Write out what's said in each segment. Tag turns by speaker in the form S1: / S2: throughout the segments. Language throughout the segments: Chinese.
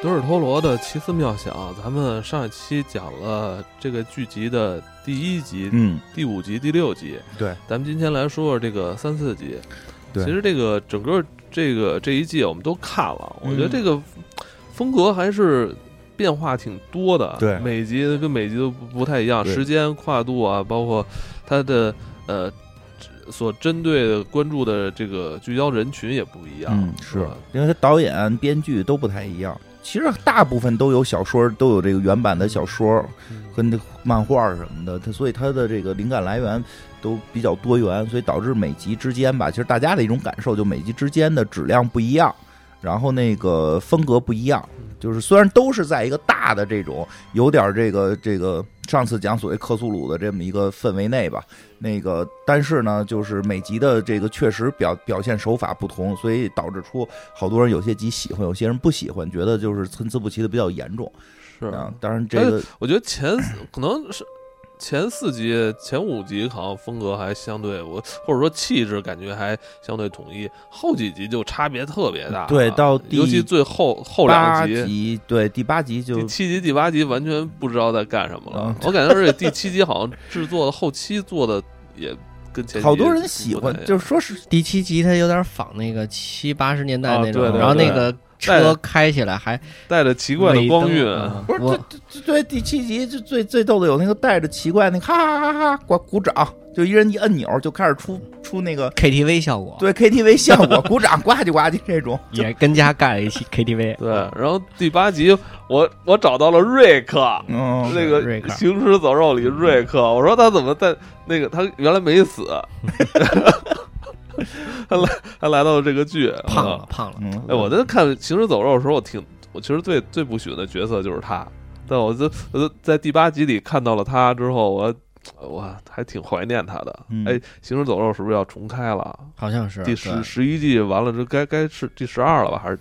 S1: 德尔托罗的《奇思妙想》，咱们上一期讲了这个剧集的第一集、
S2: 嗯，
S1: 第五集、第六集，
S2: 对，
S1: 咱们今天来说说这个三四集。
S2: 对
S1: 其实这个整个这个这一季我们都看了，我觉得
S2: 嗯
S1: 这个风格还是变化挺多的，
S2: 嗯对
S1: 每集跟每集都不不太一样，
S2: 对
S1: 时间跨度啊，包括它的呃所针对的关注的这个聚焦人群也不一样，
S2: 嗯
S1: 是吧？
S2: 因为他导演、编剧都不太一样。其实大部分都有小说，都有这个原版的小说
S1: 嗯
S2: 和那漫画什么的，它所以它的这个灵感来源都比较多元，所以导致每集之间吧，其实大家的一种感受就每集之间的质量不一样，然后那个风格不一样，就是虽然都是在一个大的这种有点这个这个上次讲所谓克苏鲁的这么一个氛围内吧，那个但是呢，就是每集的这个确实表表现手法不同，所以导致出好多人有些集喜欢，有些人不喜欢，觉得就是参差不齐的比较严重
S1: 是
S2: 啊。当然这个
S1: 我觉得前 可能是前四集、前五集好像风格还相对我，或者说气质感觉还相对统一，后几集就差别特别大了。啊
S2: 对到第
S1: 尤其最后后
S2: 八
S1: 两集。
S2: 集对第八集就
S1: 第七集、第八集完全不知道在干什么了
S2: 嗯，
S1: 我感觉，而且第七集好像制作的后期做的也跟前
S2: 好多人喜欢，就是是说是
S3: 第七集它有点仿那个七八十年代那种，
S1: 啊对对
S3: 然后
S1: 对
S3: 那个车开起来还
S1: 带着奇怪的
S3: 尾灯
S1: 光晕，啊
S3: 嗯
S2: 啊不是
S3: 我
S2: 这这对第七集就最最逗的有那个带着奇怪那个哈哈哈哈鼓鼓掌，就一人一按钮就开始出出那个
S3: KTV 效果，
S2: 对 KTV 效果鼓掌呱唧呱唧这种，
S3: 也跟家干了 一期 KTV，
S2: 嗯
S1: 对。然后第八集，我我找到了瑞克，
S2: 嗯，
S1: 那个
S3: 瑞克
S1: 《行尸走肉》里
S3: 嗯
S1: 瑞克，我说他怎么在那个他原来没 死，他来他来到了这个剧
S3: 胖
S1: 啊
S3: 了胖了，
S2: 嗯
S1: 哎，我在看《行尸走肉》的时候，我挺我其实最最不喜欢的角色就是他，但我就我就在第八集里看到了他之后，我我还挺怀念他的。
S2: 嗯
S1: 哎，《行尸走肉》是不是要重开了？
S3: 好像是啊
S1: 第
S3: 对
S1: 十十一季完了，这该该是第十二了吧？还是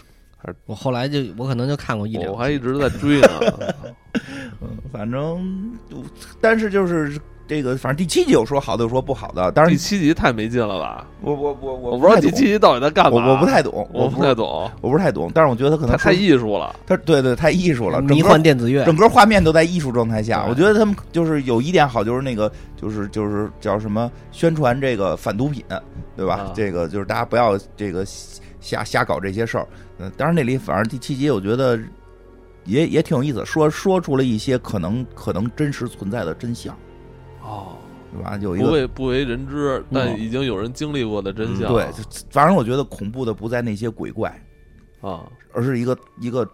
S3: 我后来就我可能就看过一两
S1: 我
S3: 集，
S1: 还一直在追 呢？
S2: 嗯反正，但是就是这个，反正第七集有说好的，有说不好的。当然
S1: 第，七集太没劲了吧？
S2: 我我我我
S1: 我不知道
S2: 太
S1: 第
S2: 懂
S1: 七集到底在干嘛，
S2: 我我不太懂，
S1: 我
S2: 不
S1: 不太，懂，
S2: 我不是太懂。但是我觉得他可能
S1: 他太
S2: 是
S1: 艺术了，
S2: 他对对太艺术了，整
S3: 迷
S2: 个
S3: 幻电子乐，
S2: 整个画面都在艺术状态下。
S3: 对
S2: 我觉得他们就是有一点好，就是那个就是就是叫什么宣传这个反毒品，对吧？
S1: 啊
S2: 这个就是大家不要这个瞎瞎搞这些事儿。嗯，当然那里反正第七集我觉得也也挺有意思，说说出了一些可能可能真实存在的真相，
S1: 哦，
S2: 对吧？有一
S1: 不
S2: 个
S1: 为不为人
S3: 嗯
S1: 知，但已经有人经历过的真相，
S2: 对，就反正我觉得恐怖的不在那些鬼怪，
S3: 嗯
S1: 啊，
S2: 而是一个一个，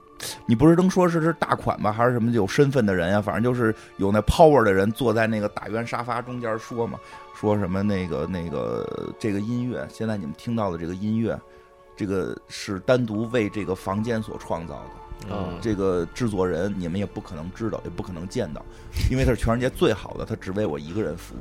S2: 你不是都说是是大款吧，还是什么有身份的人呀、反正就是有那 power 的人坐在那个大圆沙发中间说嘛，说什么那个那个这个音乐，现在你们听到的这个音乐，这个是单独为这个房间所创造的，
S1: 嗯
S2: 这个制作人你们也不可能知道，也不可能见到，因为他是全世界最好的，他只为我一个人服务。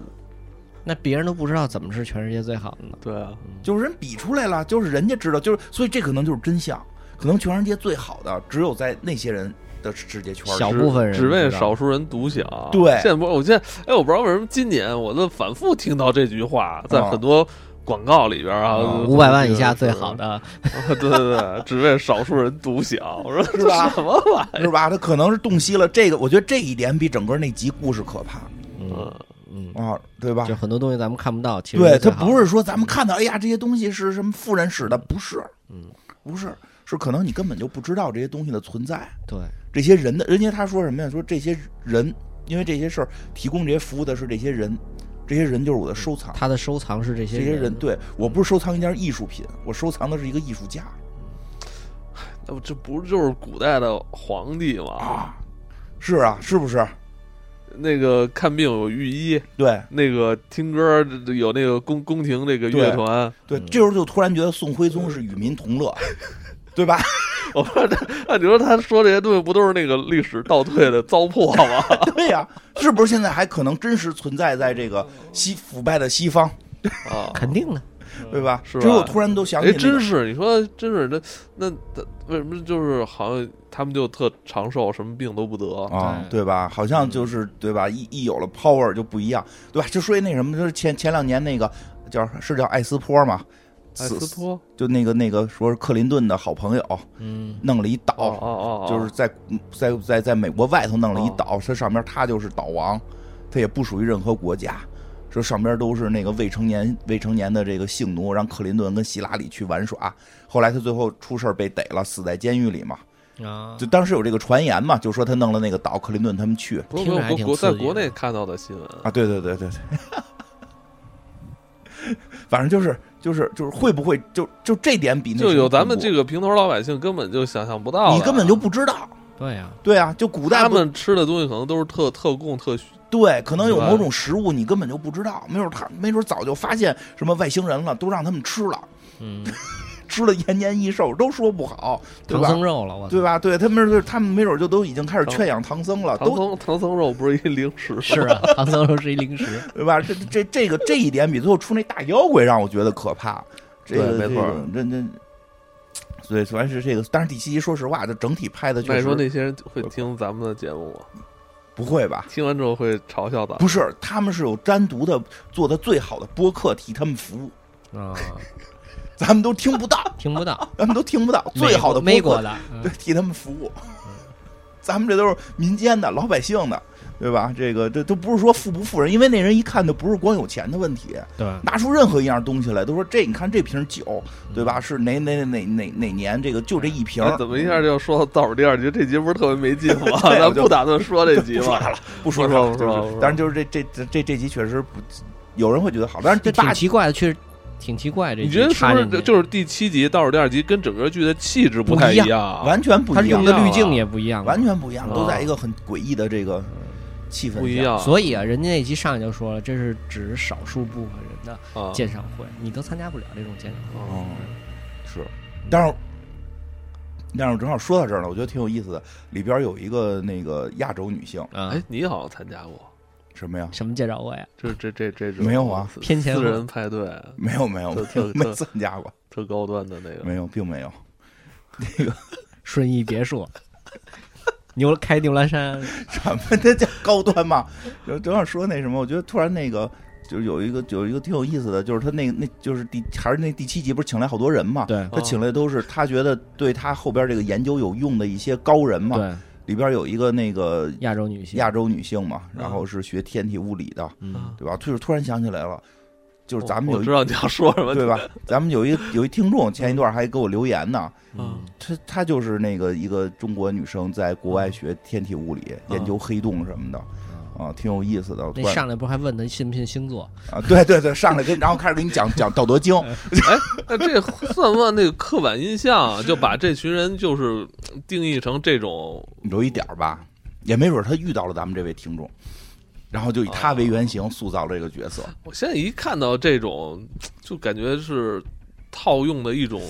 S3: 那别人都不知道怎么是全世界最好的呢。
S1: 对啊，
S2: 就是人比出来了，就是人家知道，就是所以这可能就是真相，可能全世界最好的只有在那些人的世界圈里。
S3: 小
S1: 只
S3: 部分人
S1: 只为
S3: 知道
S1: 少数人独享，
S2: 对
S1: 现在不，我现在哎，我不知道为什么今年我都反复听到这句话，在很多广告里边啊，
S2: 嗯
S3: 哦五百万以下最好，的，
S1: 对对对，只为少数人独享，我说
S2: 是吧
S1: 这什么玩意
S2: 是吧？他可能是洞悉了这个，我觉得这一点比整个那集故事可怕
S3: 嗯
S1: 儿？
S3: 嗯，
S2: 啊，对吧
S3: 就？很多东西咱们看不到，其实
S2: 对他
S3: 最好的
S2: 不是说咱们看到，哎呀，这些东西是什么富人使的，不是，
S3: 嗯，
S2: 不是，是可能你根本就不知道这些东西的存在，
S3: 对，
S2: 这些人的，人家他说什么呀？说这些人，因为这些事儿提供这些服务的是这些人，这些人就是我的收藏，
S3: 他的收藏嗯是这些
S2: 这些人，对我不是收藏一件艺术品，我收藏的是一个艺术家
S1: 那不这不就是古代的皇帝吗？
S2: 啊，是啊，是不是？
S1: 那个看病有御医，
S2: 对
S1: 那个听歌有那个宫宫廷这个乐团，
S2: 对，
S3: 嗯
S2: 这时候就突然觉得宋徽宗是与民同 乐，对吧？
S1: 我说这，那你说他说这些东西不都是那个历史倒退的糟粕 吗？
S2: 对呀、是不是现在还可能真实存在在这个西腐败的西方，
S1: 啊，
S3: 肯定的，
S2: 对吧？
S1: 是吧
S2: 只有突然都想起、
S1: 哎，
S2: 那个，
S1: 真是，你说真是，那那那为什么就是好像他们就特长寿，什么病都不得？
S2: 啊，
S3: 对
S2: 对吧？好
S1: 嗯
S2: 像就是对吧？一一有了 power 就不一样，对吧？就说那什么，就是前前两年那个叫是叫艾斯坡嘛，
S1: 艾
S2: 死
S1: 斯托，
S2: 就那个那个说是克林顿的好朋友
S3: 嗯，
S2: 弄了一岛，
S1: 哦哦哦，
S2: 就是在在在在美国外头弄了一
S1: 哦
S2: 岛，它上面他就是岛王，他也不属于任何国家。说上边都是那个未成年未成年的这个性奴，让克林顿跟希拉里去玩耍。后来他最后出事儿被逮了，死在监狱里嘛。
S3: 啊，
S2: 就当时有这个传言嘛，就说他弄了那个岛，克林顿他们去
S1: 不是
S3: 听
S1: 不是
S3: 着还
S1: 国
S3: 挺
S1: 国
S3: 刺
S1: 在
S3: 激
S1: 国
S3: 的
S1: 内看到的新闻
S2: 啊。对对对 对对，反正就是就是就是会不会就就这点比那
S1: 就
S2: 什么
S1: 有咱们
S2: 恐
S1: 这
S2: 怖
S1: 个平头老百姓根本就想象不到的，
S2: 你根本就不知道。
S3: 对呀，
S2: 对啊，就古代
S1: 他
S2: 不
S1: 们吃的东西可能都是特特供特需，
S2: 对，可能有
S1: 对
S2: 某种食物你根本就不知道，没准他没准早就发现什么外星人了，都让他们吃了，
S3: 嗯，
S2: 吃了延年益寿，都说不好，对
S3: 唐
S2: 吧？
S3: 僧肉了，我操
S2: 对吧？对他们是他们没准就都已经开始
S1: 唐
S2: 圈养唐僧了，
S1: 唐
S2: 啊都
S1: 僧唐僧肉不是一零食吗？
S3: 是啊，唐僧肉是一 零食，
S2: 对吧？这这这个这一点比最后出那大妖怪让我觉得可怕，这个
S1: 对没错儿
S2: 这个这这。所以，算是这个，但是第七集说实话，这整体拍的
S1: 那
S2: 确
S1: 你说
S2: 实
S1: 那些人会听咱们的节目吗？
S2: 不会吧？
S1: 听完之后会嘲笑咱们？
S2: 不是，他们是有单独的做的最好的播客替他们服务，
S3: 啊，
S2: 咱们都听不到，
S3: 听不到，
S2: 咱们都听不到最好的播
S3: 美
S2: 客
S3: 国的，嗯
S2: 对，替他们服务。 咱们这都是民间的老百姓的，对吧？这个这都不是说富不富人，因为那人一看就不是光有钱的问题，
S3: 对，
S2: 拿出任何一样东西来，都说这你看这瓶酒，对
S3: 嗯
S2: 吧？是哪哪哪哪哪年这个就这一瓶儿，
S1: 哎怎么一下就说到倒数第二集？这集不是特别没劲吗？
S2: 对
S1: 咱
S2: 我就
S1: 不打算说这集
S2: 不说
S1: 吧
S2: 它？了，不说它
S1: 不说
S2: 了，
S1: 不说
S2: 就
S1: 不
S2: 是
S1: 说
S2: 但是就是这这这这这集确实不，有人会觉得好，但是这
S3: 这挺
S2: 大
S3: 奇怪的，确实挺奇怪，这
S1: 你觉得是
S3: 插
S1: 不
S3: 进
S1: 是
S3: 去
S1: 就是第七集倒数第二集跟整个剧的气质不
S3: 不
S1: 太
S3: 一样
S1: 样？
S2: 完全不
S3: 它
S2: 一样啊
S3: 用，的滤镜也不一样，
S2: 完全不一样，
S1: 啊
S2: 都在一个很诡异的这个气氛
S1: 不一
S2: 下。
S1: 样，
S3: 所以啊，人家那集上来就说了，这是指少数部分人的
S1: 啊
S3: 鉴赏会，你都参加不了这种鉴赏会。
S2: 哦，是，但是但是正好说到这儿了，我觉得挺有意思的。里边有一个那个亚洲女性，
S3: 啊
S1: 哎，，你好像参加过，
S2: 什么呀？
S3: 什么介绍会呀？啊
S1: 这这这这种
S2: 没有啊
S1: 私
S3: 偏前
S1: 私
S3: 后
S1: 人派对，
S2: 没有没有
S1: 特特
S2: 没
S1: 特
S2: 参加过，
S1: 特高端的那个。
S2: 没有，并没有。
S3: 顺义别墅， 牛开牛栏山，
S2: 什么那叫高端嘛？就正好说那什么，我觉得突然那个。就是有一个有一个挺有意思的，就是他那那就是第还是那第七集不是请来好多人嘛？
S3: 对
S2: 他请来都是他觉得对他后边这个研究有用的一些高人嘛。
S3: 对，
S2: 里边有一个那个
S3: 亚洲女性，
S2: 亚洲女性嘛，
S1: 嗯
S2: 然后是学天体物理的，
S3: 嗯，
S2: 对吧？就是突然想起来了，就是咱们
S1: 我哦
S2: 有
S1: 我
S2: 一
S1: 知道你要说什么，
S2: 对吧？咱们有一有一听众前一段还给我留言呢，
S1: 嗯
S2: 她她就是那个一个中国女生在国外学天体物理，
S1: 嗯
S2: 研究黑洞什么的
S3: 啊
S2: 啊，挺有意思的。我突
S3: 那
S2: 然
S3: 上来不是还问他信不信星座？
S2: 啊，对对对，上来跟然后开始给你讲讲《道德经》，
S1: 那这算不算那个刻板印象啊？就把这群人就是定义成这种
S2: 有一点儿吧，也没准她遇到了咱们这位听众，然后就以她为原型塑造了这个角色。
S1: 我现在一看到这种，就感觉是套用的一种，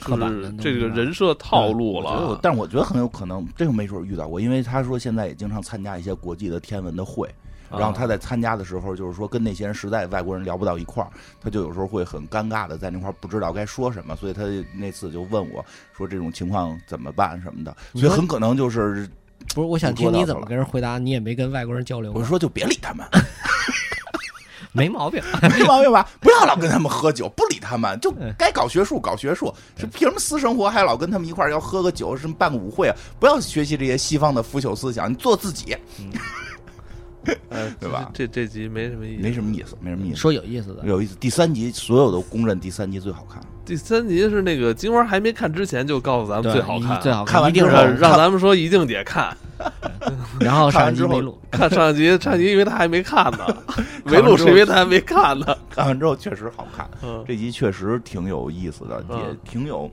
S3: 刻
S1: 就
S3: 板
S1: 是
S3: 的东西
S1: 这个
S3: 吧
S1: 人设套路
S2: 我觉得我
S1: 了，。
S2: 但我觉得很有可能，这个没准儿遇到过，因为他说现在也经常参加一些国际的天文的会，
S1: 啊
S2: 然后他在参加的时候，就是说跟那些人实在外国人聊不到一块儿，他就有时候会很尴尬的在那块儿不知道该说什么，所以他那次就问我说这种情况怎么办什么的，
S3: 你
S2: 所以
S3: 说
S2: 很可能就是
S3: 不是，我想
S2: 我
S3: 听
S2: 知道
S3: 你
S2: 他
S3: 怎么
S2: 了
S3: 跟人回答，你也没跟外国人交流
S2: 我
S3: 过，
S2: 说就别理 他们，
S3: 没毛病。
S2: 没毛病吧？不要老跟他们喝酒，不理他们，就
S3: 嗯
S2: 该搞学术搞学术，是凭什么私生活还老跟他们一块儿要喝个酒，什么办个舞会啊？不要学习这些西方的腐朽思想，你做自己，
S1: 哎
S2: 对吧
S1: 这这这集没什么意思，
S2: 没什么意思，没什么意思。
S3: 说有意思的，
S2: 有意思，第三集所有都公认第三集最好看。
S1: 第三集是那个金花还没看之前就告诉咱们
S3: 对
S1: 最好
S3: 一
S1: 看，
S3: 最好
S2: 看完
S3: 一定
S2: 之
S1: 让
S2: 后
S3: 是
S1: 让咱们说一定得看。
S3: 然后
S2: 看完
S3: 上一集
S2: 之后
S3: 没录，
S1: 看上一集，上一集因为他还没看呢，
S2: 之
S1: 没
S2: 后
S1: 录是因为他还没看呢。
S2: 看完之后确实好看，
S1: 嗯，
S2: 这集确实挺有意思的，
S1: 嗯
S2: 也挺有，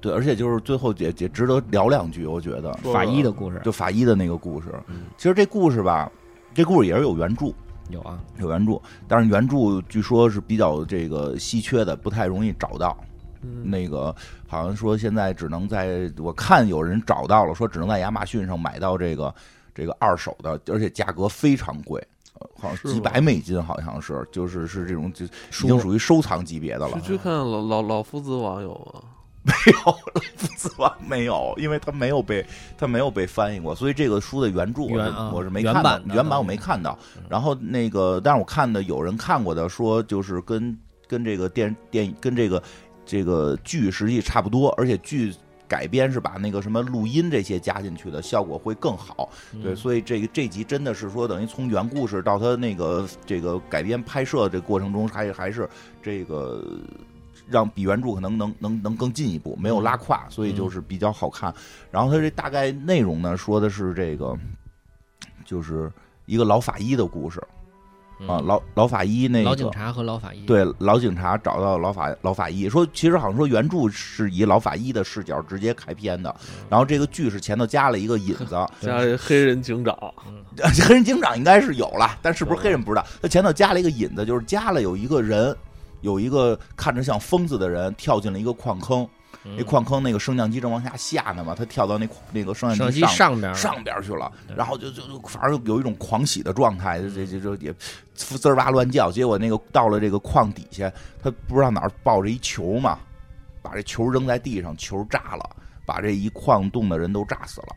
S2: 对，而且就是最后也也值得聊两句，我觉得，
S1: 说
S3: 法
S1: 吧
S3: 医的故事
S2: 就法医的那个故事
S3: 嗯，
S2: 其实这故事吧，这故事也是有原著，
S3: 有啊，
S2: 有原著，但是原著据说是比较这个稀缺的，不太容易找到。
S1: 嗯
S2: 那个好像说现在只能在我看有人找到了，说只能在亚马逊上买到这个这个二手的，而且价格非常贵，呃好
S1: 是
S2: 像
S1: 吗
S2: 几百美金，好像是，就是是这种就已
S3: 书
S2: 经属于收藏级别的了
S1: 嗯去。去看老老老夫子网有吗？
S2: 没有，老夫子王没有，因为它没有被它没有被翻译过，所以这个书的原著我
S3: 原
S2: 是
S3: 啊
S2: 我是没
S3: 原
S2: 看到
S3: 版的嗯
S2: 原版我没看到。然后那个，但是我看的有人看过的说，就是跟跟这个电电跟这个这个剧实际差不多，而且剧改编是把那个什么录音这些加进去的，效果会更好。
S3: 嗯
S2: 对，所以这个这集真的是说，等于从原故事到他那个这个改编拍摄这过程中，还还是这个让比原著可能能能能更进一步，没有拉胯，所以
S3: 嗯
S2: 就是比较好看。然后他这大概内容呢，说的是这个就是一个老法医的故事
S3: 嗯
S2: 啊，老老法医那个
S3: 老警察和老法医，，
S2: 对，老警察找到老法老法医，说其实好像说原著是以老法医的视角直接开篇的，
S3: 嗯
S2: 然后这个剧是前头加了一个引子，
S1: 加一黑人警长，
S2: 黑人警长应该是有了，但是不是黑人不知道。他前头加了一个引子，就是加了有一个人，有一个看着像疯子的人跳进了一个矿坑，那矿坑那个升降机正往下下呢嘛，他跳到那那个升降
S3: 摄像
S2: 机
S3: 机
S2: 上
S3: 上边儿了
S2: 上边去了，
S3: 对嗯
S2: 然后就就就反正有一种狂喜的状态，这这这也滋儿哇乱叫。结果那个到了这个矿底下，他不知道哪儿抱着一球嘛，把这球扔在地上，球炸了，把这一矿洞的人都炸死了。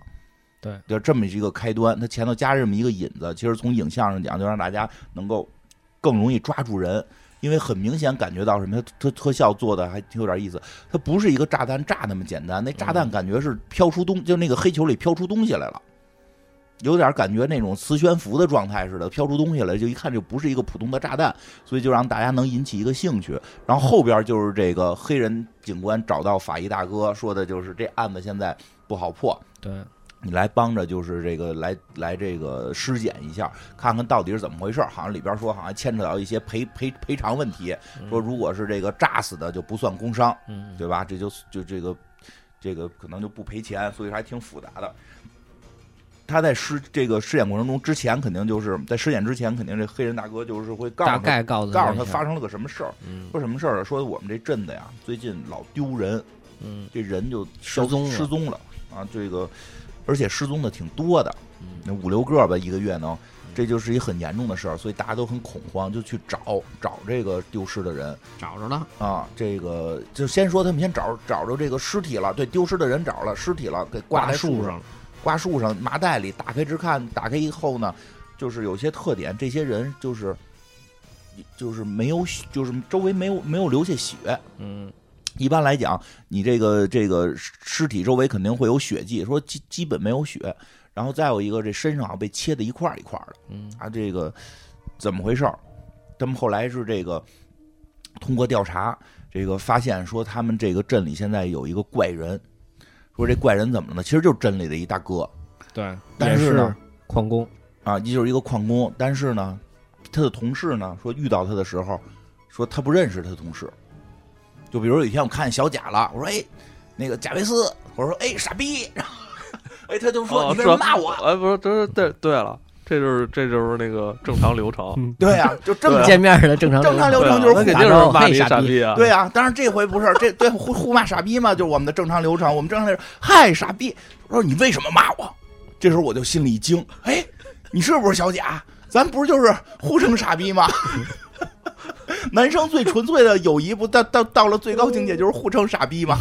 S3: 对，
S2: 就这么一个开端。他前头加这么一个引子，其实从影像上讲，就让大家能够更容易抓住人。因为很明显感觉到什么，他他特效做的还挺有点意思。它不是一个炸弹炸那么简单，那炸弹感觉是飘出东，就那个黑球里飘出东西来了，有点感觉那种磁悬浮的状态似的，飘出东西来，就一看就不是一个普通的炸弹，所以就让大家能引起一个兴趣。然后后边就是这个黑人警官找到法医大哥，说的就是这案子现在不好破，
S3: 对，
S2: 你来帮着，就是这个来来这个尸检一下，看看到底是怎么回事儿。好像里边说好像牵扯到一些赔赔赔偿问题，说如果是这个炸死的就不算工伤，
S3: 嗯，
S2: 对吧？这就就这个这个可能就不赔钱，所以还挺复杂的。他在尸这个尸检过程中之前，肯定就是在尸检之前，肯定这黑人大哥就是会告诉
S3: 大
S2: 他
S3: 概告诉
S2: 告诉
S3: 一
S2: 他
S3: 下
S2: 发，生了个什么事儿，
S1: 嗯
S2: 说什么事儿啊？说我们这镇子呀，最近老丢人，
S3: 嗯
S2: 这人就
S3: 失
S2: 消
S3: 踪了
S2: 失踪了啊！这个，而且失踪的挺多的，
S1: 嗯
S2: 那五六个吧，一个月
S3: 嗯
S2: 能，这就是一很严重的事儿，所以大家都很恐慌，就去找找这个丢失的人
S3: 找着了，
S2: 啊。这个就先说他们先找找着这个尸体了，对，丢失的人找了，尸体了，给挂在
S3: 树
S2: 上，，挂树上麻袋里，打开之看，打开以后呢，就是有些特点，这些人就是就是没有，就是周围没有没有流下血，
S3: 嗯，
S2: 一般来讲，你这个这个尸体周围肯定会有血迹，说基基本没有血，然后再有一个这身上啊被切的一块儿一块儿的，
S3: 嗯
S2: 啊，这个怎么回事儿？他们后来是这个通过调查，这个发现说他们这个镇里现在有一个怪人，说这怪人怎么了呢？其实就是镇里的一大哥
S3: 对，
S2: 但
S3: 也
S2: 是
S3: 是
S2: 呢
S3: 矿工，
S2: 啊，也就是一个矿工，但是呢，他的同事呢说遇到他的时候，说他不认识他的同事，就比如有一天我看见小贾了，我说哎，那个贾维斯，我说哎傻逼，然后哎他就说、
S1: 哦
S2: 你为什么
S1: 是
S2: 骂我？
S1: 哎，不是，这是对对了，这就是这就是那个正常流 程，
S2: 对啊呀、就这么
S3: 见面的正常
S2: 正常流
S1: 对
S2: 程
S1: 啊
S2: 就是
S1: 那
S2: 互
S1: 肯
S2: 打
S1: 定
S2: 招
S1: 是
S2: 呼。
S1: 骂
S3: 嘿
S1: 你
S3: 傻
S1: 傻
S3: 逼
S1: 逼啊，
S2: 对呀、当然这回不是这对互互骂傻逼嘛，就是我们的正常流程。我们正常流程，嗨，傻逼！我说你为什么骂我？这时候我就心里一惊，哎，你是不是小贾？咱不是就是互称傻逼吗？男生最纯粹的友谊，不到到到了最高境界就是互称傻逼吗？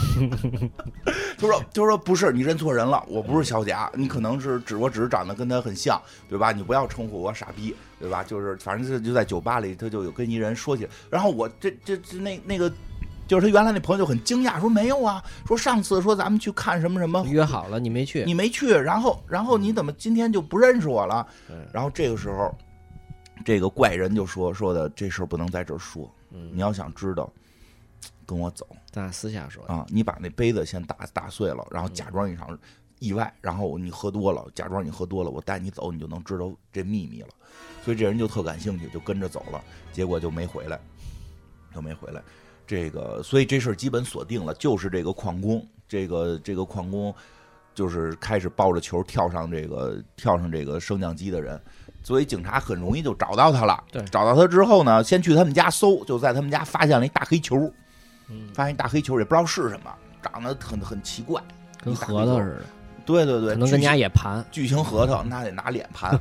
S2: 就说就说不是，你认错人了，我不是小贾，你可能是只我只是长得跟他很像，对吧？你不要称呼我傻逼，对吧？就是反正就就在酒吧里，他就有跟一人说起，然后我这这这那那个。就是他原来那朋友就很惊讶，说没有啊，说上次说咱们去看什么什么，
S3: 约好了你没去，
S2: 你没去，然后然后你怎么今天就不认识我了
S1: 对？
S2: 然后这个时候，这个怪人就说说的这事儿不能在这儿说，你要想知道，跟我走
S3: 咱俩私下说，
S2: 啊！你把那杯子先打打碎了，然后假装一场意外，然后你喝多了，假装你喝多了，我带你走，你就能知道这秘密了。所以这人就特感兴趣，就跟着走了，结果就没回来，就没回来。这个，所以这事儿基本锁定了，就是这个矿工，这个这个矿工就是开始抱着球跳上这个跳上这个升降机的人，所以警察很容易就找到他了。
S3: 对
S2: 找到他之后呢，先去他们家搜，就在他们家发现了一大黑球，
S3: 嗯
S2: 发现一大黑球也不知道是什么，长得很很奇怪。
S3: 跟
S2: 一打
S3: 核
S2: 就
S3: 桃
S2: 走
S3: 似的，
S2: 对对对，
S3: 可能跟
S2: 巨
S3: 家也盘，
S2: 巨型核桃，那得拿脸 盘。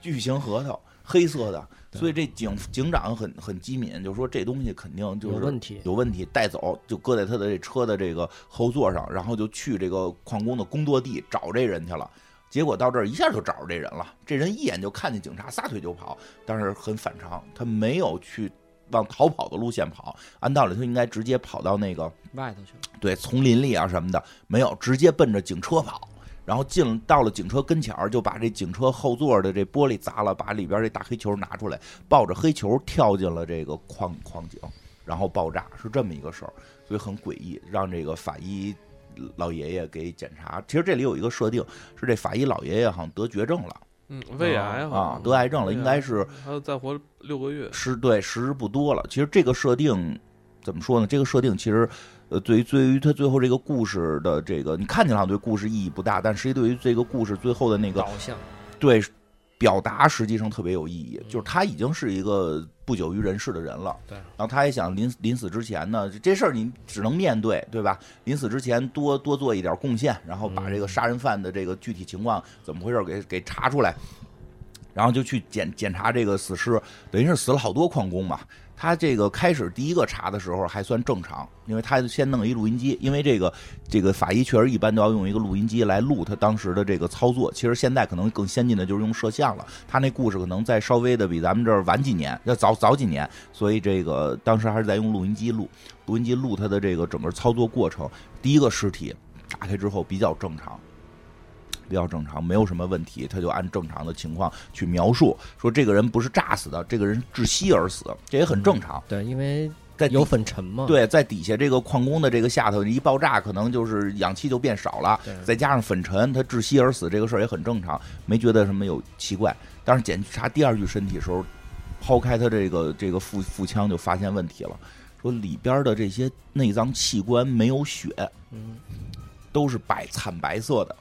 S2: 巨型核桃，黑色的，所以这警警长很很机敏，就说这东西肯定就
S3: 有
S2: 是
S3: 问题，
S2: 有问题，带走就搁在他的这车的这个后座上，然后就去这个矿工的工作地找这人去了。结果到这儿一下就找着这人了，这人一眼就看见警察，撒腿就跑。但是很反常，他没有去往逃跑的路线跑。按道理他应该直接跑到那个
S3: 外头去了。
S2: 对丛林里啊什么的，没有，直接奔着警车跑。然后进到了警车跟前儿，就把这警车后座的这玻璃砸了，把里边这大黑球拿出来，抱着黑球跳进了这个矿矿井，然后爆炸，是这么一个事儿，所以很诡异，让这个法医老爷爷给检查。其实这里有一个设定，是这法医老爷爷好像得绝症了
S1: 嗯，胃癌好
S2: 啊
S1: 像，
S2: 得癌症了，应该是
S1: 还要再活六个月。
S2: 是对时日不多了。其实这个设定怎么说呢？这个设定其实，呃，对于对于他最后这个故事的这个，你看起来好像对故事意义不大，但实际对于这个故事最后的那个
S3: 导向
S2: 对表达实际上特别有意义
S3: 嗯。
S2: 就是他已经是一个不久于人世的人了，
S3: 对
S2: 然后他也想临临死之前呢，这这事儿你只能面对，对吧？临死之前多多做一点贡献，然后把
S3: 嗯
S2: 这个杀人犯的这个具体情况怎么回事儿给给查出来。然后就去检检查这个死尸，等于是死了好多矿工嘛。他这个开始第一个查的时候还算正常，因为他先弄一录音机，因为这个这个法医确实一般都要用一个录音机来录他当时的这个操作。其实现在可能更先进的就是用摄像了，他那故事可能再稍微的比咱们这儿晚几年，要早早几年，所以这个当时还是在用录音机录，录音机录他的这个整个操作过程。第一个尸体打开之后比较正常。比较正常，没有什么问题，他就按正常的情况去描述，说这个人不是炸死的，这个人是窒息而死，这也很正常。
S3: 对，因为
S2: 在底
S3: 有粉尘嘛。
S2: 对，在底下这个矿工的这个下头一爆炸，可能就是氧气就变少了，
S3: 对，
S2: 再加上粉尘，他窒息而死这个事儿也很正常，没觉得什么有奇怪。但是检查第二具身体的时候，抛开他这个这个腹腹腔就发现问题了，说里边的这些内脏器官没有血，
S3: 嗯，
S2: 都是白惨白色的。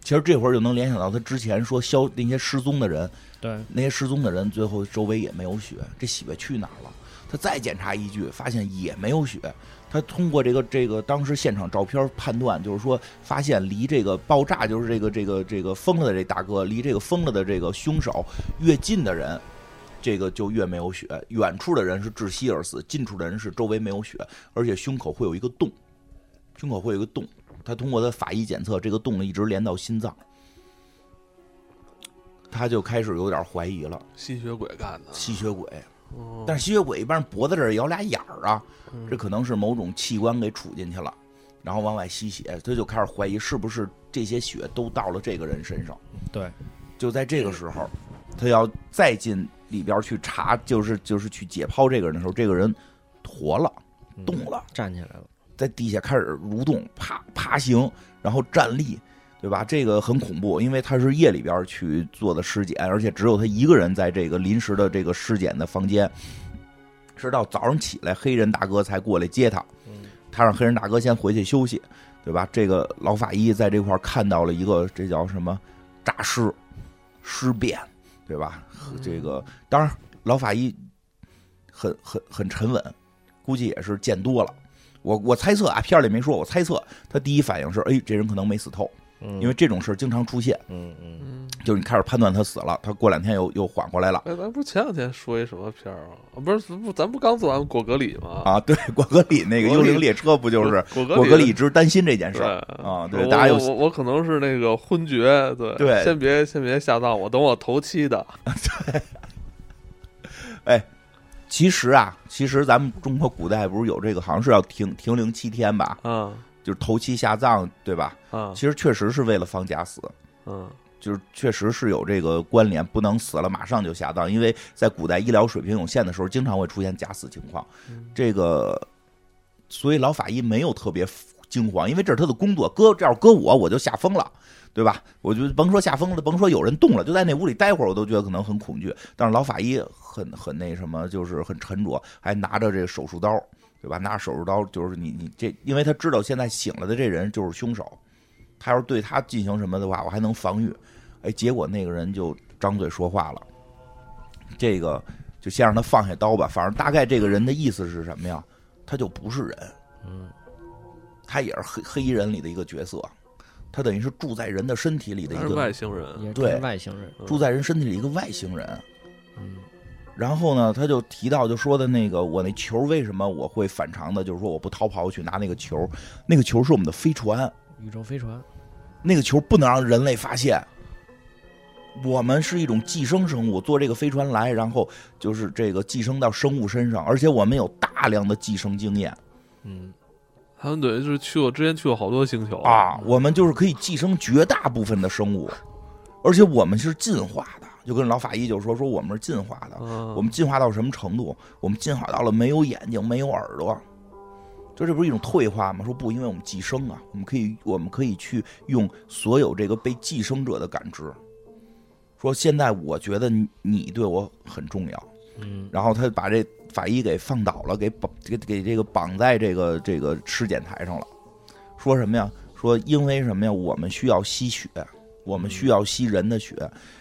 S2: 其实这会儿就能联想到他之前说消那些失踪的人，
S3: 对，
S2: 那些失踪的人最后周围也没有血，这血去哪儿了？他再检查一具，发现也没有血。他通过这个这个当时现场照片判断，就是说发现离这个爆炸，就是这个这个这个疯了的这大哥，离这个疯了的这个凶手越近的人，这个就越没有血；远处的人是窒息而死，近处的人是周围没有血，而且胸口会有一个洞，胸口会有一个洞。他通过他法医检测，这个洞一直连到心脏。他就开始有点怀疑了，
S1: 吸血鬼干的，
S2: 吸血鬼。
S1: 哦
S2: 但是吸血鬼一般脖子这儿有俩眼儿啊，
S1: 嗯
S2: 这可能是某种器官给杵进去了，然后往外吸血，他就开始怀疑是不是这些血都到了这个人身上。
S3: 对，
S2: 就在这个时候，他要再进里边去查，就是就是去解剖这个人的时候，这个人活了，
S3: 嗯
S2: 动了。
S3: 站起来了，
S2: 在地下开始蠕动，啪爬行，然后站立，对吧？这个很恐怖，因为他是夜里边去做的尸检，而且只有他一个人在这个临时的这个尸检的房间，直到早上起来，黑人大哥才过来接他。
S3: 嗯，
S2: 他让黑人大哥先回去休息，对吧？这个老法医在这块儿看到了一个这叫什么诈尸、尸变，对吧？和
S1: 嗯
S2: 这个当然老法医很很很沉稳，估计也是见多了。我我猜测啊，片儿里没说，我猜测他第一反应是，哎，这人可能没死透，
S3: 因
S2: 因为这种事儿经常出现，
S3: 嗯嗯，
S1: 嗯，
S2: 就是你开始判断他死了，他过两天又又缓过来了。
S1: 哎，咱不是前两天说一什么片儿啊？啊不是，不，咱不刚做完果戈里吗？
S2: 啊，对， 果戈里那个
S1: 果
S2: 幽
S1: 戈里
S2: 灵列车不就是
S1: 果
S2: 果戈
S1: 里
S2: 里一直担心这件
S1: 的
S2: 事儿
S1: 对
S2: 啊？
S1: 我
S2: 对，大家有
S1: 我我可能是那个昏厥，对
S2: 对
S1: 先别先别下葬，我等我头七的，
S2: 其实啊，其实咱们中国古代不是有这个，好像是要停停灵七天吧，
S1: 嗯
S2: 就是头七下葬，对吧？
S1: 嗯
S2: 其实确实是为了防假死，
S1: 嗯，
S2: 就是确实是有这个关联，不能死了马上就下葬，因为在古代医疗水平有限的时候，经常会出现假死情况。
S1: 嗯
S2: 这个，所以老法医没有特别惊慌，因为这是他的工作。搁这要搁我，我就吓疯了，对吧？我就甭说吓疯了，甭说有人动了，就在那屋里待会儿，我都觉得可能很恐惧。但是老法医很很那什么，就是很沉着，还拿着这个手术刀，对吧？拿着手术刀，就是你你这，因为他知道现在醒了的这人就是凶手，他要是对他进行什么的话，我还能防御。哎，结果那个人就张嘴说话了，这个就先让他放下刀吧。反正大概这个人的意思是什么呀？他就不是人，
S3: 嗯，
S2: 他也是黑黑衣人里的一个角色，他等于是住在人的身体里的
S1: 他
S2: 一
S1: 是
S2: 个
S1: 外星人，
S3: 也
S2: 对
S3: 是外星人，
S1: 嗯
S2: 住在人身体里一个外星人。
S3: 嗯，
S2: 然后呢，他就提到就说的那个我那球为什么我会反常的，就是说我不逃跑我去拿那个球，那个球是我们的飞船，
S3: 宇宙飞船，
S2: 那个球不能让人类发现。我们是一种寄生生物，坐这个飞船来，然后就是这个寄生到生物身上，而且我们有大量的寄生经验
S1: 嗯，他们等于是去过之前去过好多星球
S2: 啊，我们就是可以寄生绝大部分的生物，而且啊我们是进化的，就跟老法医就说说我们是进化的，
S1: 嗯，
S2: 我们进化到什么程度？我们进化到了没有眼睛、没有耳朵，就这不是一种退化吗？说不，因为我们寄生啊，我们可以，我们可以去用所有这个被寄生者的感知。说现在我觉得你你对我很重要，
S3: 嗯，
S2: 然后他把这法医给放倒了，给绑给给这个绑在这个这个尸检台上了。说什么呀？说因为什么呀？我们需要吸血，我们需要吸人的血。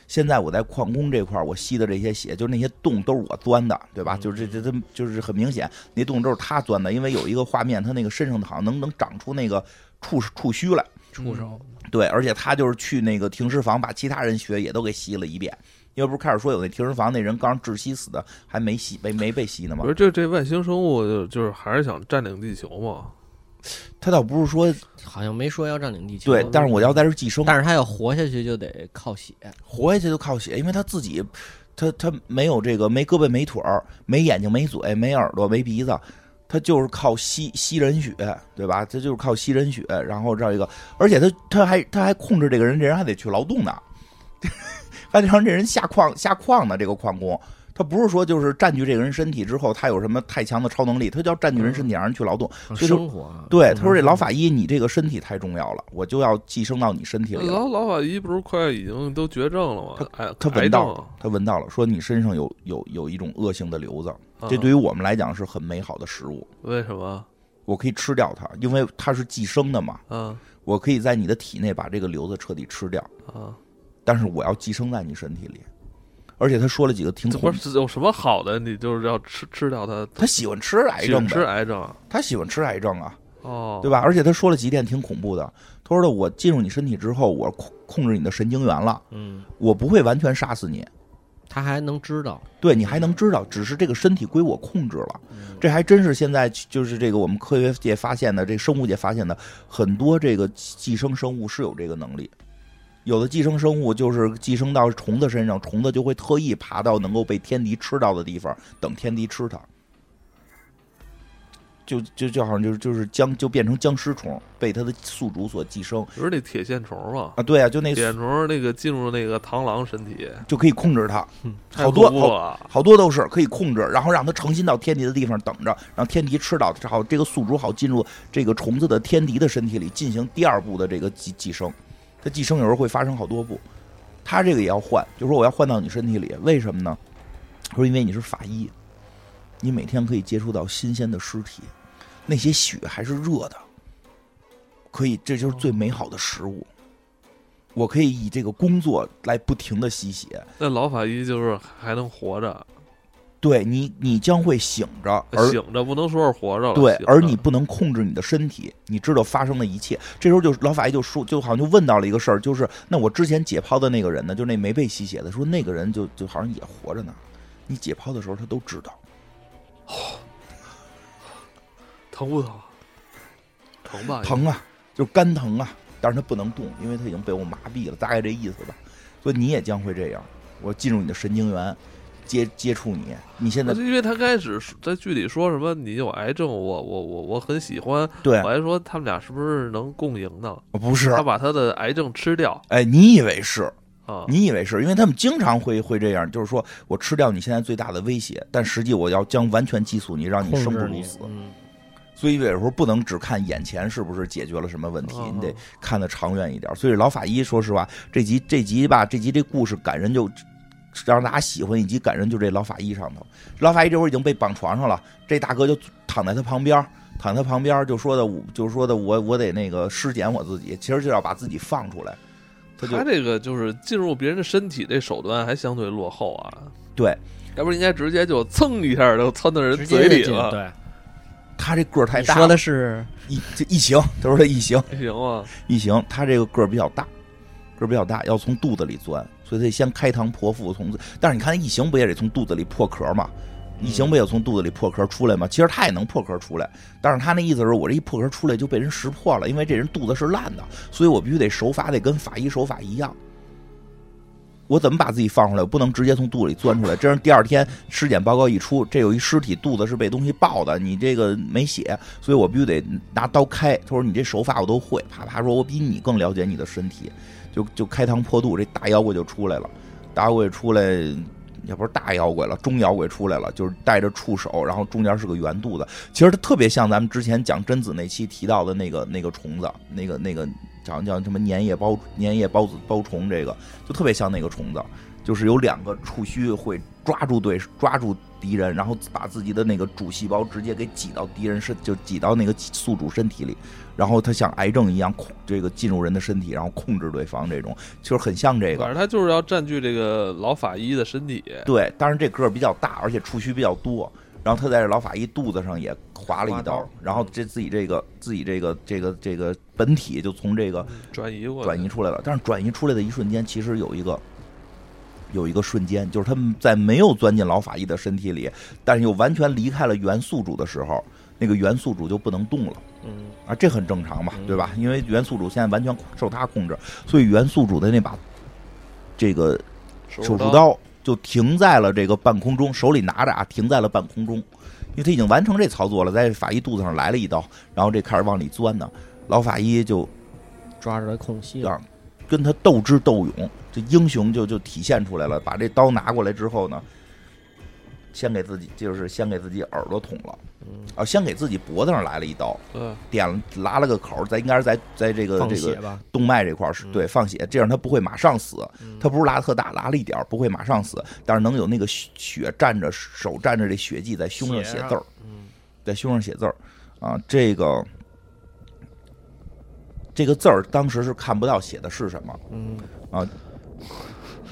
S2: 现在我在矿工这块儿，我吸的这些血，就是那些洞都是我钻的，对吧？就是这这这就是很明显，那洞都是他钻的，因为有一个画面，他那个身上好像能能长出那个触触须来。
S3: 触手，
S2: 对，而且他就是去那个停尸房把其他人血也都给吸了一遍。要不是开始说有那停尸房那人刚窒息死的，还没吸没没被吸呢吗
S1: 不？是这这外星生物就就是还是想占领地球嘛？
S2: 他倒不是说
S3: 好像没说要占领地球。
S2: 对，但是我要在这儿寄生，
S3: 但是他要活下去就得靠血，
S2: 活下去就靠血，因为他自己他他没有这个没胳膊没腿儿，没眼睛没嘴没耳朵没鼻子，他就是靠吸吸人血，对吧？他就是靠吸人血，然后这一个，而且他他还他还控制这个人，这人还得去劳动呢， 还得让这人下矿下矿呢，这个矿工。他不是说就是占据这个人身体之后，他有什么太强的超能力，他就要占据人身体，让人去劳动。所以说
S3: 生活啊。
S2: 对，他说这老法医，你这个身体太重要了，我就要寄生到你身体里了。
S1: 老老法医不是快已经都绝症了吗？癌
S2: 他
S1: 癌症
S2: 闻到了，他闻到了，说你身上有有有一种恶性的瘤子，
S1: 啊
S2: 这对于我们来讲是很美好的食物，
S1: 为什么？
S2: 我可以吃掉它，因为它是寄生的嘛，
S1: 啊
S2: 我可以在你的体内把这个瘤子彻底吃掉，
S1: 啊，
S2: 但是我要寄生在你身体里，而且他说了几个挺
S1: 这不
S2: 恐，
S1: 是有什么好的？你就是要吃吃掉它，
S2: 他喜欢吃癌
S1: 喜
S2: 症
S1: 欢吃
S2: 的，
S1: 癌症啊
S2: 他喜欢吃癌症啊，
S1: 哦，
S2: 对吧？而且他说了几点挺恐怖的，他说的我进入你身体之后，我控控制你的神经元了，
S3: 嗯，
S2: 我不会完全杀死你，
S3: 他还能知道，
S2: 对你还能知道，只是这个身体归我控制了。这还真是现在就是这个我们科学界发现的，这生物界发现的很多这个寄生生物是有这个能力。有的寄生生物就是寄生到虫子身上，虫子就会特意爬到能够被天敌吃到的地方，等天敌吃它。就就就好像就是就是僵就变成僵尸虫，被它的宿主所寄生
S1: 不是那铁线虫吗？
S2: 啊！对啊，就那
S1: 铁线虫那个进入那个螳螂身体，
S2: 就可以控制它，
S1: 太
S2: 好多
S1: 恐怖了。
S2: 好多都是可以控制，然后让它成心到天敌的地方等着，让天敌吃到，好这个宿主好进入这个虫子的天敌的身体里进行第二步的这个寄寄生。它寄生有时候会发生好多步，它这个也要换，就说我要换到你身体里，为什么呢？说因为你是法医，你每天可以接触到新鲜的尸体，那些血还是热的，可以，这就是最美好的食物。我可以以这个工作来不停的吸血，
S1: 那老法医就是还能活着，
S2: 对你，你将会醒着，而
S1: 醒着不能说是活着了。
S2: 对
S1: 醒，着
S2: 而你不能控制你的身体，你知道发生的一切。这时候就老法医就说，就好像就问到了一个事儿，就是那我之前解剖的那个人呢，就是那没被吸血的，说那个人就就好像也活着呢。你解剖的时候他都知道，
S1: 疼不疼？疼吧，
S2: 疼啊，就是肝疼啊，但是他不能动，因为他已经被我麻痹了，大概这意思吧。所以你也将会这样，我进入你的神经元，接接触你，你现在
S1: 因为他开始说在剧里说什么你有癌症，我我我我很喜欢，
S2: 对
S1: 我，还说他们俩是不是能共赢呢？
S2: 不是
S1: 他，把他的癌症吃掉
S2: 哎，你以为是？
S1: 啊，
S2: 你以为是因为他们经常会会这样，就是说我吃掉你现在最大的威胁，但实际我要将完全激素你，让你
S3: 控
S2: 生不
S3: 制
S2: 如
S3: 你
S2: 死。
S3: 嗯
S2: 所以有时候不能只看眼前是不是解决了什么问题
S1: 嗯，
S2: 你得
S1: 嗯
S2: 看得长远一点。所以老法医，说实话，这集这集吧，这集这故事感人就。让大家喜欢以及感人，就这老法医上头。老法医这会儿已经被绑床上了，这大哥就躺在他旁边，躺在他旁边就说的，我就说的我我得那个尸检我自己，其实就要把自己放出来。他就
S1: 他这个就是进入别人的身体这手段还相对落后啊，
S2: 对，
S1: 要不然应该直接就蹭一下就窜到人
S3: 直接
S1: 嘴
S3: 就
S1: 里
S3: 进
S1: 了，
S3: 对，
S2: 他这个儿太
S3: 你
S2: 大
S3: 说
S2: 了，
S3: 的是
S2: 一这一行，他说他一行
S1: 行吗？
S2: 一行，他这个个儿比较大，个儿比较大，要从肚子里钻，所以得先开膛破腹从。但是你看，一行不也得从肚子里破壳吗？一
S3: 嗯
S2: 行不也从肚子里破壳出来吗？其实他也能破壳出来，但是他那意思是我这一破壳出来就被人识破了，因为这人肚子是烂的，所以我必须得手法得跟法医手法一样。我怎么把自己放出来？我不能直接从肚子里钻出来，这样第二天尸检报告一出，这有一尸体肚子是被东西爆的，你这个没血，所以我必须得拿刀开。他说你这手法我都会，啪啪说，我比你更了解你的身体，就就开膛破肚，这大妖怪就出来了，大妖怪出来。也不是大妖怪了，中妖怪出来了，就是带着触手，然后中间是个圆肚子。其实它特别像咱们之前讲贞子那期提到的那个那个虫子，那个那个讲叫什么粘液包粘液包子包虫，这个就特别像那个虫子，就是有两个触须会抓住对抓住敌人，然后把自己的那个主细胞直接给挤到敌人身，就挤到那个宿主身体里，然后它像癌症一样控这个进入人的身体，然后控制对方这种，其实很像这个
S1: 反。正他就是要占据这个老法医的身体，
S2: 对，当然这个儿比较大，而且触须比较多。然后他在这老法医肚子上也划了一
S3: 划
S2: 刀，
S3: 刀
S2: 然后这自己这个自己这个这个这个本体就从这个
S1: 转移过来
S2: 转移出来了。但是转移出来的一瞬间，其实有一个有一个瞬间，就是他们在没有钻进老法医的身体里，但是又完全离开了原宿主的时候，那个原宿主就不能动了。
S1: 嗯，
S2: 啊，这很正常嘛，
S1: 嗯
S2: 对吧？因为原宿主现在完全受他控制，所以原宿主的那把这个
S1: 手
S2: 手术
S1: 术，
S2: 刀就停在了这个半空中，手里拿着啊，停在了半空中，因为他已经完成这操作了，在法医肚子上来了一刀，然后这开始往里钻呢，老法医就
S3: 嗯抓着空隙了，
S2: 啊跟他斗智斗勇，这英雄就就体现出来了，把这刀拿过来之后呢。先给自己就是先给自己耳朵捅了，
S1: 嗯，
S2: 啊，先给自己脖子上来了一刀，
S1: 对，
S2: 点了拉了个口儿，在应该是在在这个
S3: 放
S2: 这个
S3: 血吧，
S2: 动脉这块儿是
S1: 嗯
S2: 对放血，这样他不会马上死，
S1: 嗯
S2: 他不是拉特大，拉了一点儿不会马上死，但是能有那个血血蘸着手蘸着这血迹在胸上
S3: 血
S2: 写
S3: 啊
S2: 字儿，
S1: 嗯
S2: 在胸上写字儿啊，这个这个字儿当时是看不到写的是什么，
S1: 嗯，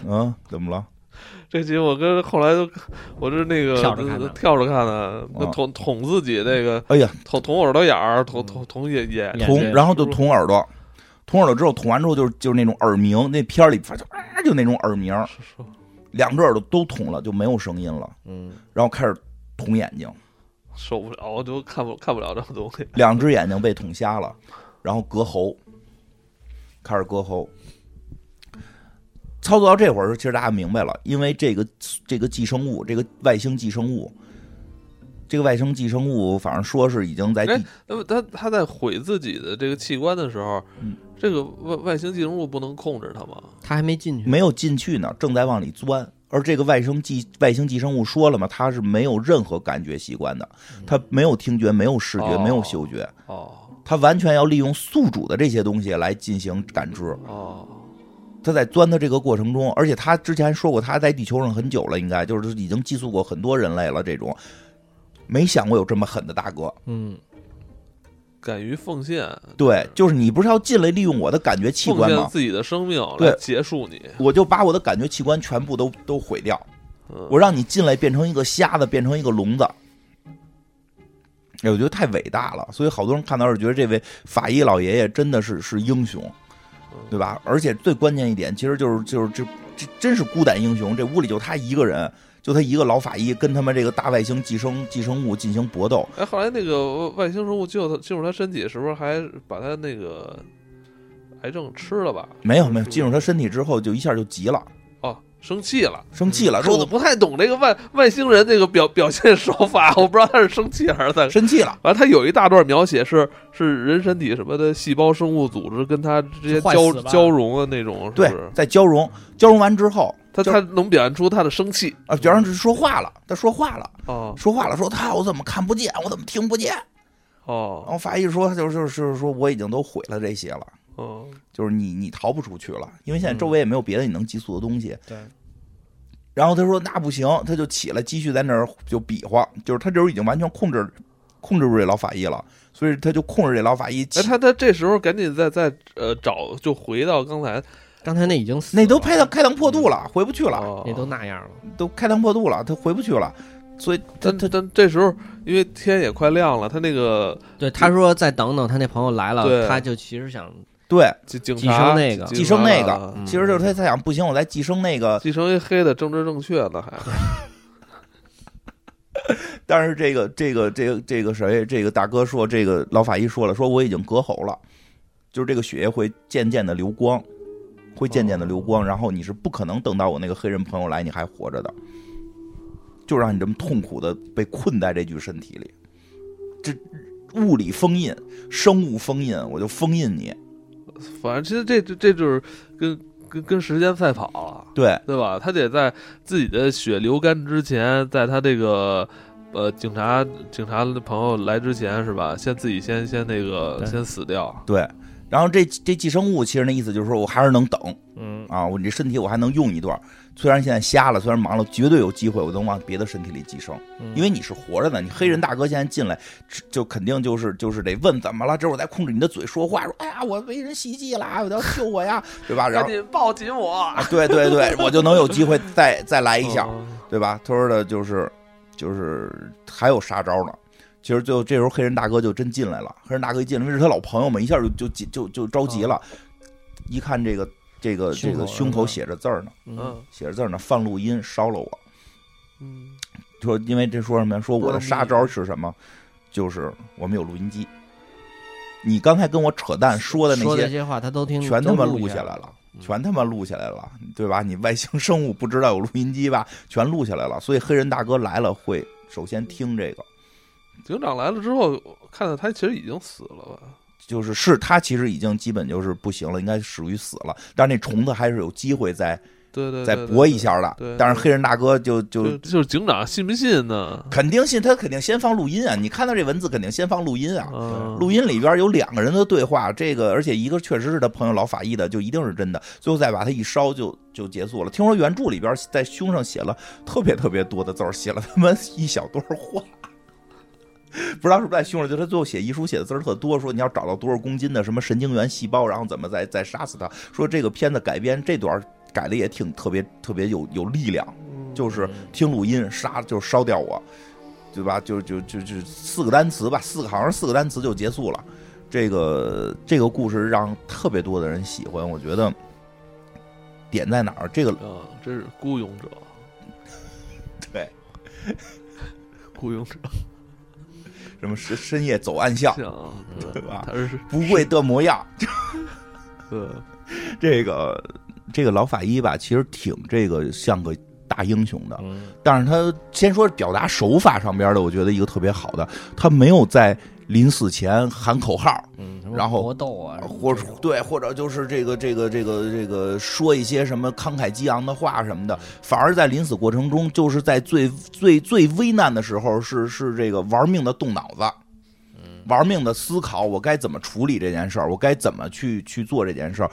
S2: 嗯，怎么了？
S1: 这集我跟后来都，我是那个
S3: 跳着看的
S1: 跳着看的，就
S2: 啊
S1: 捅捅自己那个
S2: 哎呀，
S1: 捅捅耳朵眼儿，
S2: 嗯
S1: 捅捅捅眼眼，
S3: 眼
S2: 捅
S3: 睛，
S2: 然后就
S1: 不是
S2: 捅耳朵。捅耳朵之后，捅完之后就是就是那种耳鸣，那片儿里反正就啊就那种耳鸣，
S1: 是是
S2: 两只耳朵都捅了，就没有声音了，
S3: 嗯，
S2: 然后开始捅眼睛，
S1: 受不了，我就看不看不了这种东西，
S2: 两只眼睛被捅瞎了，然后割喉，开始割喉。操作到这会儿，其实大家明白了，因为这个这个寄生物，这个外星寄生物，这个外星寄生物，反正说是已经在
S1: 哎
S2: 地，
S1: 那么他他在毁自己的这个器官的时候
S2: 嗯，
S1: 这个外外星寄生物不能控制他吗？
S3: 他还没进去，
S2: 没有进去呢，正在往里钻。而这个外星寄外星寄生物说了嘛，它是没有任何感觉器官的，它没有听觉，没有视觉，
S1: 嗯哦
S2: 没有嗅觉，
S1: 哦
S2: 它完全要利用宿主的这些东西来进行感知。
S1: 哦，
S2: 他在钻的这个过程中，而且他之前说过，他在地球上很久了，应该就是已经寄宿过很多人类了。这种没想过有这么狠的大哥，
S3: 嗯，
S1: 敢于奉献，
S2: 对，就是你不是要进来利用我的感觉器
S1: 奉
S2: 官
S1: 献
S2: 吗？
S1: 自己啊的生命来
S2: 对
S1: 结束你，
S2: 我就把我的感觉器官全部都都毁掉，
S1: 嗯
S2: 我让你进来变成一个瞎子，变成一个聋子。哎，我觉得太伟大了，所以好多人看到是觉得这位法医老爷爷真的是是英雄，对吧？而且最关键一点，其实就是就是这这真是孤胆英雄，这屋里就他一个人，就他一个老法医跟他们这个大外星寄生寄生物进行搏斗。
S1: 哎，后来那个外星生物进入他进入他身体，是不是还把他那个癌症吃了吧？
S2: 没有没有，进入他身体之后就一下就急了，
S1: 哦，生气了，
S2: 生气了，
S1: 嗯说
S2: 说
S1: 我
S2: 我
S1: 不太懂这个外外星人这个表表现手法，我不知道他是生气还是在。
S2: 生气了，
S1: 完，他有一大段描写是是人身体什么的细胞生物组织跟他之间
S3: 坏
S1: 交
S3: 死吧
S1: 交融的那种，是不
S2: 对
S1: 是，？
S2: 在交融，交融完之后，
S1: 他
S2: 就
S1: 他能表现出他的生气
S2: 啊，然后就说话了，他说话了，
S1: 哦
S2: 说话了，说他我怎么看不见，我怎么听不见？然
S1: 哦
S2: 后法医说，就是就是就是说我已经都毁了这些了，
S1: 哦，
S2: 就是你你逃不出去了，因为现在周围也没有别的你能寄宿的东西。
S3: 对，
S2: 然后他说那不行，他就起来继续在那儿就比划，就是他这时候已经完全控制控制住这老法医了，所以他就控制这老法医起。
S1: 哎，他他这时候赶紧再再呃找，就回到刚才
S3: 刚才那已经死了，
S2: 那都嗯开膛开膛破肚了，回不去了，
S1: 嗯哦
S3: 那都那样了，
S2: 都开膛破肚了，他回不去了，所以他
S1: 但
S2: 他
S1: 但这时候，因为天也快亮了，他那个
S3: 对，他说再等等，他那朋友来
S1: 对
S3: 了，他就其实想，
S2: 对，
S1: 警警
S3: 寄
S1: 察
S3: 生那个
S2: 寄生那个
S1: 啊
S3: 嗯
S2: 其实就是他在想，不行，我再寄生那个，
S1: 寄生一黑的政治正确呢，还
S2: 但是这个这个这个这个谁，这个大哥说，这个老法医说了，说我已经割喉了，就是这个血液会渐渐的流光，会渐渐的流光，然后你是不可能等到我那个黑人朋友来你还活着的，就让你这么痛苦的被困在这具身体里，这物理封印，生物封印，我就封印你，
S1: 反正其实这这这就是跟跟跟时间赛跑了，
S2: 对
S1: 对吧？他得在自己的血流干之前，在他这个呃警察警察的朋友来之前，是吧？先自己先先那个
S3: 对
S1: 先死掉，
S2: 对。然后这这寄生物其实那意思就是说我还是能等，
S3: 嗯，
S2: 啊，我这身体我还能用一段儿，虽然现在瞎了，虽然盲了，绝对有机会我能往别的身体里寄生，因为你是活着的。你黑人大哥现在进来，只就肯定就是就是得问怎么了，这我在控制你的嘴说话，说哎呀我被人袭击了，有人要救我呀，对吧？然后
S1: 紧抱紧我，
S2: 啊对对对，我就能有机会再再来一下，
S1: 嗯
S2: 对吧？他说的就是就是还有杀招呢。其实最后这时候黑人大哥就真进来了，黑人大哥一进来，因为是他老朋友嘛，一下就就就就就着急了，一看这个这个这个
S3: 哦
S2: 胸
S3: 胸口
S2: 口写着字儿呢。
S3: 嗯，
S1: 嗯
S2: 写着字儿呢，放录音烧了我。
S1: 嗯，
S2: 说因为这说什么呀？说我的
S1: 多了密
S2: 杀招是什么？就是我们有录音机。你刚才跟我扯淡说的那
S3: 说的这
S2: 些，
S3: 些话他都听，
S2: 全他妈
S3: 都
S2: 录下
S3: 下
S2: 来了，
S1: 嗯
S2: 全他妈录下来了，对吧？你外星生物不知道有录音机吧？全录下来了。所以黑人大哥来了会首先听这个，
S1: 警长来了之后，看到他其实已经死了吧？
S2: 就是是他其实已经基本就是不行了，应该属于死了。但是那虫子还是有机会再
S1: 对对，
S2: 再
S1: 对
S2: 搏一，下的
S1: 对对。
S2: 但是黑人大哥就
S1: 对
S2: 就
S1: 对就就是警长信不信呢？
S2: 肯定信他肯定先放录音啊！你看到这文字肯定先放录音啊！
S1: 嗯
S2: 录音里边有两个人的对话，这个而且一个确实是他朋友老法医的，就一定是真的。最后再把他一烧就就结束了。听说原著里边在胸上写了特别特别多的字儿，写了他妈一小段话， 不知道是不是在胸上。就他最后写遗书写的字儿特多，说你要找到多少公斤的什么神经元细胞，然后怎么再再杀死他。说这个片子改编这段改的也挺特别特别有有力量，就是听录音杀就是烧掉我，对吧？就就就就四个单词吧，四个好像是四个单词就结束了。这个这个故事让特别多的人喜欢，我觉得点在哪儿？这个
S1: 啊，这是孤勇者，
S2: 对 啊
S1: 孤勇者，
S2: 什么深深夜走暗巷，
S1: 像
S2: 对吧
S1: 他是
S2: 不跪的模样，
S1: 呃
S2: 这个这个老法医吧，其实挺这个像个大英雄的，
S3: 嗯，
S2: 但是他先说表达手法上边的，我觉得一个特别好的，他没有在临死前喊口号，
S3: 嗯，什么
S2: 然后
S3: 搏斗啊，
S2: 或
S3: 这种
S2: 对，或者就是这个这个这个这个说一些什么慷慨激昂的话什
S3: 嗯
S2: 么的，反而在临死过程中，就是在最最最危难的时候是，是这个玩命的动脑子，
S3: 嗯
S2: 玩命的思考我该怎么处理这件事儿，我该怎么去去做这件事儿。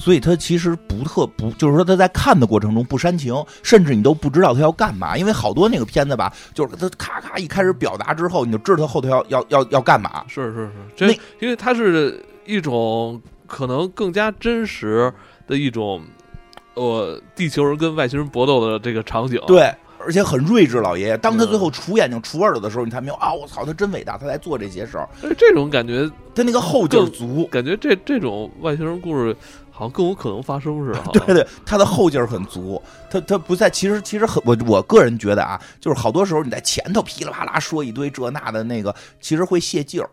S2: 所以他其实不特不，就是说他在看的过程中不煽情，甚至你都不知道他要干嘛，因为好多那个片子吧，就是他咔咔一开始表达之后，你就知道他后头要要要要干嘛。
S1: 是是是，这
S2: 那
S1: 因为它是一种可能更加真实的一种，呃，地球人跟外星人搏斗的这个场景。，
S2: 对，而且很睿智，老爷爷。当他最后杵眼睛、杵耳朵的时候，你才明白啊，我操，他真伟大，他在做这些事儿，
S1: 这种感觉，
S2: 他那个后劲儿足。
S1: 感觉这这种外星人故事好像更有可能发生似的。好像
S2: 对对，他的后劲儿很足，他他不在，其实其实很，我我个人觉得啊，就是好多时候你在前头噼里啪啦说一堆这那的那个，其实会泄劲儿，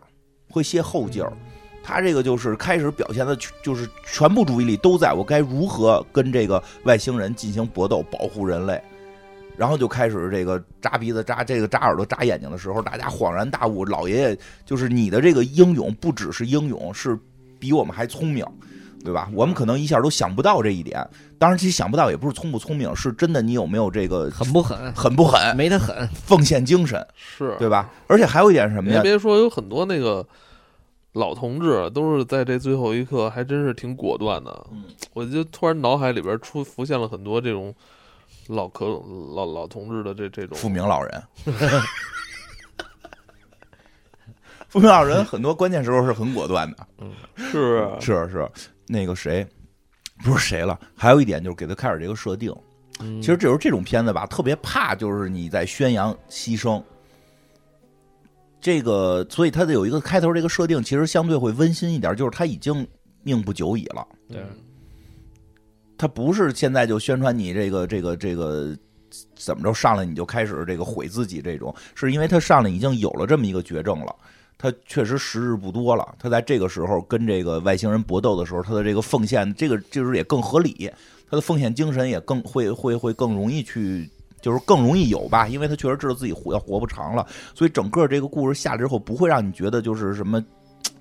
S2: 会泄后劲儿。他这个就是开始表现的，就是全部注意力都在我该如何跟这个外星人进行搏斗，保护人类。然后就开始这个扎鼻子、扎这个扎耳朵、扎眼睛的时候，大家恍然大悟，老爷爷就是你的这个英勇不只是英勇，是比我们还聪明，对吧？我们可能一下都想不到这一点。当然，其实想不到也不是聪不聪明，是真的你有没有这个
S3: 狠不狠？
S2: 狠不狠、
S3: 没他狠，
S2: 奉献精神，
S1: 是，
S2: 对吧？而且还有一点是什么
S1: 您
S2: 呀？
S1: 别说，有很多那个老同志都是在这最后一刻，还真是挺果断的。
S2: 嗯
S1: 我就突然脑海里边出浮现了很多这种老可老老同志的这这种
S2: 富明老人。 富明老人很多关键时候是很果断的，
S1: 是
S2: 是是，那个谁，不是谁了。还有一点就是给他开始这个设定，
S3: 嗯
S2: 其实这时候这种片子吧，特别怕就是你在宣扬牺牲。这个，所以它的有一个开头这个设定，其实相对会温馨一点，就是他已经命不久矣了。
S3: 对
S2: 嗯他不是现在就宣传你这个这个这个怎么着上来你就开始这个毁自己这种，是因为他上来已经有了这么一个绝症了，他确实时日不多了，他在这个时候跟这个外星人搏斗的时候，他的这个奉献，这个就是也更合理，他的奉献精神也更会会会更容易去。就是更容易有吧，因为他确实知道自己活要活不长了，所以整个这个故事下来之后，不会让你觉得就是什么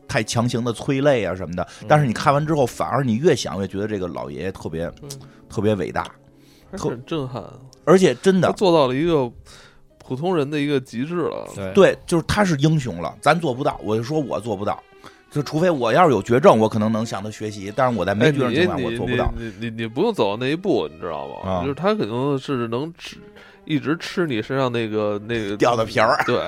S2: 太强行的催泪啊什么的。
S1: 嗯
S2: 但是你看完之后，反而你越想越觉得这个老爷爷特别
S1: 对，
S2: 特别伟大，
S1: 还是
S2: 特
S1: 很震撼，啊
S2: 而且真
S1: 他
S2: 的
S1: 做到了一个普通人的一个极致了。
S3: 对
S2: 对，就是他是英雄了，咱做不到，我就说我做不到。就除非我要是有绝症，我可能能向他学习，但是我在
S1: 哎，
S2: 没绝
S1: 你
S2: 症情况下，我
S1: 你
S2: 做不
S1: 你
S2: 到。
S1: 你你你不用走到那一步，你知道吗？
S2: 啊
S1: 就是他肯定是能吃，一直吃你身上那个那个
S2: 掉的皮儿
S1: 对，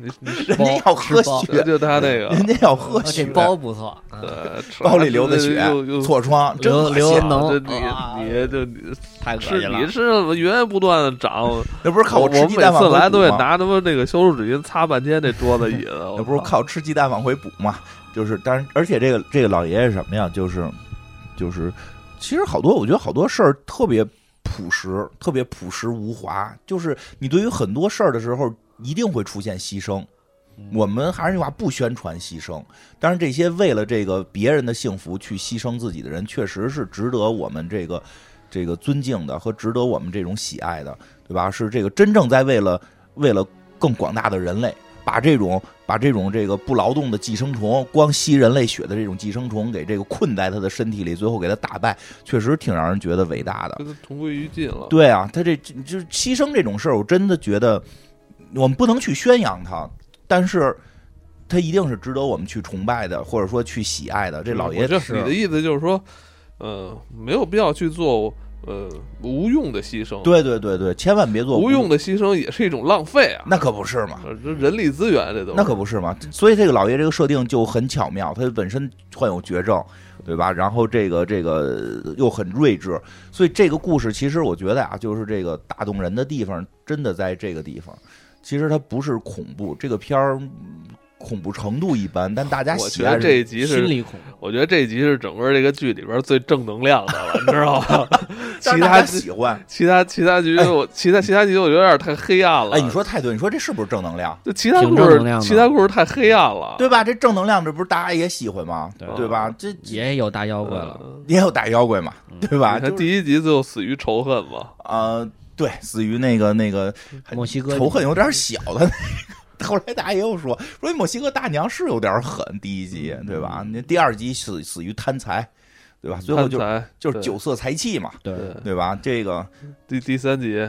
S1: 你你
S2: 人家要喝
S3: 吃饱
S1: 就
S2: 血，
S1: 就他那个，
S2: 人家要喝
S3: 啊这
S2: 血，
S3: 包不错，啊
S1: 对，吃
S2: 包里
S1: 完
S2: 流 的
S1: 就
S2: 血
S1: 又又，
S2: 痤疮，真
S3: 刘
S2: 恶
S3: 刘
S2: 心
S1: 啊
S3: 能
S1: 这
S3: 啊
S1: 你你就你
S3: 太恶
S1: 是
S3: 心了
S1: 你。身上源源不断的长，
S2: 那不是 靠
S1: 我
S2: 吃
S1: 们
S2: 鸡
S1: 每
S2: 蛋
S1: 次
S2: 往回
S1: 来
S2: 补
S1: 都得
S2: 吗？
S1: 拿他妈那个消毒纸巾擦半天那桌子椅子，我
S2: 那不是
S1: 操
S2: 靠吃鸡蛋往回补嘛？就是，但是而且这个这个老爷爷什么呀？就是就是，其实好多我觉得好多事儿特别朴实，特别朴实无华。就是你对于很多事儿的时候，一定会出现牺牲。我们还是那句话，不宣传牺牲。但是这些为了这个别人的幸福去牺牲自己的人，确实是值得我们这个这个尊敬的和值得我们这种喜爱的，对吧？是这个真正在为了为了更广大的人类，把这种把这种这个不劳动的寄生虫，光吸人类血的这种寄生虫，给这个困在他的身体里，最后给他打败，确实挺让人觉得伟大的。
S1: 跟他同归于尽了。
S2: 对啊，他这这就是牺牲这种事儿，我真的觉得我们不能去宣扬他，但是他一定是值得我们去崇拜的，或者说去喜爱的。这老爷
S1: 嗯我觉
S2: 子
S1: 得你的意思就是说，呃，没有必要去做呃无用的牺牲。，
S2: 对对对对，千万别做
S1: 无用，的牺牲也是一种浪费啊。
S2: 那可不是嘛。
S1: 呃这人力资源这都是
S2: 那可不是嘛，所以这个老爷这个设定就很巧妙，他本身患有绝症，对吧？然后这个这个呃又很睿智，所以这个故事其实我觉得啊，就是这个打动人的地方，真的在这个地方。其实它不是恐怖，这个片儿嗯恐怖程度一般，但大家
S1: 我
S2: 喜
S1: 觉
S2: 爱
S1: 得
S2: 是
S1: 这一集
S3: 啊心
S1: 是，
S3: 里恐怖，
S1: 我觉得这一集是整个这个剧里边最正能量的了，你知道吗？
S2: 但
S1: 其
S2: 是大
S1: 他
S2: 家喜欢。
S1: 其他其他局
S2: 哎
S1: 我其他其他集我觉得有点太黑暗了。
S2: 哎，你说太对，你说这是不是正能量？
S1: 就其他
S3: 挺
S1: 故
S3: 正
S1: 事
S3: 能量，的
S1: 其他故事太黑暗了，
S2: 对吧？这正能量，这不是大家也喜欢吗？
S3: 对
S2: 对吧？这这
S3: 也有大妖怪了，
S1: 嗯
S2: 也有打妖怪嘛，对吧？
S1: 你看
S2: 就是
S1: 第一集最后死于仇恨嘛，
S2: 呃，对，死于那个那个
S3: 嗯墨西哥
S2: 仇恨有点小的那个。 后来大家也有说，说墨西哥大娘是有点狠，第一集对吧？那第二集死死于贪财，对吧？最后
S1: 贪
S2: 就
S1: 财
S2: 就是
S1: 对
S2: 酒色财气嘛，
S3: 对
S1: 对
S2: 对吧？这个
S1: 第第三集，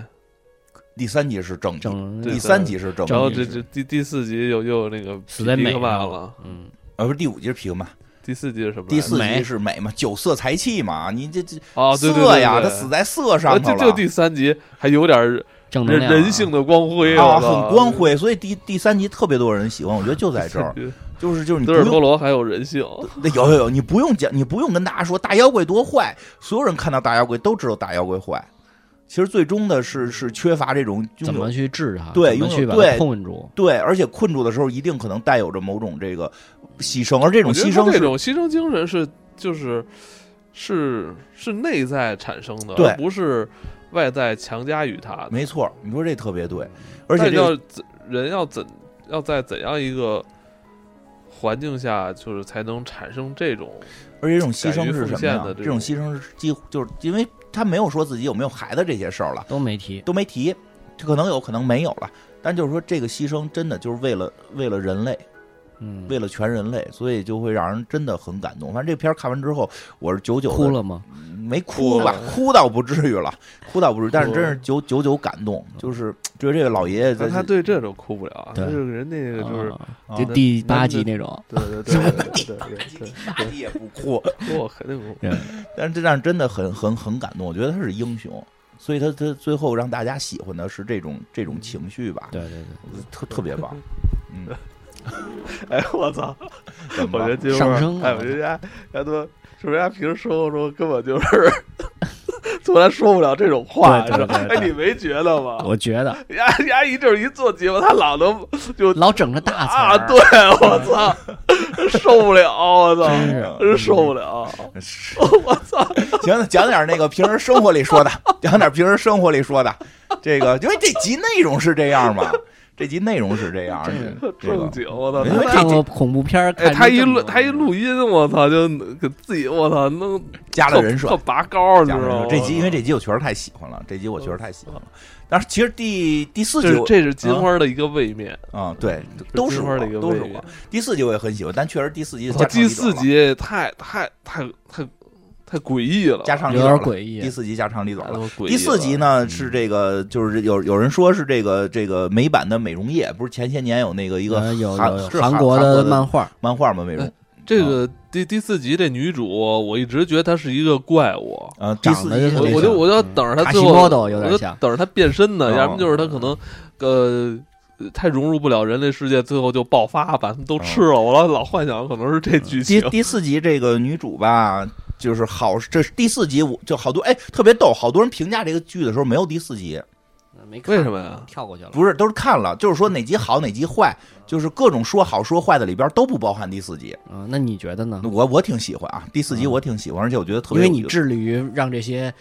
S2: 第三集是正义，
S3: 整
S1: 对
S2: 第三集是正
S1: 然后
S2: 义，
S1: 这这第第四集又又有那个
S3: 嗯死在美
S1: 皮克
S3: 上
S1: 曼了，
S3: 嗯，
S2: 呃，不是第五集是皮克曼，
S1: 第四集是什么来着？
S2: 第四集
S3: 美
S2: 是美嘛，酒色财气嘛，你这这
S1: 哦，对对
S2: 色
S1: 对
S2: 呀，
S1: 对
S2: 他死在色
S1: 啊
S2: 上头
S1: 就
S2: 了，
S1: 就第三集还有点人
S3: 正能量啊
S1: 人性的光辉
S2: 啊，
S1: 我操，
S2: 很光辉，所以第第三集特别多人喜欢，我觉得就在这儿 嗯
S1: 对
S2: 就是就是你不
S1: 德尔托
S2: 用
S1: 罗还有人性，
S2: 那有有有，你不用讲，你不用跟大家说大妖怪多坏，所有人看到大妖怪都知道大妖怪坏。其实最终的是是缺乏这种
S3: 怎么
S2: 拥有
S3: 去治它？
S2: 对
S3: 怎么
S2: 拥有
S3: 去把
S2: 对
S3: 它控住？
S2: 对，而且困住的时候一定可能带有着某种这个牺牲，而这种
S1: 我觉得
S2: 牺
S1: 他
S2: 牲
S1: 这
S2: 是
S1: 种牺牲精神是就是是是内在产生的，
S2: 对
S1: 而不是外在强加于他的。
S2: 没错，你说这特别对，而且
S1: 但
S2: 这个
S1: 要怎人要怎要在怎样一个环境下，就是才能产生这种
S2: 而且这种牺
S1: 敢于
S2: 牲是
S1: 奉
S2: 什么
S1: 献
S2: 呀？
S1: 的
S2: 这
S1: 这种
S2: 种牺牲是几乎就是因为他没有说自己有没有孩子这些事儿了。
S3: 都没提，
S2: 都没提，这可能有可能没有了。但就是说，这个牺牲真的就是为了为了人类，
S3: 嗯，
S2: 为了全人类，所以就会让人真的很感动。反正这片儿看完之后，我是久久地
S3: 哭，了吗？
S2: 没哭
S1: 哭
S2: 吧？
S1: 了
S2: 哭倒不至于了，哭倒不至于，但是
S1: 哭了
S2: 真是久久久感动，就是觉得这个老爷爷在
S1: 但他对这种哭不了，啊他
S3: 嗯对
S1: 就是人那个就是、
S3: 啊
S2: 啊
S3: 就
S1: 那
S3: 第八
S1: 那
S3: 集那种，
S1: 对对对对对对
S2: 大地也不哭，
S1: 对，我肯定不
S3: 对
S2: 但是这让人真的很很很感动。我觉得他是英雄，所以他他最后让大家喜欢的是这种这
S1: 嗯
S2: 种情绪吧，
S3: 对对
S2: 特特别 棒。嗯，
S1: 哎，我操！
S2: 怎么
S1: 我觉得
S2: 了
S1: 金花
S3: 上升了
S1: 哎，我觉得人家人家都是不是人家平时生活中根本就是从来说不了这种话，
S3: 对对对
S1: 你知道哎，你没觉得吗
S3: 对，？我觉得
S1: 人家人家一阵一做节目，他老能就
S3: 老整着大词
S1: 啊，
S3: 儿
S1: 对，我操，受不了，我操，
S3: 真是
S1: 真受不了。
S2: 是
S1: 哦我操！
S2: 行，讲点那个平时生活里说的，讲点平时生活里说的。这个，因为这集内容是这样嘛，这集内容是这样
S3: 这
S2: 的，这个
S1: 正经，我操！
S2: 没
S1: 他
S2: 有
S3: 没看过恐怖片儿，
S1: 哎，
S3: 看
S1: 他一
S3: 这么
S1: 录
S3: 多
S1: 他一录音，我操，就给自己我操弄
S2: 加了人设
S1: 特，拔高，你知
S2: 加
S1: 道
S2: 了人
S1: 吗
S2: 设。？这集因为这集我确实太喜欢了，这集我确实太喜欢了。但是其实第第四
S1: 这
S2: 集
S1: 是
S2: 我
S1: 这是
S3: 嗯
S1: 金花的一个位面，
S2: 啊，对，都是
S1: 金
S2: 我
S1: 花的一个，
S2: 都
S1: 位
S2: 是
S1: 面
S2: 我。。第四集我也很喜欢，但确实第四集
S1: 我操
S2: 的加
S1: 第
S2: 长
S1: 四
S2: 李
S1: 集也太太太太太诡异了，
S2: 总了加上
S3: 有
S2: 李
S3: 点
S2: 总了，
S3: 诡异
S2: 第。四集加长李总
S1: 太
S2: 了
S1: 他。妈诡异了。嗯
S2: 第四集呢是这个，就是有有人说是这个这个美版的美容液，不是前些年有那个一个
S3: 呃有
S2: 韩
S3: 有有
S2: 是
S3: 韩
S2: 韩
S3: 国
S2: 韩国的
S3: 漫画，
S2: 漫画嘛美容
S1: 哎，这个
S2: 嗯
S1: 第第四集这女主，我一直觉得她是一个怪物，
S2: 呃，第四
S3: 长得就
S2: 集
S3: 是
S1: 我
S3: 那
S1: 我
S3: 种
S1: 就我就要
S3: 嗯
S1: 等着她
S3: 卡
S1: 最
S3: 西
S1: 后，
S3: 莫
S1: 我
S3: 多有点
S1: 就
S3: 像
S1: 等着她变身呢，
S2: 哦
S1: 要么就是她可能呃
S2: 嗯
S1: 太融入不了人类世界，最后就爆发，把他们都吃了。我老老幻想可能是这剧
S2: 嗯第
S1: 情，
S2: 第四集这个女主吧，就是好，这是第四集我就好多哎特别逗，好多人评价这个剧的时候没有第四集，
S3: 呃没
S1: 为什么呀？
S3: 跳过去了，
S2: 不是都是看了，就是说哪集好哪集坏，就是各种说好说坏的里边都不包含第四集。
S3: 嗯，那你觉得呢？
S2: 我我挺喜欢啊，第四集我挺喜欢，而且我觉得特
S3: 嗯
S2: 别
S3: 因为
S2: 有
S3: 你
S2: 意思
S3: 致力于让这些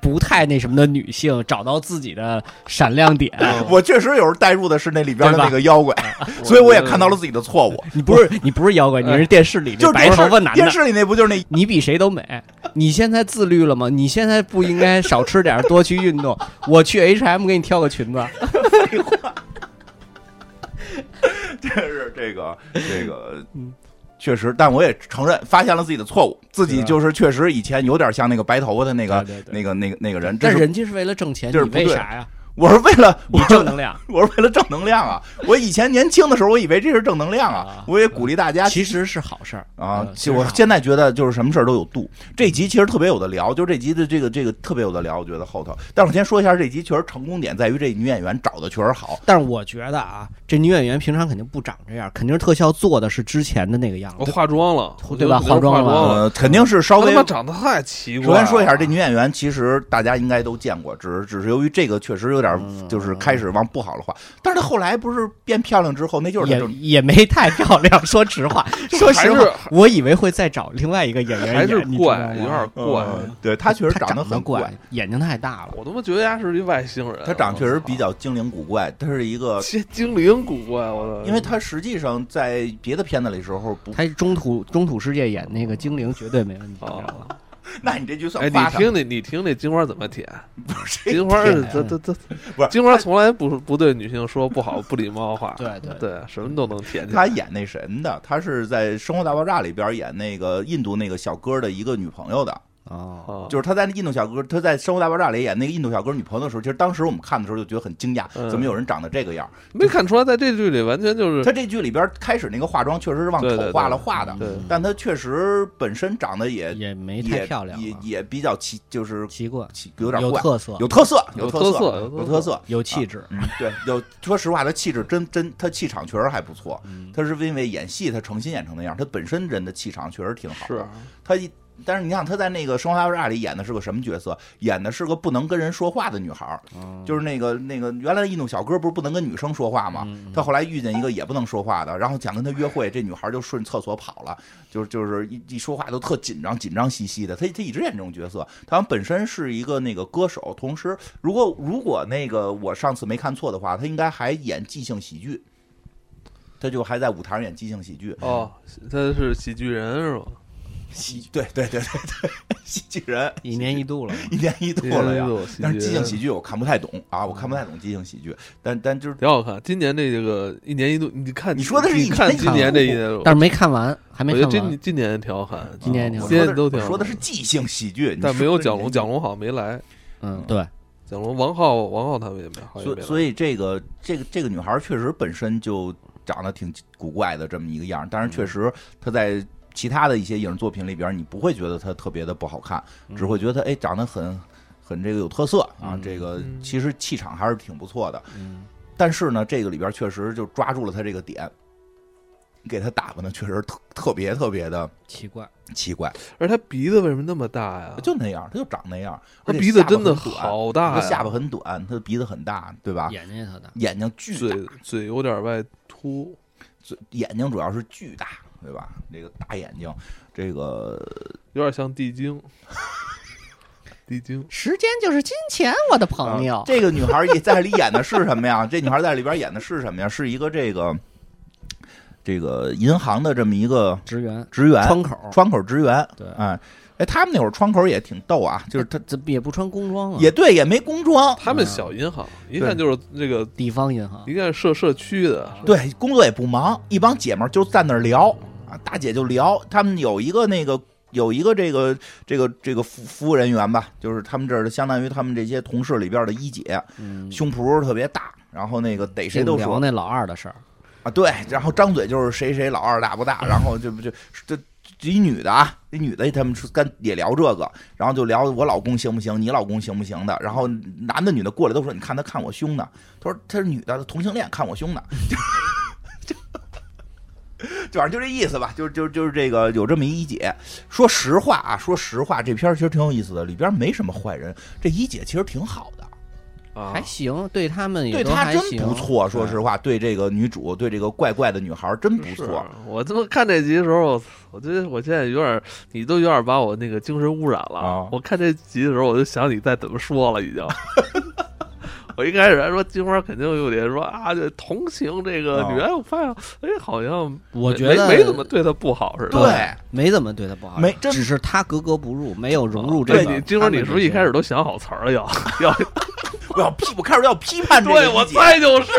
S3: 不太那什么的女性找到自己的闪亮点，
S1: 嗯
S2: 我确实有时候带入的是那里边的
S3: 对吧
S2: 那个妖怪，所以我也看到了自己的错误。
S3: 你不是你不是妖怪，你是电视里
S2: 哎就
S3: 那
S2: 是
S3: 白头发男
S2: 电
S3: 的。
S2: 视里那不就是那
S3: 你比谁都美，你现在自律了吗？你现在不应该少吃点儿，多去运动。我去 H M 给你挑个裙子，
S2: 啊是这个这个，
S3: 嗯
S2: 确实，但我也承认发现了自己的错误，自己就是确实以前有点像那个白头发的那个
S3: 啊对对对
S2: 那个那个那个人，这
S3: 但
S2: 是
S3: 人家是为了挣钱，
S2: 这
S3: 你
S2: 是不
S3: 为
S2: 对
S3: 啥呀？
S2: 我是为了
S3: 你
S2: 我
S3: 正能量，
S2: 我是为了正能量啊！我以前年轻的时候，我以为这是正能量啊
S3: 啊，
S2: 我也鼓励大家
S3: 其实是好事儿
S2: 啊
S3: 嗯。
S2: 其
S3: 其实
S2: 我
S3: 是好嗯
S2: 现在觉得就是什么事儿都有度，这集其实特别有的聊，就这集的这个这个特别有的聊，我觉得后头。但是我先说一下，这集确实成功点在于这女演员找的确实好，
S3: 但是我觉得啊，这女演员平常肯定不长这样，肯定是特效做的是之前的那个样
S1: 我
S3: 子。
S1: 化妆了，我觉
S3: 对
S1: 得
S3: 吧
S1: 可能是化
S3: 化妆了吧
S1: 妆了，
S2: 呃，肯定是稍
S1: 她他
S2: 微
S1: 妈长得太奇怪了。
S2: 首先说一下，这女演员其实大家应该都见过，只是只是由于这个确实有点就是开始往不好的话，但是她后来不是变漂亮之后，那就是她
S3: 也
S2: 正
S3: 也没太漂亮，说实话，说
S1: 还
S3: 实
S1: 是
S3: 话，我以为会再找另外一个演员
S1: 还是
S3: 演你知道
S1: 怪，
S3: 吗
S1: 有点怪。
S2: 嗯对她确实
S3: 她
S2: 长得
S3: 得
S2: 很
S3: 怪，，眼睛太大了。
S1: 我他妈觉得她是一外星人，
S2: 她长得确
S1: 哦
S2: 实 比较精灵古怪，她是一个，
S1: 精精灵古怪，我操！
S2: 因为她实际上在别的片子里时候不，
S3: 她中土中土世界演那个精灵绝对没问题，你知道
S1: 哦
S3: 吗？
S2: 那你这就
S1: 哎，
S2: 算
S1: 你
S2: 夸她
S1: 听那，你听那金花怎么 舔？
S2: 不是
S1: 金花
S3: 舔
S1: 是这这这，
S2: 不是
S1: 金花从来不不对女性说不好不礼貌话，
S3: 对对
S1: 对，什么都能舔进去。
S2: 她演那神的，她是在《生活大爆炸》里边演那个印度那个小哥的一个女朋友的，
S3: 哦，
S1: 啊，
S2: 就是他在那印度小哥，他在《生活大爆炸》里演那个印度小哥女朋友的时候，其实当时我们看的时候就觉得很惊讶，
S1: 嗯
S2: 怎么有人长得这个样儿？
S1: 没看出来，在这剧里完全就是
S2: 他这剧里边开始那个化妆确实是往
S1: 对对
S2: 丑化了
S1: 对
S2: 化的，
S1: 对
S2: 但他确实本身长得也
S3: 嗯也没太
S2: 也
S3: 漂亮啊，
S2: 也也比较奇，就是
S3: 奇怪，
S2: 奇有点
S3: 有
S2: 怪，
S3: 特色，
S2: 有特色，
S1: 有
S2: 特
S1: 特色有
S2: 有
S1: 特
S2: 色。
S3: 有气质。
S2: 嗯，对，有说实话，他气质真真，他气场确实还不错。
S3: 嗯，
S2: 他是因为演戏，他诚心演成那样，他本身人的气场确实挺好。
S1: 是
S2: 他一，但是你看他在那个《生活大爆炸》里演的是个什么角色？演的是个不能跟人说话的女孩儿，就是那个那个原来印度小哥不是不能跟女生说话吗？他后来遇见一个也不能说话的，然后想跟他约会，这女孩就顺厕所跑了，就是就是一一说话都特紧张，紧张兮兮的。他他一直演这种角色，他本身是一个那个歌手，同时如果如果那个我上次没看错的话，他应该还演即兴喜剧。他就还在舞台上演即兴喜剧，
S1: 哦，他是喜剧人是吧？
S2: 喜对对对对对， 喜剧人
S3: 一年一度了嘛，
S2: 一年一度了呀。
S1: 呀
S2: 但是即兴
S1: 哎
S2: 喜
S1: 剧
S2: 剧我看不太懂啊，我看
S1: 嗯
S2: 不太懂即兴喜剧，但但就是
S1: 挺好看。今年这个一年一度，你看
S2: 你说的是
S1: 你
S2: 一
S1: 看
S2: 年一
S1: 今年
S2: 度
S1: 这一年，
S3: 但是没看完，还没
S1: 我觉得
S3: 看
S1: 今
S3: 完。
S1: 今年挺好看，
S3: 今年也挺
S2: 我
S3: 好
S1: 啊今
S2: 说
S1: 年
S2: 的
S1: 都
S2: 我
S1: 挺好
S2: 说的是即兴喜剧，你
S1: 但没有
S2: 说的
S1: 蒋龙，
S2: 是
S1: 蒋龙好像没来，
S3: 嗯，对，
S1: 蒋龙、王浩、王浩他们也没，好像也
S2: 所
S1: 没
S2: 以
S1: 来
S2: 所以这个这个这个女孩确实本身就长得挺古怪的这么一个样儿，但是
S1: 嗯
S2: 确实她在其他的一些影视作品里边，你不会觉得她特别的不好看，只
S1: 嗯
S2: 会觉得哎长得很很这个有特色啊，这个
S1: 嗯
S2: 其实气场还是挺不错的。
S3: 嗯，
S2: 但是呢，这个里边确实就抓住了她这个点，给她打扮的确实特特别特别的
S3: 奇怪，
S2: 奇怪，
S1: 而他鼻子为什么那么大呀？
S2: 就那样，她就长那样，
S1: 他
S2: 而且
S1: 鼻子
S2: 下巴
S1: 真的
S2: 很短
S1: 好大
S2: 她
S1: 呀，
S2: 下巴很短，她的鼻子很大，对吧？
S3: 眼睛也特大。
S2: 眼睛巨大，
S1: 嘴嘴有点外凸，
S2: 嘴眼睛主要是巨大，对吧？这个大眼睛，这个
S1: 有点像地精。地精，
S3: 时间就是金钱，我的朋友
S2: 啊。这个女孩也在里演的是什么呀？这女孩在里边演的是什么呀？是一个这个这个银行的这么一个
S3: 职员
S2: 职员，
S3: 窗口，
S2: 窗口职员。
S3: 对
S2: 哎哎，他们那会儿窗口也挺逗啊，就是他
S3: 怎么也不穿工装啊？
S2: 也对，也没工装，
S1: 他
S3: 嗯
S1: 们小银行一看就是这个，
S3: 地方银行
S1: 一看社社区的，
S2: 对，工作也不忙，一帮姐们儿就站那儿聊啊，大姐就聊，他们有一个那个。有一个这个这个这个服服务人员吧，就是他们这儿的，相当于他们这些同事里边的一姐，
S3: 嗯，
S2: 胸脯特别大，然后那个逮谁都说
S3: 聊那老二的事儿，
S2: 啊，对，然后张嘴就是谁谁老二大不大，然后这不就这这一女的啊，这女的他们是干也聊这个，然后就聊我老公行不行，你老公行不行的，然后男的女的过来都说你看他看我胸呢，他说他是女的同性恋看我胸呢， 就反正就这意思吧，就就就是这个有这么一姐，说实话啊，说实话这片儿其实挺有意思的，里边没什么坏人，这一姐其实挺好的。
S1: 啊
S3: 嗯还，行，对他们也
S2: 对
S3: 都
S2: 她
S3: 还
S2: 真
S3: 行
S2: 不错，说实话，对这个女主，对这个怪怪的女孩儿真不
S3: 啊
S1: 是啊
S2: 错。
S1: 我他妈看这集的时候，我我觉得我现在有点儿，你都有点儿把我那个精神污染了。
S2: 啊
S1: 我看这集的时候，我就想你再怎么说了，已经。 我一开始还说金花肯定有点说啊，这同情这个
S2: 啊
S1: 女人，我发现哎，好像
S3: 我
S1: 没
S3: 觉得
S1: 没没怎么对她不好似的。
S2: 对，
S3: 没怎么对他不好，
S2: 没真
S3: 只是他格格不入，没有融入这
S1: 对
S3: 个。
S1: 你，金花，你是不是一开始都想好词儿了？ 要要，
S2: 我要批，我开始要批判这个
S1: 对
S2: 理
S1: 我
S2: 解
S1: 猜就是，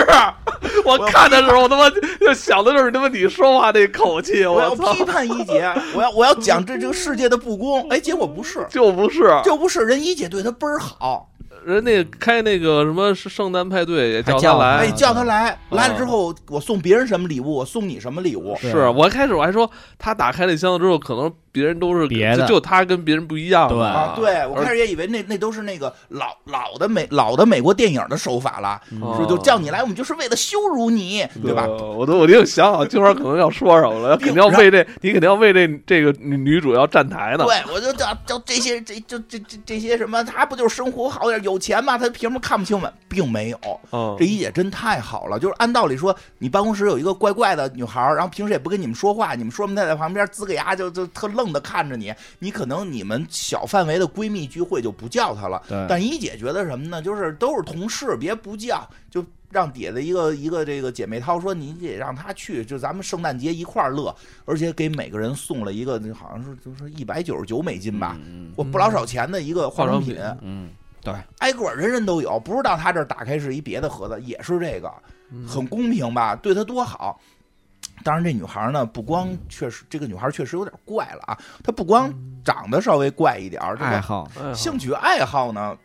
S1: 我看的时候，我他妈就想的就是他妈你说话那口气，
S2: 我要
S1: 操，
S2: 批判一姐，我要我要讲这这个世界的不公。哎，结果不是，
S1: 就不是，
S2: 就不是人一姐对她倍儿好，
S1: 人那开那个什么圣诞派对也
S3: 还
S1: 他
S3: 叫
S1: 来
S3: 啊
S2: 哎，，叫她来，
S1: 嗯
S2: 来了之后我送别人什么礼物，我送你什么礼物。
S3: 对
S1: 是我开始我还说他打开那箱子之后，可能别人都是
S3: 别
S1: 就
S3: 的
S1: 就他跟别人不一样
S3: 对
S2: 啊，对我开始也以为那那都是那个老老的美老的美国电影的手法了，
S3: 嗯啊
S1: 哦
S2: 说就叫你来，我们就是为了羞辱你，
S1: 嗯
S2: 对吧？
S1: 我都我都有想好金花可能要说什么 了，肯定要为这你肯定要为这这个女女主要站台呢。
S2: 对，我就叫叫这些这就这这这些什么，他不就是生活好点儿有钱吗？他凭什么看不清我们？并没有，
S1: 嗯
S2: 这一姐真太好了。就是按道理说，你办公室有一个怪怪的女孩儿，然后平时也不跟你们说话，你们说什么她在旁边呲个牙就就特愣的看着你，你可能你们小范围的闺蜜聚会就不叫她了。
S3: 对
S2: 但一姐觉得什么呢？就是都是同事，别不叫，就让底下的一个一个这个姐妹淘说，你得让她去，就咱们圣诞节一块儿乐，而且给每个人送了一个，好像是就是一百九十九美金吧，
S3: 嗯
S2: 我不老少钱的一个化
S1: 化妆
S2: 妆品，
S1: 品
S3: 嗯，
S2: 挨个儿人人都有，不是到他这儿打开是一别的盒子，也是这个，
S3: 嗯
S2: 很公平吧？对她多好。当然，这女孩呢，不
S3: 嗯
S2: 光确实，这个女孩确实有点怪了啊。她不光长得稍微怪一点儿，这个
S3: 爱好
S1: 哎
S2: 兴趣爱好呢，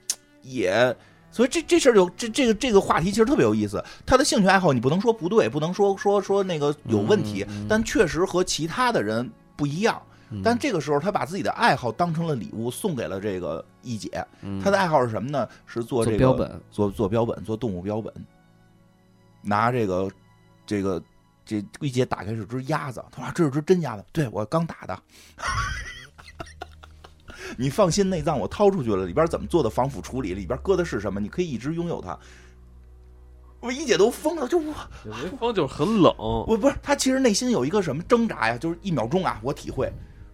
S2: 也，所以这这事儿就这这个这个话题其实特别有意思。他的兴趣爱好你不能说不对，不能说说说那个有问题，
S3: 嗯嗯
S2: 但确实和其他的人不一样。
S3: 嗯
S2: 但这个时候，他把自己的爱好当成了礼物送给了这个一姐。他的爱好是什么呢？是做
S3: 嗯做
S2: 这个
S3: 标，本，
S2: 做做标本，做动物标本。拿这个这个这一姐打开是只鸭子，他说啊这是只真鸭子，对我刚打的。 你放心，内脏我掏出去了，里边怎么做的防腐处理，里边搁的是什么，你可以一直拥有它。我一姐都疯了，就我
S1: 有一方就是很冷，
S2: 我不是她，其实内心有一个什么挣扎呀，就是一秒钟啊，我体会，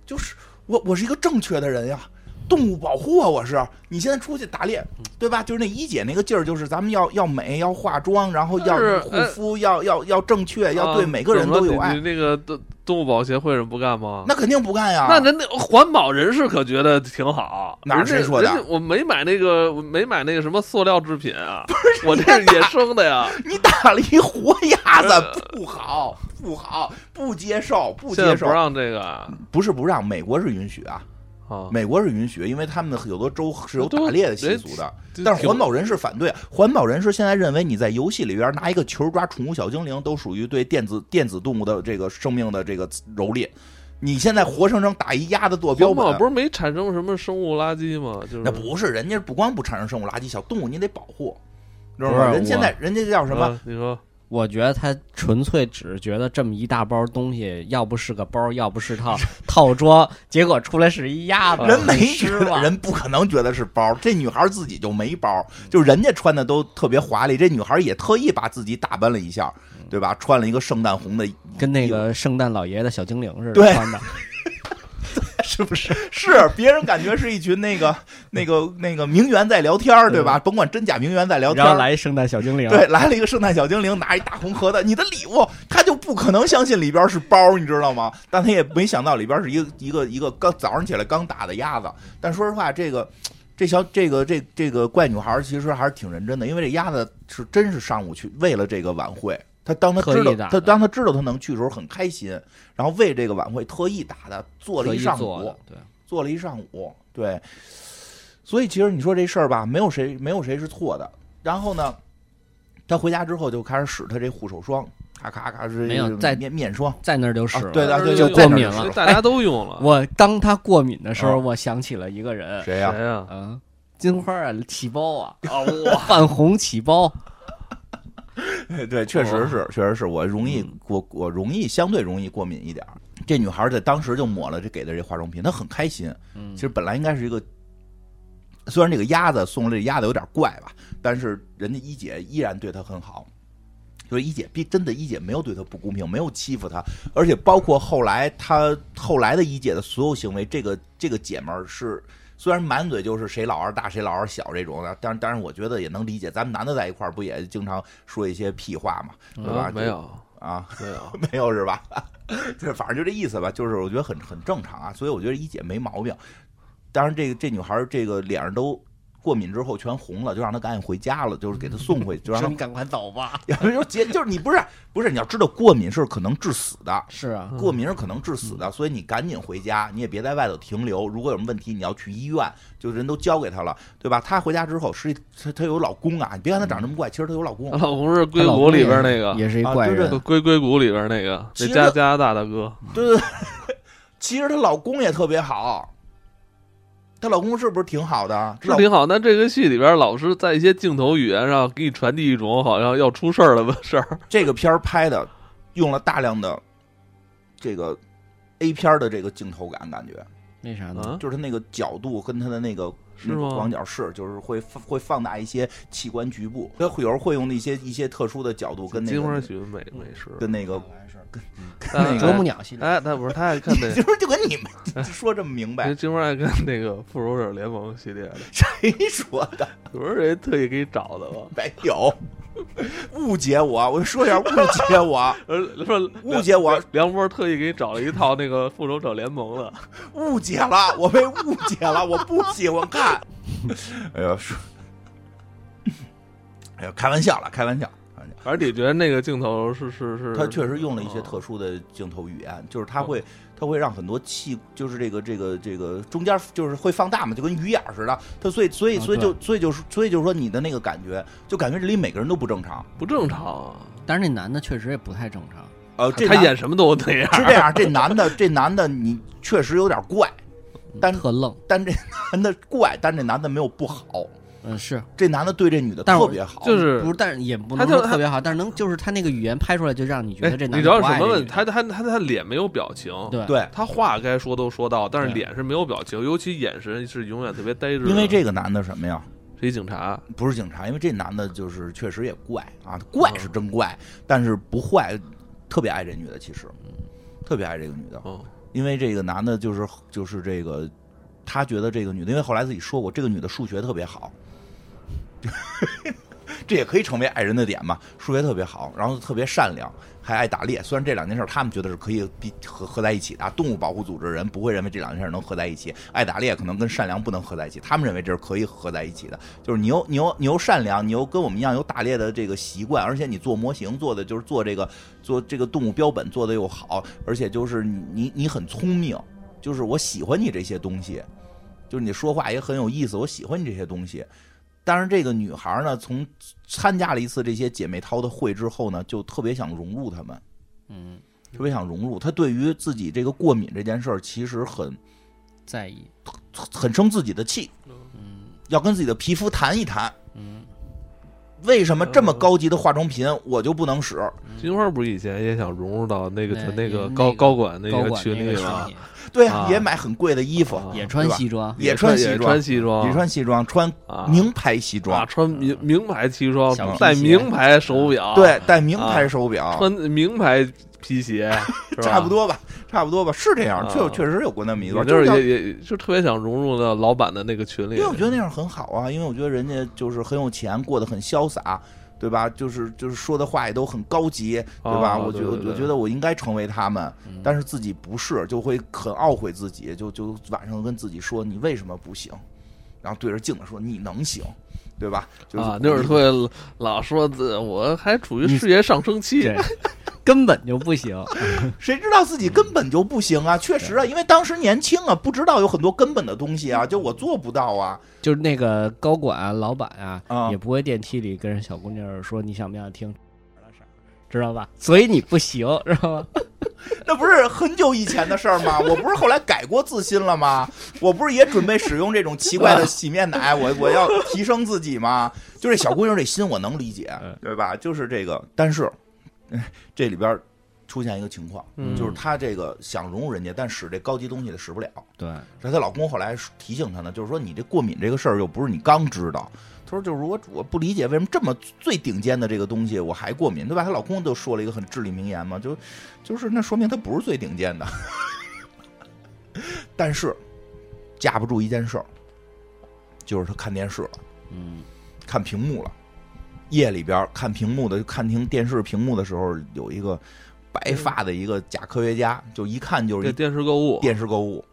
S2: 就是我我是一个正确的人呀，动物保护啊，我是。你现在出去打猎，
S1: 嗯
S2: 对吧？就是那一姐那个劲儿，就是咱们要要美，要化妆，然后要
S1: 是
S2: 护
S1: 呃
S2: 肤，要要要正确，要对
S1: 啊
S2: 每个人
S1: 怎么
S2: 都有
S1: 你
S2: 爱
S1: 你。那个动动物保协会人不干吗？
S2: 那肯定不干呀。
S1: 那人那环保人士可觉得挺好，
S2: 啊哪是
S1: 人
S2: 谁
S1: 家
S2: 说的
S1: 人家我没买那个，我没买那个什么塑料制品 啊，我这是野生的呀。
S2: 你打了一活鸭子，不好，不好，不接受，不
S1: 呃现在
S2: 接
S1: 不
S2: 受。
S1: 让这个啊，
S2: 不是不让，美国是允许啊，
S1: 啊
S2: 美国是允许，因为他们的有的州是有
S1: 那都
S2: 打猎的习
S1: 人
S2: 俗的。
S1: 就
S2: 但是
S1: 挺
S2: 环保人士反对，啊环保人士现在认为你在游戏里边拿一个球抓宠物小精灵，都属于对电子电子动物的这个生命的这个蹂躏。你现在活生生打一鸭子做标
S1: 环
S2: 本
S1: 保，不是没产生什么生物垃圾吗？就是
S2: 啊那不是人家不光不产生生物垃圾，小动物你得保护，知道
S3: 不
S2: 吗？
S3: 是
S2: 人现
S3: 我
S2: 在人家叫什么？
S1: 啊你说
S3: 我觉得他纯粹只是觉得这么一大包东西，要不是个包，要不 是套套装，结果出来是一鸭
S1: 嗯
S3: 子，
S2: 人
S1: 啊
S2: 没
S3: 很
S2: 觉
S3: 失
S2: 得，
S3: 望。
S2: 人不可能觉得是包。这女孩自己就没包，就人家穿的都特别华丽，这女孩也特意把自己打扮了一下，对吧？穿了一个圣诞红的，
S3: 跟那个圣诞老爷的小精灵似的
S2: 对
S3: 穿的，是不是？
S2: 是别人感觉是一群那个那个那个名媛在聊天儿，对吧？甭管真假名媛在聊天
S3: 然后
S2: 儿。
S3: 来一圣诞小精灵，
S2: 对，来了一个圣诞小精灵，拿一大红盒子，你的礼物，他就不可能相信里边是包，你知道吗？但他也没想到里边是一个一个一个刚早上起来刚打的鸭子。但说实话，这个这小这个这这个怪女孩其实还是挺认真的，因为这鸭子是真是上午去为了这个晚会。她当她
S3: 刻
S2: 知
S3: 意
S2: 道
S3: 打
S2: 她
S3: 的
S2: 当她知道她能去的时候很开心，然后为这个晚会特意打的，做了
S3: 特
S2: 一
S3: 意
S2: 上
S3: 做
S2: 午
S3: 的，，对，
S2: 做了一上午，对。所以其实你说这事儿吧，没有谁没有谁是错的。然后呢，他回家之后就开始使他这护手霜，咔咔咔是
S3: 没有在
S2: 面面霜，
S3: 在那儿就使了。
S2: 啊对的对
S3: 就
S1: 对
S3: 过敏了
S1: 这大家都用 了。
S3: 我当他过敏的时候，
S2: 啊
S3: 我想起了一个人，
S2: 谁呀、
S1: 谁呀？
S3: 啊，金花啊，起包啊， 泛红起包，
S2: 对，确实是，确实是我容易，我我容易相对容易过敏一点儿。这女孩在当时就抹了这给的这化妆品，她很开心。
S3: 嗯
S2: 其实本来应该是一个，虽然这个鸭子送了这鸭子有点怪吧，但是人家一姐依然对她很好。就是一姐，逼真的一姐没有对她不公平，没有欺负她，而且包括后来她后来的一姐的所有行为，这个这个姐们儿是虽然满嘴就是谁老二大谁老二小这种的，但是但是我觉得也能理解，咱们男的在一块儿不也经常说一些屁话嘛，嗯对吧？
S1: 啊没 有，
S2: 啊，
S1: 没 有。
S2: 没有是吧？对，反正就这意思吧，就是我觉得很很正常啊，所以我觉得一姐没毛病。当然，这个这女孩儿这个脸上都过敏之后全红了，就让她赶紧回家了，就是给她送回去，就让
S3: 说
S2: 她
S3: 你赶快走吧。
S2: 要不 就是结就是你不是不是，你要知道过敏是可能致死的，
S3: 是啊，
S2: 过敏是可能致死的，所以你赶紧回家，你也别在外头停留。如果有什么问题，你要去医院，就人都交给她了，对吧？她回家之后，实际她她有老公啊，你别看她长这么怪，其实她有 老公
S1: 她。老公是硅谷里边那个，
S3: 也是一
S2: 啊
S3: 怪
S2: 对对
S3: 人
S2: 对，
S1: 硅硅谷里边那个，
S2: 其
S1: 那
S2: 实
S1: 加加拿大大哥，
S2: 对对对， 其实她老公也特别好，她老公是不是挺好的？啊
S1: 是挺好。但这个戏里边，老师在一些镜头语言上给你传递一种好像要出事儿了的事儿。
S2: 这个片儿拍的用了大量的这个 A 片儿的这个镜头感，感觉
S3: 为啥呢？
S1: 啊，
S2: 就是它那个角度跟它的那个
S1: 是吗
S2: 广角是，就是会会放大一些器官局部，它会有时候会用一些一些特殊的角度跟那
S1: 金花
S2: 个嗯
S1: 雪美美食，
S2: 跟那个，
S1: 但
S2: 那个
S3: 啄木鸟系列，
S1: 哎，但不是他爱看
S2: 你
S1: 那
S2: 就。是就跟你
S1: 哎
S2: 们说这么明
S1: 因为
S2: 白，
S1: 金花爱看那个《复仇者联盟》系列的，
S2: 谁说的？
S1: 不是人家特意给你找的吗？
S2: 没有，误解我，我说一下误解我，
S1: 呃，说
S2: 误解我，
S1: 梁波特意给你找了一套那个《复仇者联盟》 的，
S2: 误解了，我被误解了，我不喜欢 看。哎呀，说，哎呀，开玩笑了，开玩笑，开玩笑。
S1: 反正你觉得那个镜头是是是，
S2: 他确实用了一些特
S1: 啊
S2: 殊的镜头语言，就是他会，他会让很多气，就是这个这个这个中间就是会放大嘛，就跟鱼眼儿似的。他所以所以
S3: 啊
S2: 所以就所以就是所以就是说你的那个感觉，就感觉这里每个人都不正常。
S1: 不正常啊。
S3: 但是那男的确实也不太正常，
S2: 呃，这
S1: 他
S2: 男
S1: 演什么都那样，
S2: 是这样，这男的这男的你确实有点怪，但
S3: 特愣，
S2: 但这男的怪，但这男的没有不好。
S3: 嗯是，
S2: 这男的对这女的
S3: 但是
S2: 特
S3: 我
S2: 别好，
S1: 就是
S3: 不是，但是也不
S1: 他
S3: 能
S1: 就
S3: 说特别好，但是能就是他那个语言拍出来，就让你觉
S1: 哎
S3: 得这男的
S1: 你知道
S3: 不
S1: 什
S3: 爱
S1: 么
S3: 这
S1: 问
S3: 女
S1: 题？
S3: 的
S1: 他他他他脸没有表情，，
S3: 对
S2: 对，
S1: 他话该说都说到，但是
S3: 对
S1: 脸是没有表情，尤其眼神是永远特别呆滞的。
S2: 因为这个男的什么呀？
S1: 是一警察，
S2: 不是警察，因为这男的就是确实也怪啊，怪
S1: 嗯
S2: 是真怪，但是不坏，特别爱这女的，其实特别爱这个女的，
S1: 嗯，
S2: 因为这个男的就是就是这个，他觉得这个女的，因为后来自己说过，这个女的数学特别好。 这也可以成为爱人的点嘛，数学特别好，然后特别善良，还爱打猎。虽然这两件事他们觉得是可以比合合在一起的啊，动物保护组织人不会认为这两件事能合在一起，爱打猎可能跟善良不能合在一起，他们认为这是可以合在一起的。就是你又你又你又善良，你又跟我们一样有打猎的这个习惯，而且你做模型做的就是做这个做这个动物标本做的又好，而且就是你你你很聪明，就是我喜欢你这些东西，就是你说话也很有意思，我喜欢你这些东西。但是这个女孩呢，从参加了一次这些姐妹淘的会之后呢，就特别想融入她们，
S3: 嗯
S2: 特别想融入。她对于自己这个过敏这件事儿，其实很
S3: 在意，
S2: 很生自己的气，
S3: 嗯
S2: 要跟自己的皮肤谈一谈，
S3: 嗯
S2: 为什么这么高级的化妆品我就不能使？
S1: 金花不是以前也想融入到那个
S3: 对
S1: 那
S3: 那
S1: 个
S3: 个
S1: 高高管那
S3: 高
S1: 个
S3: 管
S1: 群
S3: 那
S1: 里
S3: 个
S1: 吗？
S3: 群体
S2: 对啊，
S1: 啊
S2: 也买很贵的衣服，
S1: 啊
S3: 也穿
S2: 对吧
S3: 西装，
S2: 也
S1: 穿
S2: 穿西
S1: 也
S2: 装
S1: 穿，西装，
S2: 也穿西装，穿
S1: 哦啊
S2: 名牌西
S1: 啊
S2: 装，嗯
S1: 穿名名牌西装
S3: 小皮，鞋嗯
S1: 戴名牌手表，啊
S2: 对，戴名牌手表，
S1: 穿名牌皮 鞋，是吧
S2: 差不。多吧，差不多吧，是这样，
S1: 啊
S2: 确确实有过那么一
S1: 我
S2: 段，
S1: 就
S2: 就是是要
S1: 也也就特别想融入到老板的那个群里
S2: 因为。我觉得那样很好啊，因为我觉得人家就是很有钱，过得很潇洒，对吧？就是就是说的话也都很高级，对吧？
S1: 啊
S2: 我觉
S1: 对
S2: 得
S1: 对对嗯
S2: 我觉得我应该成为他们，但是自己不是，就会很懊悔自己，就就晚上跟自己说你为什么不行，然后对着镜子说你能行，对吧？就是
S1: 啊，那会儿特别老说自，我还处于事业上升期
S3: 对，根本就不行。
S2: 谁知道自己根本就不行啊？确实啊，因为当时年轻啊，不知道有很多根本的东西啊，就我做不到啊。
S3: 就是那个高管啊、老板啊，
S2: 啊
S3: 也不会电梯里跟人小姑娘说你想不想听，知道吧？所以你不行，知道吗？
S2: 那不是很久以前的事儿吗？我不是后来改过自新了吗？我不是也准备使用这种奇怪的洗面奶，我我要提升自己吗？就这小姑娘这心我能理解
S3: 嗯，
S2: 对吧？就是这个，但是 哎这里边儿出现一个情况，
S1: 嗯
S2: 就是她这个想融入人家，但使这高级东西的使不了。
S3: 对，
S2: 然后她老公后来提醒她呢，就是说你这过敏这个事儿又不是你刚知道。她说就是我我不理解为什么这么最顶尖的这个东西我还过敏，对吧？她老公就说了一个很至理名言嘛，就就是那说明她不是最顶尖的。 但是架不住一件事儿，就是她看电视了，
S3: 嗯，
S2: 看屏幕了。夜里边儿看屏幕的，看听电视屏幕的时候，有一个白发的一个假科学家，就一看就是一
S1: 这电视购物，
S2: 电视购物。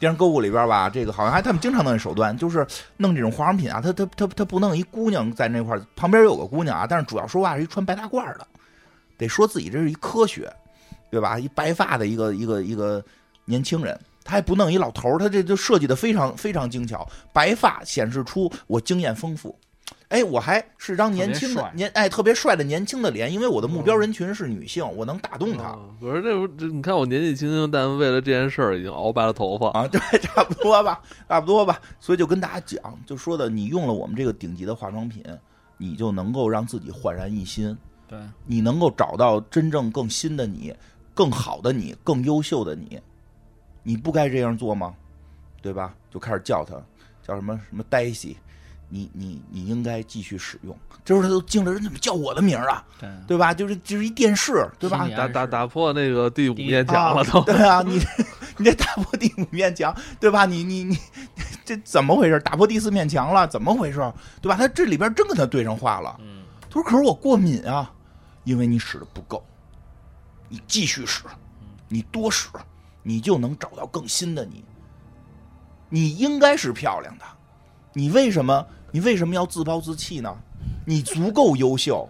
S2: 电视购物里边吧，这个好像还他们经常弄这手段，就是弄这种化妆品啊，他他他他不弄一姑娘在那块儿，旁边有个姑娘啊，但是主要说话是一穿白大褂的，得说自己这是一科学，对吧？一白发的一个一个一个年轻人，他还不弄一老头儿，他这就设计的非常非常精巧，白发显示出我经验丰富。哎，我还是张年轻的
S3: 特别帅嗯
S2: 年哎特别帅的年轻的脸，因为我的目标人群是女性，我能打动她。
S1: 啊我说这不这，你看我年纪轻轻，但为了这件事儿已经熬白了头发。
S2: 啊，对， 差不多吧，差不多吧。所以就跟大家讲，就说的你用了我们这个顶级的化妆品，你就能够让自己焕然一新，
S3: 对，
S2: 你能够找到真正更新的你、更好的你、更优秀的你。你不该这样做吗？对吧？就开始叫他，叫什么什么黛西，你你你应该继续使用。这时候他都惊了，人怎么叫我的名儿啊？
S3: 对，
S2: 对吧？就是就是一电视，对吧
S3: 是？你
S1: 打打
S3: 是
S1: 打破那个第五
S3: 第
S1: 面墙了都。
S2: 啊、对啊，你你这打破第五面墙，对吧？你你你这怎么回事？打破第四面墙了，怎么回事？对吧？他这里边真跟他对上话了。
S3: 嗯，
S2: 他说：“可是我过敏啊，因为你使的不够，你继续使，你多使，你就能找到更新的你。你应该是漂亮的，你为什么你为什么要自暴自弃呢？你足够优秀。”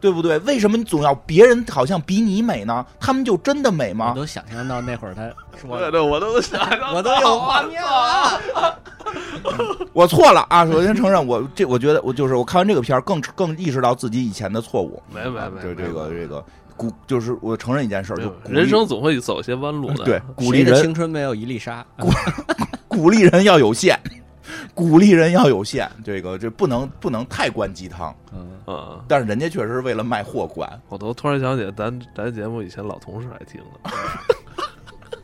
S2: 对不对？为什么你总要别人好像比你美呢？他们就真的美吗
S3: 我？都想象到那会儿他
S1: 对
S3: 说，
S1: 对，我都想到，
S3: 我都有画面了，
S2: 我错了啊！首先承认我这，我觉得我就是我看完这个片儿，更更意识到自己以前的错误。啊
S1: 没没没，
S2: 就是
S1: 没
S2: 这个这个鼓，就是我承认一件事儿，
S1: 没
S2: 就
S1: 有
S2: 鼓励
S1: 人生总会走些弯路的。
S2: 对鼓励
S3: 谁的
S2: 人
S3: 青春没有一粒沙？
S2: 鼓励人要有限，鼓励人要有限，这个这不能不能太灌鸡汤。
S3: 嗯，
S1: 嗯，
S2: 但是人家确实是为了卖货灌，
S1: 我都突然想起来咱咱节目以前老同事还听
S2: 啊
S1: 呢。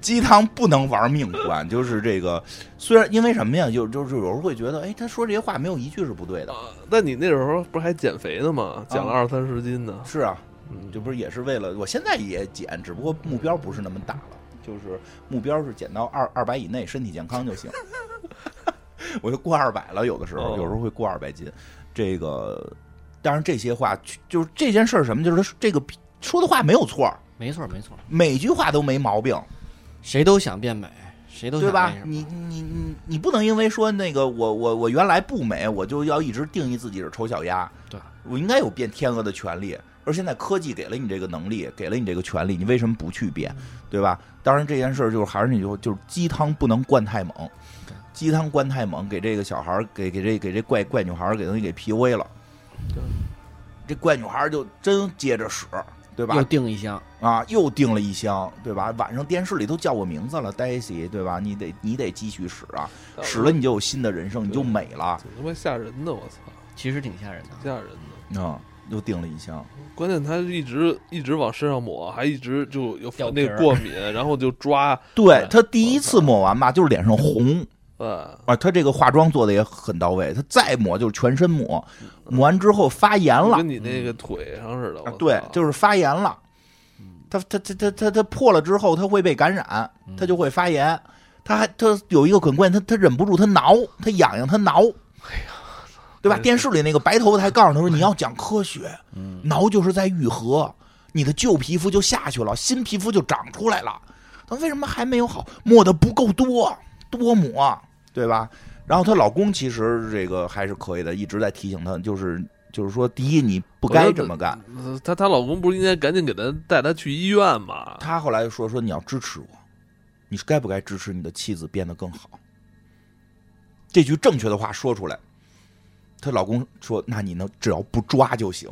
S2: 鸡汤不能玩命灌，就是这个虽然因为什么呀，就就是有时候会觉得，哎，他说这些话没有一句是不对的。
S1: 啊那你那时候不是还减肥呢吗？减了
S2: 啊
S1: 二三十斤呢。
S2: 是啊，
S1: 嗯
S2: 这不是也是为了我现在也减，只不过目标不是那么大了，就是目标是减到二二百以内，身体健康就行。 我就过二百了，有的时
S1: 哦
S2: 候有时候会过二百斤。这个，当然这些话就是这件事儿什么，就是说这个说的话没有错儿，
S3: 没错没错，
S2: 每句话都没毛病，
S3: 谁都想变美，谁都
S2: 对
S3: 想
S2: 吧
S3: 那？什么
S2: 你你你你不能因为说那个我我我原来不美，我就要一直定义自己是丑小鸭。
S3: 对，
S2: 我应该有变天鹅的权利。而现在科技给了你这个能力，给了你这个权利，你为什么不去变，
S3: 嗯
S2: 对吧？当然这件事儿就是还是那句话，就是鸡汤不能灌太猛，鸡汤灌太猛，给这个小孩儿，给给这给这怪怪女孩儿，给东西给 PUA 了
S1: 对。
S2: 这怪女孩儿就真接着使，对吧？
S3: 又订一箱，
S2: 啊，又订了一箱，对吧？晚上电视里都叫我名字了，Daisy，对吧？你得你得继续使啊，使了你就有新的人生，你就美了。
S1: 挺他妈吓人的，我操，
S3: 其实挺吓人的。
S1: 吓人的。
S2: 嗯，又订了一箱，
S1: 关键他一直一直往身上抹，还一直就有
S3: 掉皮
S1: 那
S3: 儿
S1: 个过敏，然后就抓，
S2: 对他第一次抹完吧，就是脸上红
S1: 呃，
S2: 啊，他这个化妆做的也很到位，他再抹就是全身抹，抹完之后发炎
S1: 就
S2: 了嗯
S1: 跟，你那个腿上似的。我
S2: 啊
S1: 操嗯
S2: 对，就是发炎了。它它它它它它破了之后，它会被感染，
S1: 嗯
S2: 它就会发炎。它还它有一个很关键，它它忍不住它挠，它痒痒它挠。对吧？
S1: 哎真是
S2: 电视里那个白头发还告 诉他说：“你要讲科学，
S3: 嗯，
S2: 挠就是在愈合，你的旧皮肤就下去了，新皮肤就长出来了。他为什么还没有好？抹的不够多，多抹，对吧？然后她老公其实这个还是可以的，一直在提醒她，就是就是说，第一你不该这么干。
S1: 呃她她老公不是应该赶紧给她带她去医院吗？
S2: 她后来说说你要支持我，你是该不该支持你的妻子变得更好？这句正确的话说出来，她老公说：“那你能只要不抓就行，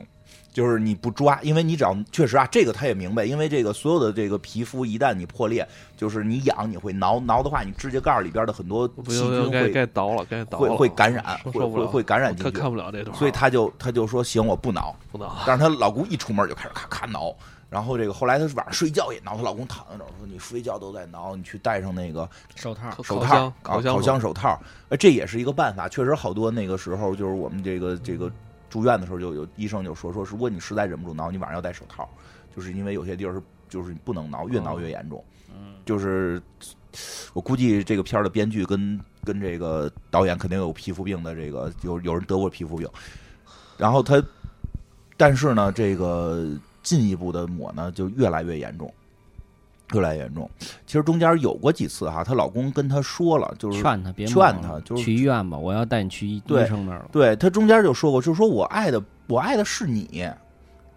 S2: 就是你不抓，因为你只要确实啊，这个她也明白，因为这个所有的这个皮肤一旦你破裂，就是你痒你会挠，挠的话你指甲盖里边的很多
S1: 不
S2: 细
S1: 行，不行
S2: 菌
S1: 该
S2: 会
S1: 该倒了，该倒
S2: 会
S1: 了，
S2: 会感染，
S1: 受
S2: 会
S1: 受不
S2: 会
S1: 了，
S2: 会感染进
S1: 看
S2: 去
S1: 看，不了这段儿，啊
S2: 所以她就她就说行，我不挠。”
S1: 不能啊
S2: 但是她老公一出门就开始咔咔挠，然后这个后来她晚上睡觉也挠，她老公躺在那儿说：“你睡觉都在挠，你去戴上那个
S3: 手套
S1: 烤
S2: 手
S1: 烤
S2: 套
S1: 箱，
S2: 搞
S1: 烤箱
S2: 烤箱手套。”呃，这也是一个办法，确实好多那个时候就是我们这个这个住院的时候就有医生就说说，如果你实在忍不住挠，你晚上要戴手套，就是因为有些地儿是就是不能挠，越挠越严重。嗯，就是我估计这个片儿的编剧跟跟这个导演肯定有皮肤病的，这个有有人得过皮肤病，然后他，但是呢，这个进一步的抹呢就越来越严重，越来越严重。其实中间有过几次哈，她老公跟她说了，就是
S3: 劝他别
S2: 劝
S3: 忙
S2: 她
S3: 了
S2: 就是
S3: 去医院吧，我要带你去医
S2: 对
S3: 医生那儿了。
S2: 对她中间就说过，就说我爱的我爱的是你，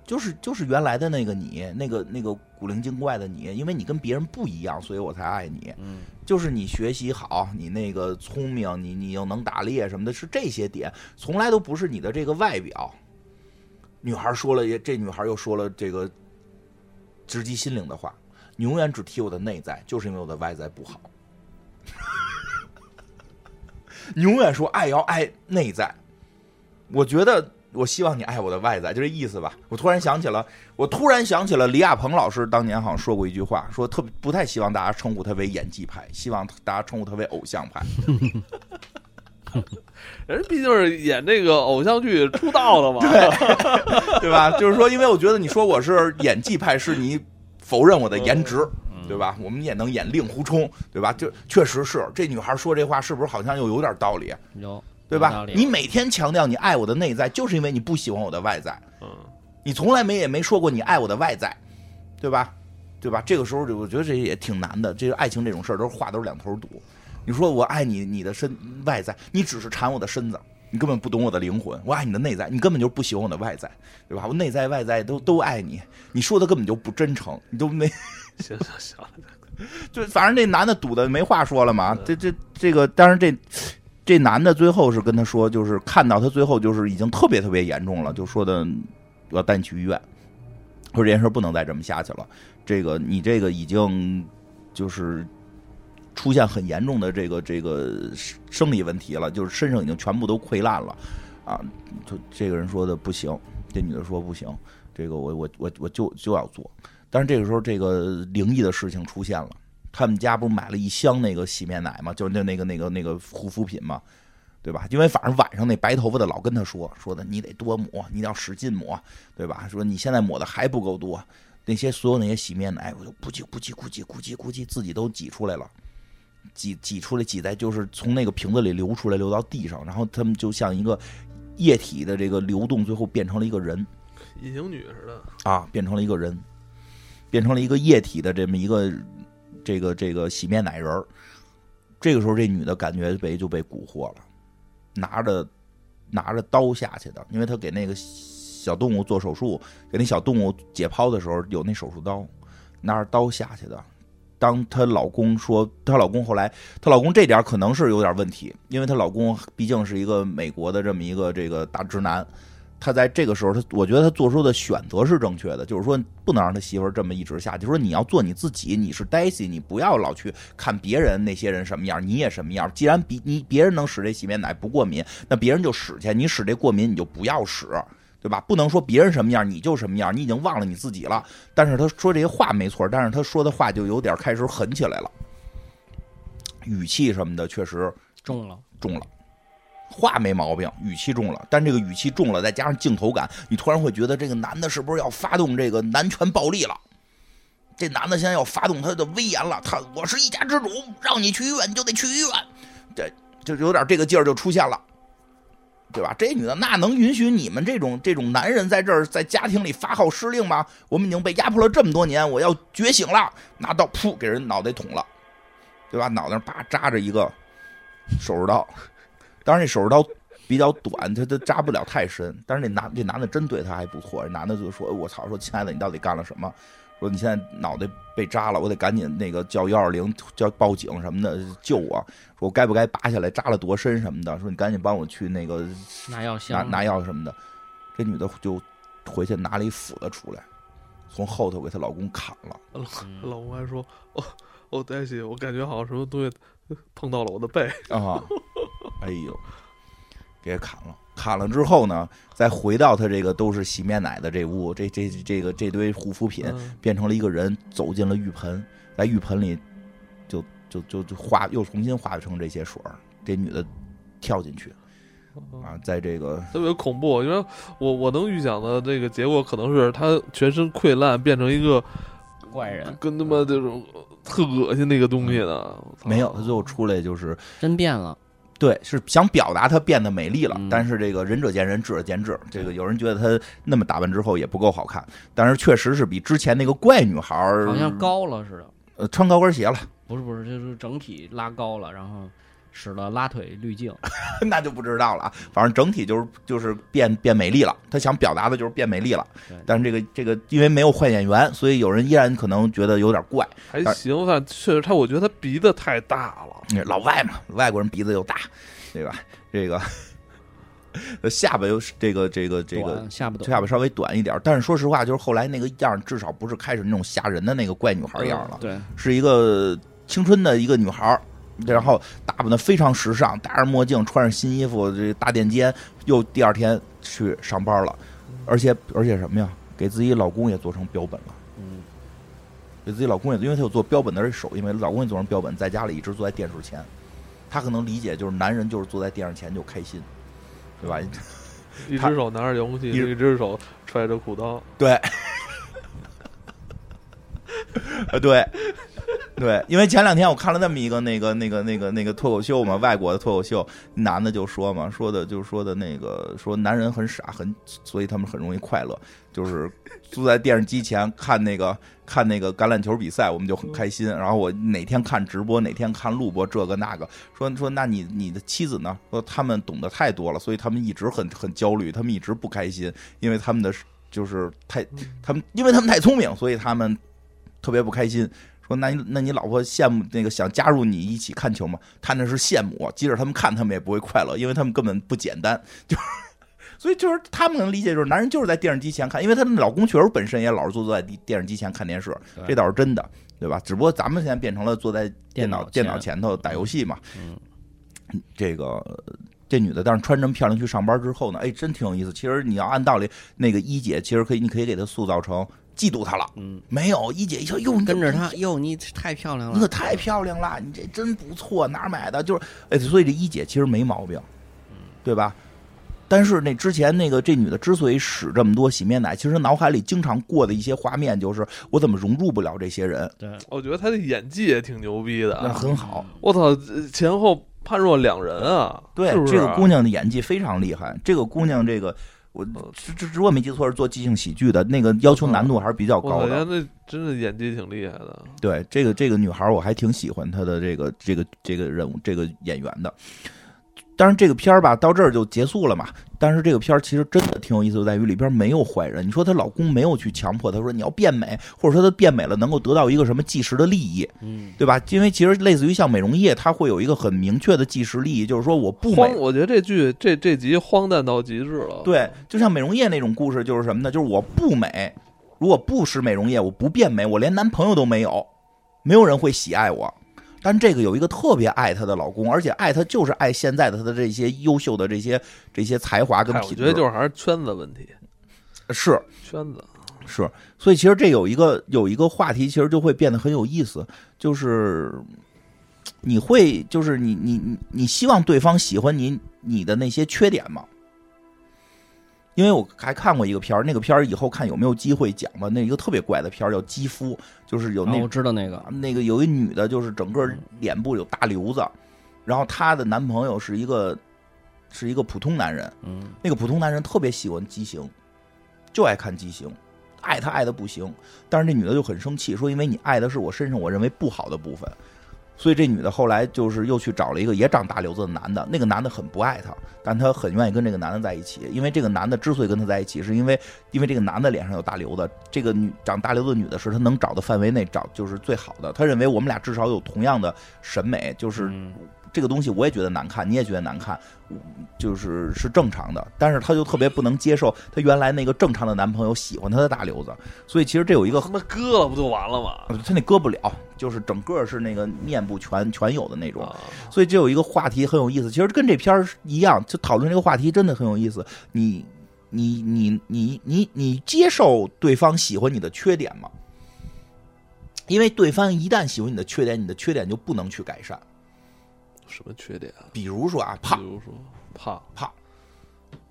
S2: 就是就是原来的那个你，那个那个古灵精怪的你，因为你跟别人不一样，所以我才爱你。
S3: 嗯，
S2: 就是你学习好，你那个聪明，你你又能打猎什么的，是这些点，从来都不是你的这个外表。女孩说了也，这女孩又说了这个直击心灵的话：你永远只提我的内在，就是因为我的外在不好。 你永远说爱要爱内在，我觉得我希望你爱我的外在，就这意思吧。我突然想起了，我突然想起了李亚鹏老师当年好像说过一句话，说特别不太希望大家称呼他为演技派，希望大家称呼他为偶像派。
S1: 人毕竟是演这个偶像剧出道的嘛，
S2: 对吧？就是说，因为我觉得你说我是演技派，是你否认我的颜值，
S3: 嗯
S2: 对吧？我们也能演令狐冲，对吧？就确实是这女孩说这话，是不是好像又有点道理，
S3: 有
S2: 对
S3: 有
S2: 吧
S3: 道？理
S2: 你每天强调你爱我的内在，就是因为你不喜欢我的外在，
S1: 嗯，
S2: 你从来没也没说过你爱我的外在，对吧？对吧？这个时候就我觉得这也挺难的，这个爱情这种事儿都是话都是两头堵。你说我爱你，你的身外在，你只是馋我的身子，你根本不懂我的灵魂。我爱你的内在，你根本就不喜欢我的外在，对吧？我内在外在都都爱你，你说的根本就不真诚，你都没
S1: 行行行，
S2: 就反正这男的堵的没话说了嘛。这这这个，当然这这男的最后是跟他说，就是看到他最后就是已经特别特别严重了，就说的我要带你去医院，说这件事不能再这么下去了。这个你这个已经就是出现很严重的这个这个生理问题了，就是身上已经全部都溃烂了啊。就这个人说的不行，这女的说不行，这个我我我我就就要做。但是这个时候，这个灵异的事情出现了。他们家不是买了一箱那个洗面奶嘛，就是那那个那个那个护肤品嘛，对吧？因为反正晚上那白头发的老跟他说说的，你得多抹，你要使劲抹，对吧？说你现在抹的还不够多，那些所有那些洗面奶，我就咕叽咕叽咕叽咕叽咕叽自己都挤出来了。挤挤出来，挤在就是从那个瓶子里流出来，流到地上，然后他们就像一个液体的这个流动，最后变成了一个人。
S1: 隐形女似的，
S2: 啊，变成了一个人，变成了一个液体的这么一个这个这个洗面奶人儿。这个时候，这女的感觉被就被蛊惑了，拿着拿着刀下去的，因为她给那个小动物做手术，给那小动物解剖的时候有那手术刀，拿着刀下去的。当她老公说，她老公后来，她老公这点儿可能是有点问题，因为她老公毕竟是一个美国的这么一个这个大直男，他在这个时候，他我觉得他做出的选择是正确的，就是说不能让他媳妇儿这么一直下去，就是说你要做你自己，你是 Daisy，你不要老去看别人那些人什么样，你也什么样。既然比你别人能使这洗面奶不过敏，那别人就使去，你使这过敏你就不要使。对吧？不能说别人什么样你就什么样，你已经忘了你自己了。但是他说这些话没错，但是他说的话就有点开始狠起来了，语气什么的确实
S3: 中了，
S2: 中了，话没毛病，语气中了，但这个语气中了，再加上镜头感，你突然会觉得这个男的是不是要发动这个男权暴力了？这男的现在要发动他的威严了，他我是一家之主，让你去医院你就得去医院，这就有点这个劲儿就出现了。对吧？这女的那能允许你们这种这种男人在这儿在家庭里发号施令吗？我们已经被压迫了这么多年，我要觉醒了！拿刀噗给人脑袋捅了，对吧？脑袋叭扎着一个手术刀，当然这手术刀比较短，它它扎不了太深。但是那男这男的真对他还不错，这男的就说：“我操！说亲爱的，你到底干了什么？说你现在脑袋被扎了，我得赶紧那个叫幺二零，叫报警什么的救我。说我该不该拔下来？扎了多深什么的？说你赶紧帮我去那个
S3: 拿药
S2: 拿
S3: 箱，
S2: 拿药什么的。这女的就回去拿了一斧子出来，从后头给她老公砍了。
S3: 嗯
S1: 老公还说：“哦，哦，黛西，我感觉好像什么东西碰到了我的背。
S2: 啊，哎呦，给砍了。砍了之后呢，再回到他这个都是洗面奶的这屋，这这这个这堆护肤品
S1: 嗯
S2: 变成了一个人走进了浴盆，在浴盆里就就就就化又重新化成这些水儿。这女的跳进去”
S3: 哦
S2: 啊，在这个
S1: 特别恐怖，因为我我能预想的这个结果可能是他全身溃烂，变成一个
S3: 怪人
S1: 跟他妈这种特恶心的一个东西呢。我
S3: 哦
S1: 操
S2: 嗯没有，她最后出来就是
S3: 真变了，
S2: 对，是想表达她变得美丽了，
S3: 嗯
S2: 但是这个仁者见仁，智者见智。这个有人觉得她那么打扮之后也不够好看，但是确实是比之前那个怪女孩儿
S3: 好像高了似的。
S2: 呃穿高跟鞋了，
S3: 不是不是，就是整体拉高了，然后使了拉腿滤镜。
S2: 那就不知道了啊。反正整体就是就是变变美丽了，她想表达的就是变美丽了
S3: 对。
S2: 但是这个这个因为没有换演员，所以有人依然可能觉得有点怪。
S1: 还行，但确实他，我觉得他鼻子太大了。
S2: 嗯老外嘛，外国人鼻子又大，对吧？这个 下巴又是这个这个这个
S3: 短下巴短，
S2: 下巴稍微短一点儿，但是说实话，就是后来那个样儿，至少不是开始那种吓人的那个怪女孩样儿了，
S3: 对，
S2: 是一个青春的一个女孩儿，然后打扮的非常时尚，戴着墨镜，穿着新衣服，这大垫肩，又第二天去上班了，而且而且什么呀，给自己老公也做成标本了。
S3: 嗯，
S2: 给自己老公也，因为她有做标本的这手艺嘛，因为老公也做成标本，在家里一直坐在电视前，她可能理解就是男人就是坐在电视前就开心，对吧？
S1: 一只手拿着遥控器，
S2: 一
S1: 一只手揣着裤裆。
S2: 对， 呃，对，对，因为前两天我看了那么一个那个那个那个那个脱口秀嘛，外国的脱口秀，男的就说嘛，说的就是说的那个说男人很傻，很所以他们很容易快乐，就是坐在电视机前看那个看那个橄榄球比赛，我们就很开心。然后我哪天看直播，哪天看录播，这个那个，说说那你你的妻子呢？说他们懂得太多了，所以他们一直很很焦虑，他们一直不开心，因为他们的就是太他们，因为他们太聪明，所以他们特别不开心。说那你那你老婆羡慕那个想加入你一起看球吗？他那是羡慕，啊即使他们看，他们也不会快乐，因为他们根本不简单。 就是，所以就是他们能理解，就是男人就是在电视机前看，因为她的老公确实本身也老是坐在地电视机前看电视，
S3: 对
S2: 这倒是真的，对吧？只不过咱们现在变成了坐在电脑电
S3: 电
S2: 脑
S3: 脑前
S2: 前头打游戏嘛。
S3: 嗯，
S2: 这个呃这女的，但是穿这么漂亮去上班之后呢，哎，真挺有意思。其实你要按道理，那个一姐其实可以，你可以给她塑造成嫉妒她了。
S3: 嗯，
S2: 没有，一姐一瞧，哟，你
S3: 跟着
S2: 这
S3: 他，哟，你太漂亮
S2: 你可
S3: 了，
S2: 太漂亮了，你这真不错，哪儿买的？就是，哎，所以这一姐其实没毛病，
S1: 嗯
S2: 对吧？但是那之前那个这女的之所以使这么多洗面奶，其实脑海里经常过的一些画面就是我怎么融入不了这些人，
S3: 对，
S1: 我觉得他的演技也挺牛逼的
S2: 那
S1: 啊。
S2: 很好。
S1: 我操，前后判若两人啊！
S2: 对，
S1: 是不是
S2: 这个
S1: 啊
S2: 姑娘的演技非常厉害。这个姑娘，这个我
S1: 嗯
S2: 这这如果没记错是做即兴喜剧的，那个要求难度还是比较
S1: 我操，
S2: 高的。
S1: 人家那真的演技挺厉害的。
S2: 对，这个这个女孩儿我还挺喜欢她的这个这个这个人物这个演员的。但是这个片儿吧，到这儿就结束了嘛。但是这个片儿其实真的挺有意思，就在于里边没有坏人。你说她老公没有去强迫她说你要变美，或者说她变美了能够得到一个什么即时的利益，
S3: 嗯，
S2: 对吧？因为其实类似于像美容业，它会有一个很明确的即时利益，就是说我不美
S1: 荒，我觉得这剧这这集荒诞到极致了。哎
S2: 对，就像美容液那种故事，就是什么呢？就是我不美，如果不施美容液，我不变美，我连男朋友都没有，没有人会喜爱我。但这个有一个特别爱她的老公，而且爱她就是爱现在的她的这些优秀的这些这些才华跟
S1: 嗨，我
S2: 品
S1: 觉
S2: 质。
S1: 得就是还是圈子问题，
S2: 是
S1: 圈子。
S2: 是，所以其实这有一个有一个话题，其实就会变得很有意思，就是你会就是你你你你希望对方喜欢你你的那些缺点吗？因为我还看过一个片儿，那个片儿以后看有没有机会讲吧。那一个特别怪的片儿叫《肌肤》，就是有
S3: 啊
S2: 那
S3: 我知道那个，
S2: 那个有一女的，就是整个脸部有大瘤子，然后她的男朋友是一个是一个普通男人，
S3: 嗯，
S2: 那个普通男人特别喜欢畸形，就爱看畸形，爱她爱的不行。但是这女的就很生气，说因为你爱的是我身上我认为不好的部分，所以这女的后来就是又去找了一个也长大瘤子的男的，那个男的很不爱她，但她很愿意跟这个男的在一起，因为这个男的之所以跟她在一起，是因为因为这个男的脸上有大瘤子，这个女长大瘤子的女的是她能找的范围内找就是最好的，她认为我们俩至少有同样的审美，就是
S3: 嗯
S2: 这个东西我也觉得难看，你也觉得难看，就是是正常的。但是她就特别不能接受她原来那个正常的男朋友喜欢她的大瘤子，所以其实这有一个
S1: 他妈割了不就完了吗？
S2: 她那割不了，就是整个是那个面部全全有的那种。
S1: 啊，
S2: 所以这有一个话题很有意思，其实跟这片儿一样，就讨论这个话题真的很有意思。你你你你你你接受对方喜欢你的缺点吗？因为对方一旦喜欢你的缺点，你的缺点就不能去改善。
S1: 什么缺点啊？
S2: 比如说啊，
S1: 比
S2: 胖，
S1: 如说胖
S2: 胖，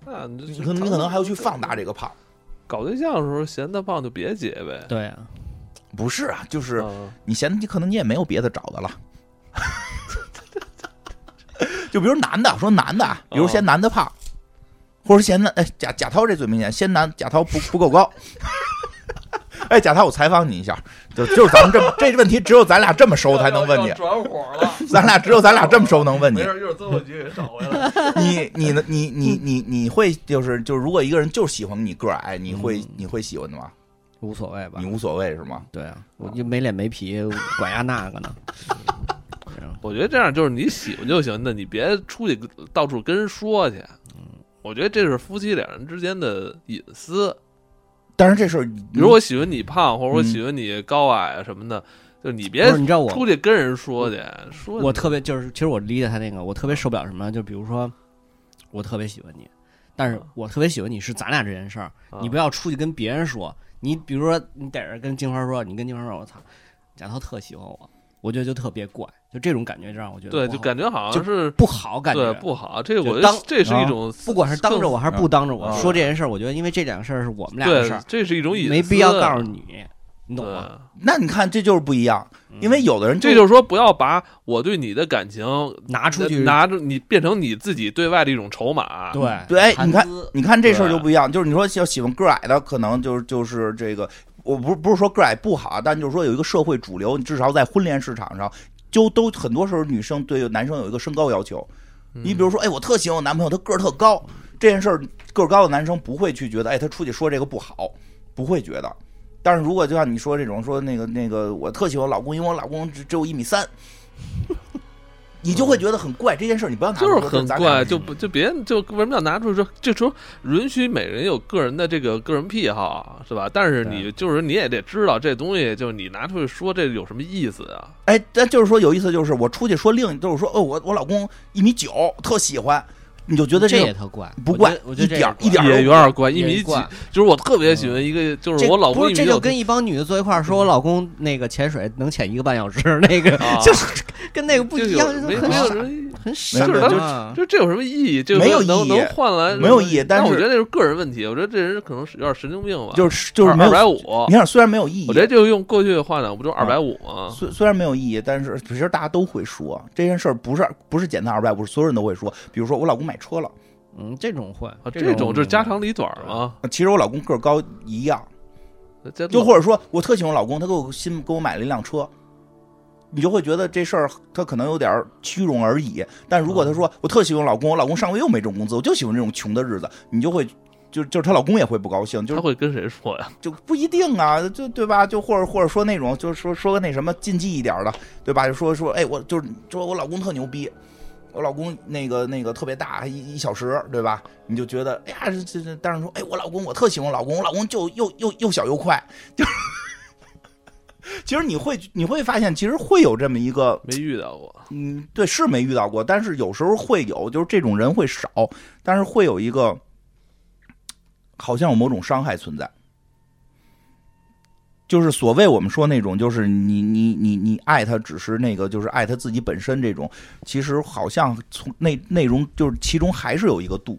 S1: 那你
S2: 你
S1: 这
S2: 可能你可能还要去放大这个胖。
S1: 搞对象的时候嫌他胖就别结呗。
S3: 对啊，
S2: 不是啊，就是
S1: 啊
S2: 你嫌你可能你也没有别的找的了。 就比如男的，说男的，啊，比如嫌男的胖，或者嫌男，哎，贾贾涛这最明显，嫌男贾涛不不够高。 哎，贾涛，我采访你一下，就就是咱们这么这问题，只有咱俩这么熟才能问你，
S1: 转火了，
S2: 咱俩只有咱俩这么熟能问你。
S1: 一会儿最后一局给找回来。
S2: 你你呢？你你你你会就是就是，如果一个人就喜欢你个儿矮，你会你会喜欢的吗？
S3: 无所谓吧
S2: 嗯你，无所谓是吗？
S3: 对啊，我就没脸没皮，管压那个呢，嗯
S1: 我觉得这样就是你喜欢就行，那你别出去到处跟人说去。
S3: 嗯
S1: 我觉得这是夫妻两人之间的隐
S3: 嗯
S1: 私。
S2: 但是这事儿，
S1: 比如我喜欢你胖，或者我
S2: 嗯
S1: 喜欢你高矮啊什么的，就你
S3: 不
S1: 别
S3: 是，你知道我
S1: 出去跟人说去。说
S3: 我特别就是，其实我理解他那个，我特别受不了什么，就比如说，我特别喜欢你，但
S1: 啊
S3: 是我特别喜欢你是咱俩这件事儿，你不
S1: 要
S3: 要出去跟别人说。你比如说，你逮着跟金花说，你跟金花说，我操，贾涛特喜欢我，我觉得就特别怪，就这种感觉就让我觉得
S1: 对，
S3: 不
S1: 就
S3: 好
S1: 感觉好像是
S3: 不好感觉
S1: 对不好。这个
S3: 就
S1: 我觉
S3: 当
S1: 得这是一
S2: 啊
S1: 种更，
S3: 不管是当着我还是不当着我
S2: 啊
S3: 说这件事儿，我觉得因为这两个事儿是我们俩的
S1: 对
S3: 事儿，，
S1: 这是一种隐私，
S3: 没必要告诉你，你懂吗？
S1: 对。
S2: 那你看这就是不一样，因为有的人
S1: 这就是说，不要把我对你的感情
S3: 拿出去
S1: 拿着你变成你自己对外的一种筹码。
S3: 嗯对
S2: 对
S3: 谈
S2: 你看
S3: 资
S2: 你看这事儿就不一样，就是你说要喜欢个矮的，可能就是就是这个，我不是不是说个矮不好，啊但就是说有一个社会主流，你至少在婚恋市场上，就都很多时候女生对男生有一个身高要求。
S1: 嗯，
S2: 你比如说，哎，我特喜欢我男朋友，他个儿特高，这件事儿个儿高的男生不会去觉得，哎，他出去说这个不好，不会觉得。但是如果就像你说这种说那个那个，我特喜欢我老公，因为我老公只只有一米三， 你就会觉得很怪。这件事儿你不要拿出
S1: 就
S2: 来
S1: 是
S2: 说
S1: 很
S2: 咱俩
S1: 怪，
S2: 是
S1: 就不就别就为什么要拿出说，这时候允许每人有个人的这个个人癖好啊，是吧？但是你就是你也得知道这东西，就是你拿出去说这有什么意思啊？
S2: 哎，但就是说有意思，就是我出去说另，就是说，哦，我我老公一米九，特喜欢，你就觉得
S3: 这
S2: 个
S3: 也特怪，
S2: 不
S3: 我觉
S2: 怪
S3: 得我觉得这
S2: 一点儿
S3: 也
S1: 也
S2: 一点儿都
S3: 怪
S1: 有
S2: 不怪嗯
S1: 点怪，一
S3: 也
S1: 米几
S3: 怪，
S1: 就是我特别喜欢一个，就是
S3: 这
S1: 我老
S3: 不
S1: 公一
S3: 是
S1: 米
S3: 这
S1: 六
S3: 就，跟一帮女的坐一块儿说，我老公那个潜水能潜一个半小时， 那个
S1: 嗯啊
S3: 就是跟那个不
S1: 就
S3: 一
S1: 有
S3: 样，
S1: 没
S3: 很
S1: 没有
S3: 傻，
S1: 人。
S3: 很傻
S1: 没有就
S3: 啊。
S1: 就这有什么意义？这
S2: 没有
S1: 能
S2: 意义
S1: 能换来
S2: 没有意义但
S1: 我
S2: 是
S1: 觉得这是个人问题。我觉得这人可能是有点神经病吧。
S2: 就是就是没
S1: 二
S2: 有。
S1: 百五，
S2: 你看，虽然没有意义
S1: 我，这就用过去的话呢，不就二百五吗？
S2: 虽虽然没有意义，但是其实大家都会说这件事儿，不是不是简单二百五，所有人都会说。比如说我老公买车了，
S3: 嗯，这种会
S1: 啊，，
S3: 这
S1: 这种就是
S2: 嗯
S1: 家长里短嘛，
S2: 其实我老公个儿高一样，
S1: 这
S2: 就或者说我特喜欢我老公，他给我新给我买了一辆车，你就会觉得这事儿他可能有点儿虚荣而已。但如果他说我特喜欢我老公，我老公上个月又没挣工资，我就喜欢这种穷的日子，你就会。就就是她老公也会不高兴，就是
S1: 他会跟谁说呀？
S2: 就不一定啊，就对吧？就或者或者说那种，就是说说个那什么禁忌一点的，对吧？就说说，哎，我就是说我老公特牛逼，我老公那个那个特别大，一一小时，对吧？你就觉得，哎呀，这这这，但是说，哎，我老公我特喜欢我老公，我老公就又又又小又快，就其实你会你会发现，其实会有这么一个
S1: 没遇到过，
S2: 嗯，对，是没遇到过，但是有时候会有，就是这种人会少，但是会有一个，好像有某种伤害存在，就是所谓我们说那种，就是你你你你爱他，只是那个就是爱他自己本身这种，其实好像从内内容就是其中还是有一个度，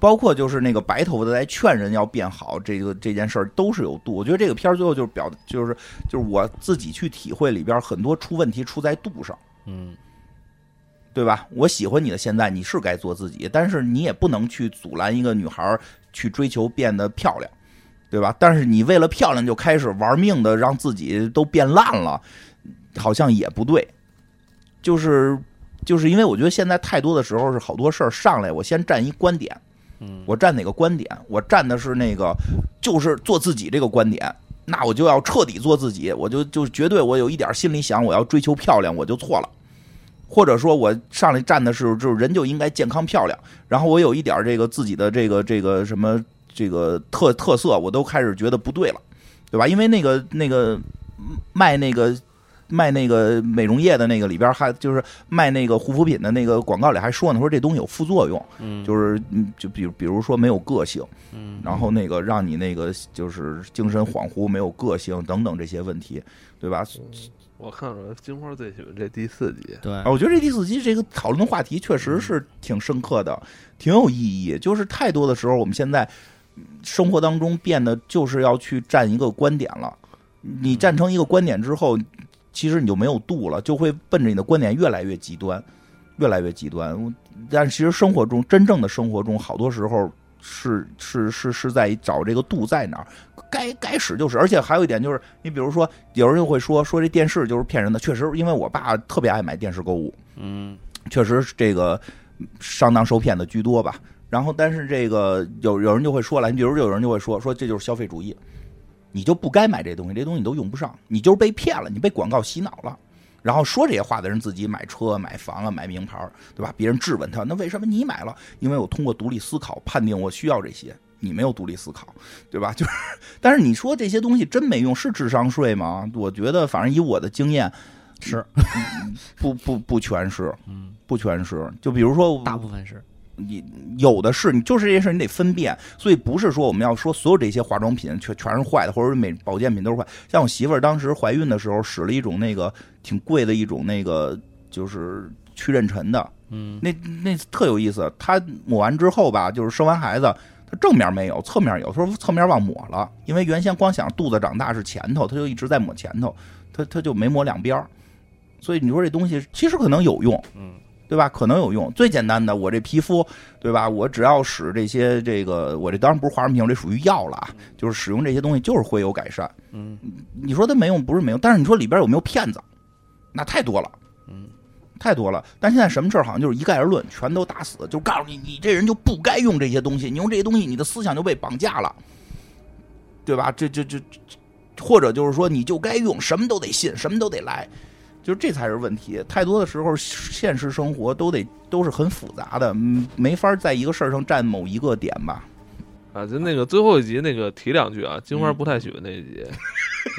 S2: 包括就是那个白头发的在劝人要变好，这个这件事儿都是有度。我觉得这个片儿最后就是表，就是就是我自己去体会里边儿很多出问题出在度上，
S3: 嗯，
S2: 对吧？我喜欢你的现在，你是该做自己，但是你也不能去阻拦一个女孩儿去追求变得漂亮，对吧？但是你为了漂亮就开始玩命的让自己都变烂了，好像也不对。就是就是因为我觉得现在太多的时候是好多事儿上来，我先站一观点，
S3: 嗯，
S2: 我站哪个观点？我站的是那个就是做自己这个观点。那我就要彻底做自己，我就就绝对我有一点心里想我要追求漂亮，我就错了。或者说我上来站的是就是人就应该健康漂亮，然后我有一点这个自己的这个这个什么这个特特色，我都开始觉得不对了，对吧？因为那个那个嗯卖那个卖那个美容液的那个里边还就是卖那个护肤品的那个广告里还说呢，说这东西有副作用，
S3: 嗯
S2: 就是嗯就比如比如说没有个性，
S3: 嗯
S2: 然后那个让你那个就是精神恍惚、没有个性等等这些问题，对吧？
S1: 我看了金花最喜欢这第四集，
S3: 对
S2: 啊，，我觉得这第四集这个讨论的话题确实是挺深刻的，挺有意义。就是太多的时候，我们现在嗯生活当中变得就是要去站一个观点了。你站成一个观点之后，其实你就没有度了，就会奔着你的观点越来越极端，越来越极端。但其实生活中，真正的生活中，好多时候是是是是在找这个度在哪儿，该该使就使。而且还有一点就是，你比如说，有人就会说说这电视就是骗人的，确实，因为我爸特别爱买电视购物，
S3: 嗯
S2: 确实是这个嗯上当受骗的居多吧。然后，但是这个有有人就会说了，你比如有人就会说说这就是消费主义，你就不该买这东西，这东西你都用不上，你就是被骗了，你被广告洗脑了。然后说这些话的人自己买车、买房啊、买名牌儿，对吧？别人质问他，那为什么你买了？因为我通过独立思考判定我需要这些，你没有独立思考，对吧？ 就是，但是你说这些东西真没用，是智商税吗？我觉得，反正以我的经验，嗯
S3: 是
S2: 不不不全是，
S3: 嗯，
S2: 不全是。就比如说，
S3: 大部分是
S2: 你有的是，你就是这些事儿，你得分辨。所以不是说我们要说所有这些化妆品全全是坏的，或者是美保健品都是坏。像我媳妇儿当时怀孕的时候，使了一种那个挺贵的一种那个就是去妊娠的，
S3: 嗯
S2: 那那特有意思。她抹完之后吧，就是生完孩子，她正面没有，侧面有。她说侧面忘抹了，因为原先光想肚子长大是前头，她就一直在抹前头，她她就没抹两边儿。所以你说这东西其实可能有用，
S3: 嗯
S2: 对吧？可能有用。最简单的，我这皮肤，对吧？我只要使这些这个，我这当然不是化妆品，我这属于药了啊，就是使用这些东西就是会有改善。
S3: 嗯
S2: 你说它没用不是没用，但是你说里边有没有骗子，那太多了，
S3: 嗯，
S2: 太多了。但现在什么事儿好像就是一概而论，全都打死，就告诉你你这人就不该用这些东西，你用这些东西你的思想就被绑架了，对吧？这这这，这或者就是说你就该用，什么都得信，什么都得来。就是这才是问题，太多的时候，现实生活都得都是很复杂的，嗯没法在一个事儿上占某一个点吧。
S1: 啊，就那个最后一集那个提两句啊，金花
S2: 嗯
S1: 不太喜欢那一 集。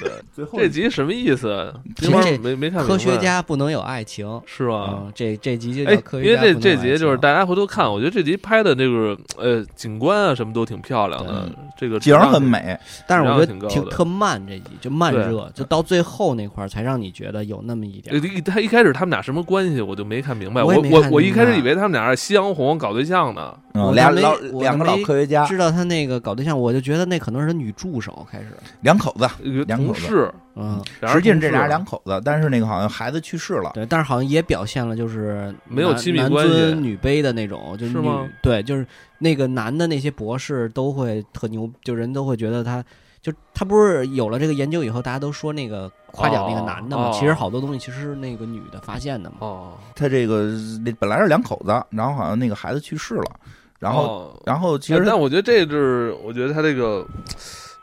S1: 对，
S2: 最后
S1: 这集什么意思？啊
S2: 其
S1: 金
S2: 实
S1: 花
S3: 这
S1: 没没看明白
S3: 科学家不能有爱情
S1: 是吧？
S3: 啊，这这集就
S1: 哎
S3: 叫科，
S1: 因
S3: 学
S1: 为
S3: 家
S1: 这
S3: 不能
S1: 这
S3: 有爱
S1: 集就是
S3: 情
S1: 大家回头看，我觉得这集拍的这个呃景观啊什么都挺漂亮的，这个
S2: 景儿很
S1: 质量
S2: 美，
S3: 但是我觉
S1: 质量挺
S3: 得
S1: 高
S3: 挺
S1: 的
S3: 特慢，这集就慢热，就到最后那块儿才让你觉得有那么一点
S1: 呃。一他一开始他们俩什么关系，我就没看明白。
S3: 我
S1: 我
S3: 也没
S1: 我
S3: 看
S1: 我一
S3: 明
S1: 开始
S3: 白
S1: 以为他们俩是夕阳红搞对象呢。
S3: 我
S2: 嗯俩
S3: 还没
S2: 老
S3: 我
S2: 两个
S3: 还
S2: 老
S3: 没
S2: 科学家，
S3: 知道他那个搞对象，我就觉得那可能是女助手开始，
S2: 两口子，
S1: 呃
S2: 两
S1: 同
S2: 口子
S1: 事，
S3: 嗯，
S1: 俩人
S2: 实际上
S1: 同
S2: 这
S1: 事啊
S2: 俩是两口子，但是那个好像孩子去世了，
S3: 对，但是好像也表现了就是
S1: 没有
S3: 男
S1: 亲密
S3: 男
S1: 关系
S3: 尊女卑的那种，就是是女
S1: 吗
S3: 对，就是那个男的那些博士都会特牛，就人都会觉得他。就他不是有了这个研究以后，大家都说那个夸奖那个男的嘛，
S1: 哦
S3: 其实好多东西其实是那个女的发现的嘛。
S1: 哦，
S2: 他这个那本来是两口子，然后好像那个孩子去世了，然后、
S1: 哦
S2: 然后其
S1: 哎
S2: 实
S1: 但我觉得这是，我觉得他这个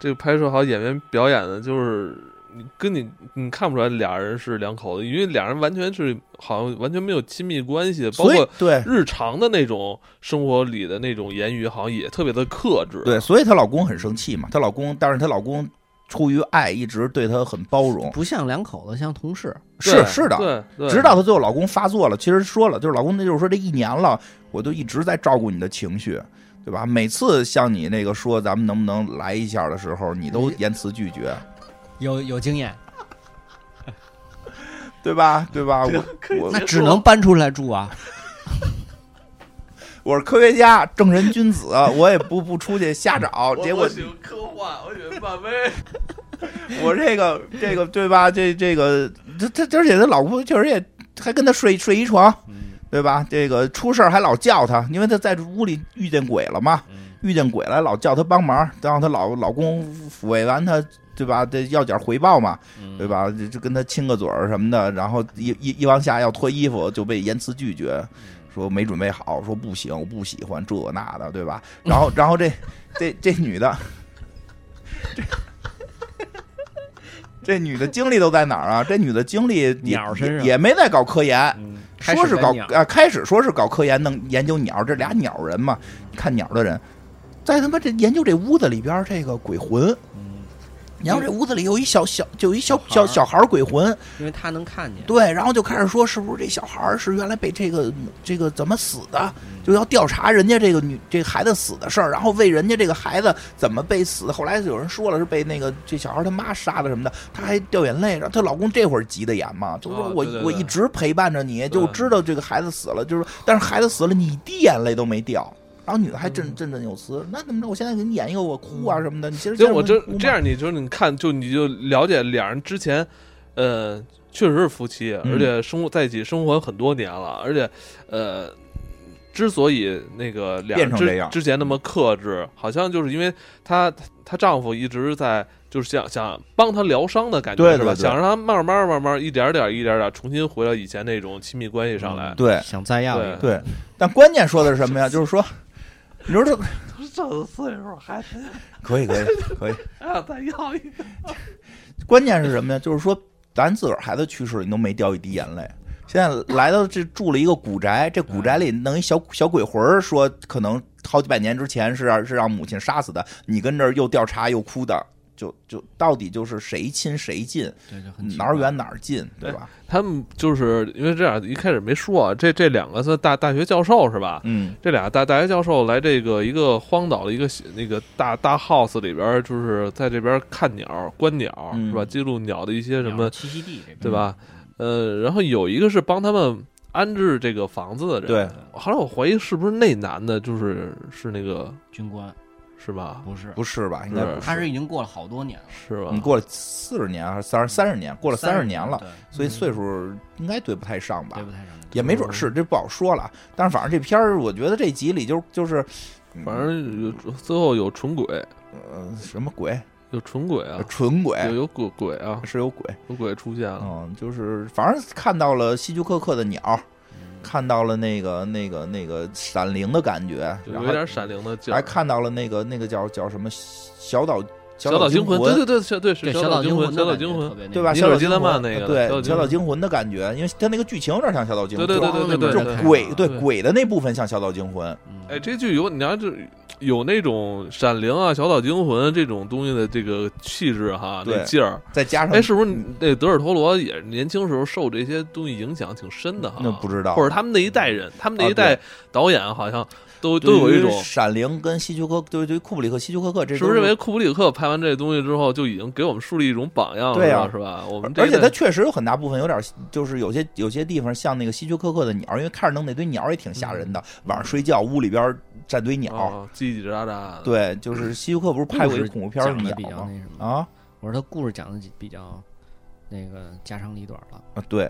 S1: 这个拍摄好演员表演的，就是你跟你你看不出来俩人是两口子，因为俩人完全是好像完全没有亲密关系，包
S2: 所以
S1: 括
S2: 对
S1: 日常的那种生活里的那种言语，好像也特别的克制。
S2: 对，所以她老公很生气嘛，她老公，但是她老公出于爱一直对她很包容，
S3: 不像两口子，像同事。
S2: 是是的。
S1: 对，对
S2: 直到她最后老公发作了，其实说了，就是老公那就是说这一年了，我就一直在照顾你的情绪，对吧？每次向你那个说咱们能不能来一下的时候，你都言辞拒绝，
S3: 有有经验，
S2: 对吧？对吧？我我
S3: 那只能搬出来住啊。
S2: 我是科学家，正人君子，我也不不出去瞎找。结果
S1: 喜欢科幻，我喜欢漫威。
S2: 我这个这个对吧？这这个这他，而且他老婆确实也还跟他睡睡一床，
S1: 嗯
S2: 对吧？这个出事儿还老叫他，因为他在屋里遇见鬼了嘛，
S1: 嗯
S2: 遇见鬼了老叫他帮忙，让他老老公抚慰完他，对吧？得要点回报嘛，
S1: 嗯
S2: 对吧？就就跟他亲个嘴儿什么的，然后一一一往下要脱衣服就被严词拒绝，
S3: 嗯
S2: 说没准备好，说不行，我不喜欢这那的，对吧？然后然后这这这女的，这这女的精力都在哪儿啊？这女的精力也
S3: 鸟身上
S2: 也也没在搞科研，
S1: 嗯
S3: 开
S2: 说
S3: 始
S2: 是
S3: 在
S2: 搞
S3: 鸟
S2: 啊，开始说是搞科研，弄研究鸟，这俩鸟人嘛，看鸟的人，在他妈这研究这屋子里边儿这个鬼魂，
S1: 嗯
S2: 然后这屋子里有一小小，就有一小
S3: 小
S2: 小
S3: 孩儿
S2: 小孩儿鬼魂，
S3: 因为他能看见，
S2: 对，然后就开始说是不是这小孩儿是原来被这个这个怎么死的，
S1: 嗯
S2: 就要调查人家这个女这孩子死的事儿，然后为人家这个孩子怎么被死，后来有人说了是被那个这小孩他妈杀的什么的，她还掉眼泪，然后她老公这会儿急的眼嘛，就说
S1: 哦
S2: 我、
S1: 对对
S2: 我
S1: 对
S2: 一直陪伴着你，就
S1: 对
S2: 知道这个孩子死了，就是但是孩子死了，你一滴眼泪都没掉。然后女的还
S1: 嗯
S2: 振振振有词，那怎么着？我现在给你演一个我哭啊什么的，你其实
S1: 就嗯我这
S2: 哭吗
S1: 这样，你就是你看，就你就了解俩人之前，呃，确实是夫妻，
S2: 嗯
S1: 而且生活在一起生活很多年了，而且呃，之所以那个俩人
S2: 变成这
S1: 之
S2: 样
S1: 之前那么克制，好像就是因为她她丈夫一直在。就是想想帮她疗伤的感觉
S2: 对
S1: 是吧？
S2: 对对
S1: 想让她慢慢慢慢一点点一点点重新回到以前那种亲密关系上来。
S2: 对
S3: 嗯想再要一个，
S2: 对，但关键说的是什么呀？就是说，你说这
S1: 这个岁数还
S2: 可以可以 可以。
S1: 还想再要一个？
S2: 关键是什么呀？就是说，咱自个儿孩子去世，你都没掉一滴眼泪。现在来到这住了一个古宅，这古宅里弄一小小鬼魂儿，说可能好几百年之前是让是让母亲杀死的。你跟这儿又调查又哭的，就就到底就是谁亲谁近，
S3: 对，就很奇
S2: 哪儿
S3: 怪
S2: 远哪儿近，对吧？
S1: 他们就是因为这样，一开始没说啊，这这两个是大大学教授是吧？
S2: 嗯，
S1: 这俩大大学教授来这个一个荒岛的一个小那个大大 house 里边儿，就是在这边儿看鸟、观鸟、
S2: 嗯
S1: 是吧？记录鸟的一些什
S3: 鸟
S1: 么
S3: 的，栖息地这边
S1: 对吧？呃，然后有一个是帮他们安置这个房子的人。
S2: 对，
S1: 后来我怀疑是不是那男的，就是是那个
S3: 军官
S1: 是吧？
S3: 不是，
S2: 不是吧？应该不
S3: 他是已经过了好多年了，
S1: 是吧
S2: 你？过了四十年还是三十三十年？过了三十年了，
S3: 对，
S1: 嗯
S2: 所以岁数应该对不太上吧
S3: 对？不太上
S2: 也没准是，这不好说了。但是反正这片儿，我觉得这集里就就是，嗯
S1: 反正有最后有纯鬼，
S2: 呃什么鬼，
S1: 有纯鬼啊，
S2: 纯鬼
S1: 有有啊鬼鬼啊，
S2: 是有鬼，
S1: 有鬼出现了。
S2: 嗯，就是反正看到了希区柯克的鸟，
S1: 嗯
S2: 看到了那个那个那个闪灵的感觉，
S1: 就
S2: 然
S1: 有
S2: 后
S1: 点闪灵的劲
S2: 还
S1: 儿，
S2: 看到了那个那个叫叫什么小岛
S1: 小岛
S2: 惊
S1: 惊魂，对对对，小对是
S3: 对
S1: 小
S3: 小
S1: 岛
S3: 岛
S1: 惊魂，
S3: 魂，
S1: 小岛惊魂，，
S2: 对吧？
S1: 尼
S2: 小
S1: 可
S2: 岛
S1: 基
S2: 惊
S1: 德曼
S2: 魂
S1: 那个
S2: 对，
S1: 小
S2: 小
S1: 岛
S2: 岛
S1: 惊
S2: 惊魂的感觉，因为它那个剧情有点像小岛惊魂，啊
S1: 对对对对
S2: 这种
S1: 对
S2: 鬼对
S1: 对
S2: 鬼的那部分像小岛惊魂，
S1: 哎，这剧有你要是有那种《闪灵》啊、《小岛惊魂》这种东西的这个气质哈，
S2: 对
S1: 那劲儿，
S2: 再加上
S1: 哎，是不是那德尔托罗也年轻时候受这些东西影响挺深的哈？啊
S2: 那不知道
S1: 或者他们那一代人，他们那一
S2: 啊
S1: 代导演好像都都有一种
S2: 对于，闪灵跟希区柯，对对于库布里克、希区柯克，这
S1: 是
S2: 都
S1: 不是认为库布里克拍完这东西之后就已经给我们树立一种榜样了，
S2: 对
S1: 是
S2: 啊
S1: 吧？是吧？我们这
S2: 而
S1: 一
S2: 且它
S1: 代
S2: 确实有很大部分有点，就是有些有些地方像那个希区柯克的鸟，因为看着弄那堆鸟也挺吓人的。晚上睡觉，屋里边站堆鸟，
S1: 啊，叽叽喳喳的，
S2: 哦对，就是希区柯不是拍过一个恐怖片儿
S3: 讲的比
S2: 鸟
S3: 较
S2: 吗？
S3: 那什么，
S2: 啊
S3: 我说他故事讲的比较那个家长里短了，
S2: 啊，对，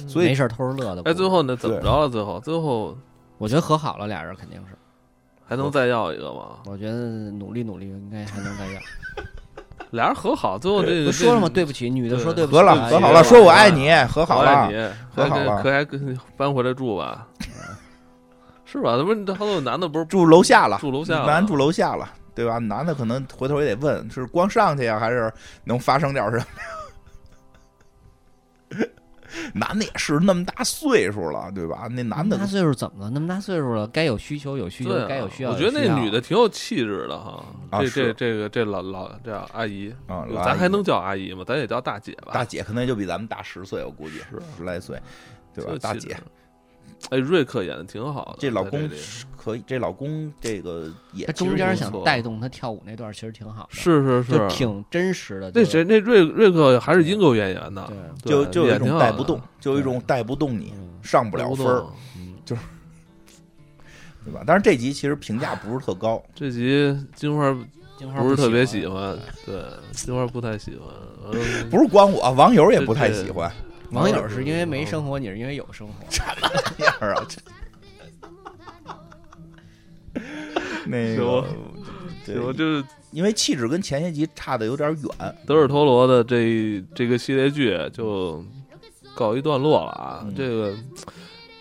S1: 嗯
S2: 所以
S3: 没事儿偷着乐的故事。
S1: 哎，最后呢，怎么着了？最后，最后
S3: 我觉得和好了，俩人肯定是，
S1: 还能再要一个吗？
S3: 我觉得努力努力应该还能再要。
S1: 俩人和好，最后这
S3: 不说了吗？
S1: 这
S3: 对不起，女的说
S1: 对
S3: 对不起，哎
S2: 和
S1: 对
S2: 了
S1: 不
S2: 和
S1: 起
S2: 好
S1: 对
S2: 了，
S1: 不起
S2: 说我爱你，和
S1: 我
S2: 好
S1: 爱
S2: 了
S1: 你，，
S2: 和好
S1: 哎
S2: 了
S1: 这可还跟搬回来住 吧？是吧？他不是好多男的不是
S2: 住楼下了，
S1: 住楼下了
S2: 男住楼下了。对吧？男的可能回头也得问，是光上去呀、还是能发生点什么呀？ 男的也是那么大岁数了，对吧？那
S3: 那
S2: 男
S3: 么
S1: 嗯
S2: 的
S3: 大岁数怎么了？那么大岁数了，该有需求有需求
S1: 对啊，
S3: 该有需要。
S1: 我觉得
S3: 有需要
S1: 那女的挺有气质的哈。
S2: 啊
S1: 这
S2: 是
S1: 这这个这老老这阿姨，
S2: 啊，老阿
S1: 咱
S2: 姨
S1: 还能叫阿姨吗？咱也叫大姐吧
S2: 大。姐可能就比咱们大十岁，我估计
S1: 是
S2: 十来岁，对吧
S1: 挺有？
S2: 大
S1: 气质
S2: 姐
S1: 的，哎，瑞克演的挺好的。
S2: 这老
S1: 在
S2: 公
S1: 里
S2: 是可以，这老公这个也
S3: 她
S2: 其实
S3: 中间
S1: 不
S2: 是
S1: 错
S3: 想带动她跳舞那段，其实挺好的，
S1: 是是，
S3: 就是挺真实的。
S1: 那
S3: 就是
S1: 谁那瑞瑞克还是英国演员呢
S3: 对？，
S2: 就
S1: 对
S2: 就有一
S1: 演挺
S2: 种
S1: 好
S2: 带
S1: 的
S2: 不动，就有一种带不动你，
S3: 嗯
S2: 上不了
S1: 不
S2: 分儿。
S1: 动
S3: 嗯，
S2: 就是对吧？当然这集其实评价不是特高，
S1: 这集金花
S3: 金花
S1: 不是特别喜
S3: 欢。
S1: 欢，对，金花不太喜欢，完了
S2: 不是光我，网友也不太喜欢。
S3: 网友是因为没生活，你是因为有 生活。
S2: 这样啊，这那
S1: 行
S2: 个
S1: 吧，
S2: 对
S1: 行，就是
S2: 因为气质跟前些集差的有点远，
S1: 德尔托罗的这这个系列剧就告一段落了啊。
S2: 嗯
S1: 这个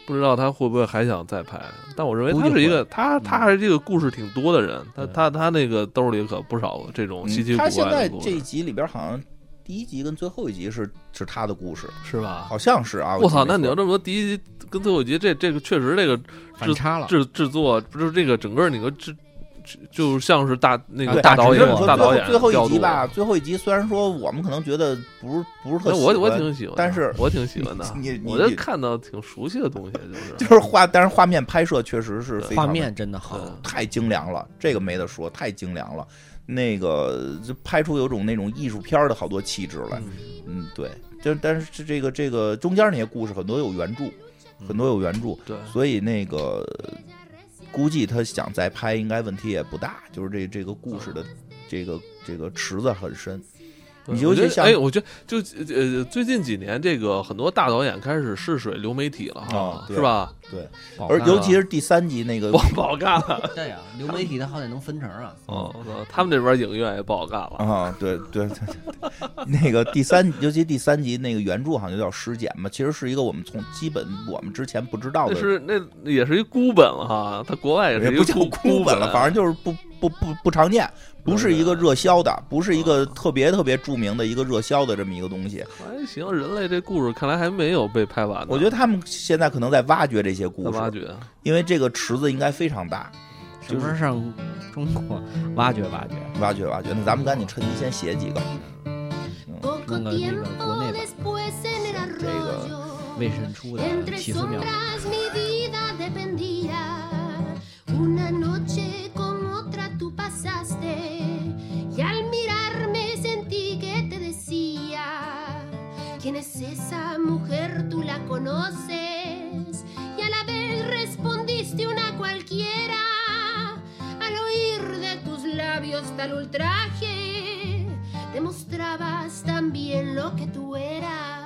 S1: 不知道他会不会还想再拍，但我认为
S3: 估
S1: 他
S3: 计
S1: 是一
S3: 会嗯
S1: 个他他还是一个故事挺多的人，他他他那个兜里可不少这种稀奇
S2: 嗯
S1: 古
S2: 他现
S1: 怪
S2: 在
S1: 的故
S2: 这一
S1: 事，
S2: 集里边好像第一集跟最后一集是是他的故事，
S3: 是吧？
S2: 好像是啊。
S1: 我操！
S2: 记
S1: 那
S2: 得没
S1: 你要
S2: 错
S1: 这么说，第一集跟最后一集，这这个确实这个
S3: 反差了，
S1: 制制作不是这个整个那个制，制就像是大那个
S3: 对
S1: 大
S3: 呃大
S1: 导演
S3: 制
S2: 这
S3: 作
S2: 么说
S1: 大导演
S2: 最后最
S1: 调
S2: 后一
S1: 度
S2: 集吧，，最后一集虽然说我们可能觉得不是不是特
S1: 那哎
S2: 喜
S1: 我
S2: 欢，
S1: 我挺喜欢的，
S2: 但是，
S1: 我挺喜欢的
S2: 你你
S1: 我就看到挺熟悉的东西，就
S2: 就是是画，但是画面拍摄确实是非常
S3: 画
S2: 的
S3: 面真的好，
S1: 嗯
S2: 太精良了，这个没得说，太精良了。那个就拍出有种那种艺术片儿的好多气质来，嗯，对，就但是这这个这个中间那些故事很多有原著，
S3: 嗯
S2: 很多有原著，
S1: 对。
S2: 所以那个估计他想再拍，应该问题也不大，就是这这个故事的这个这个池子很深，
S1: 对
S2: 你
S1: 我
S2: 尤
S1: 觉
S2: 其
S1: 得
S2: 像
S1: 哎，我觉得就呃，最近几年这个很多大导演开始试水流媒体了哈
S2: 啊，对
S1: 是吧？
S3: 不好
S2: 而
S3: 看啊
S2: 尤其是第三集那 个
S1: 不不好干了，
S3: 对呀，流媒体它好歹能分成啊。
S1: 哦，我操他们这边影院也不好干了，
S2: 啊，对对 对对，那个第三，尤其第三集那个原著好像就叫尸检嘛，其实是一个我们从基本我们之前不知道
S1: 那
S2: 的，
S1: 是那也是一孤本了哈，他国外也
S2: 也
S1: 是一个
S2: 不叫
S1: 孤
S2: 孤本了，反正就是不不不不常见，不是一个热销的，不是一个
S1: 啊
S2: 特别特别著名的一个热销的这么一个东西。
S1: 还哎行，人类这故事看来还没有被拍完呢，
S2: 我觉得他们现在可能在挖掘这些故
S1: 在挖
S2: 事，
S1: 掘。
S2: 因为这个池子应该非常大，
S3: 什么时候上中国挖掘挖掘？
S2: 挖掘挖掘。那咱们赶紧趁机先写几个，
S3: Venga,
S4: Poco
S3: venga,
S4: tiempo
S3: ponela.
S4: después en el arroyo,
S3: 未审出的
S4: entre
S3: 奇思妙想，
S4: sombras mi vida dependía. Una noche con otra tú pasaste y al mirarme sentí que te decía, ¿quién es esa mujer? Tú la conoces y a la vez respondiste una cualquiera al oír de tus labios tal ultraje demostrabas también lo que tú eras.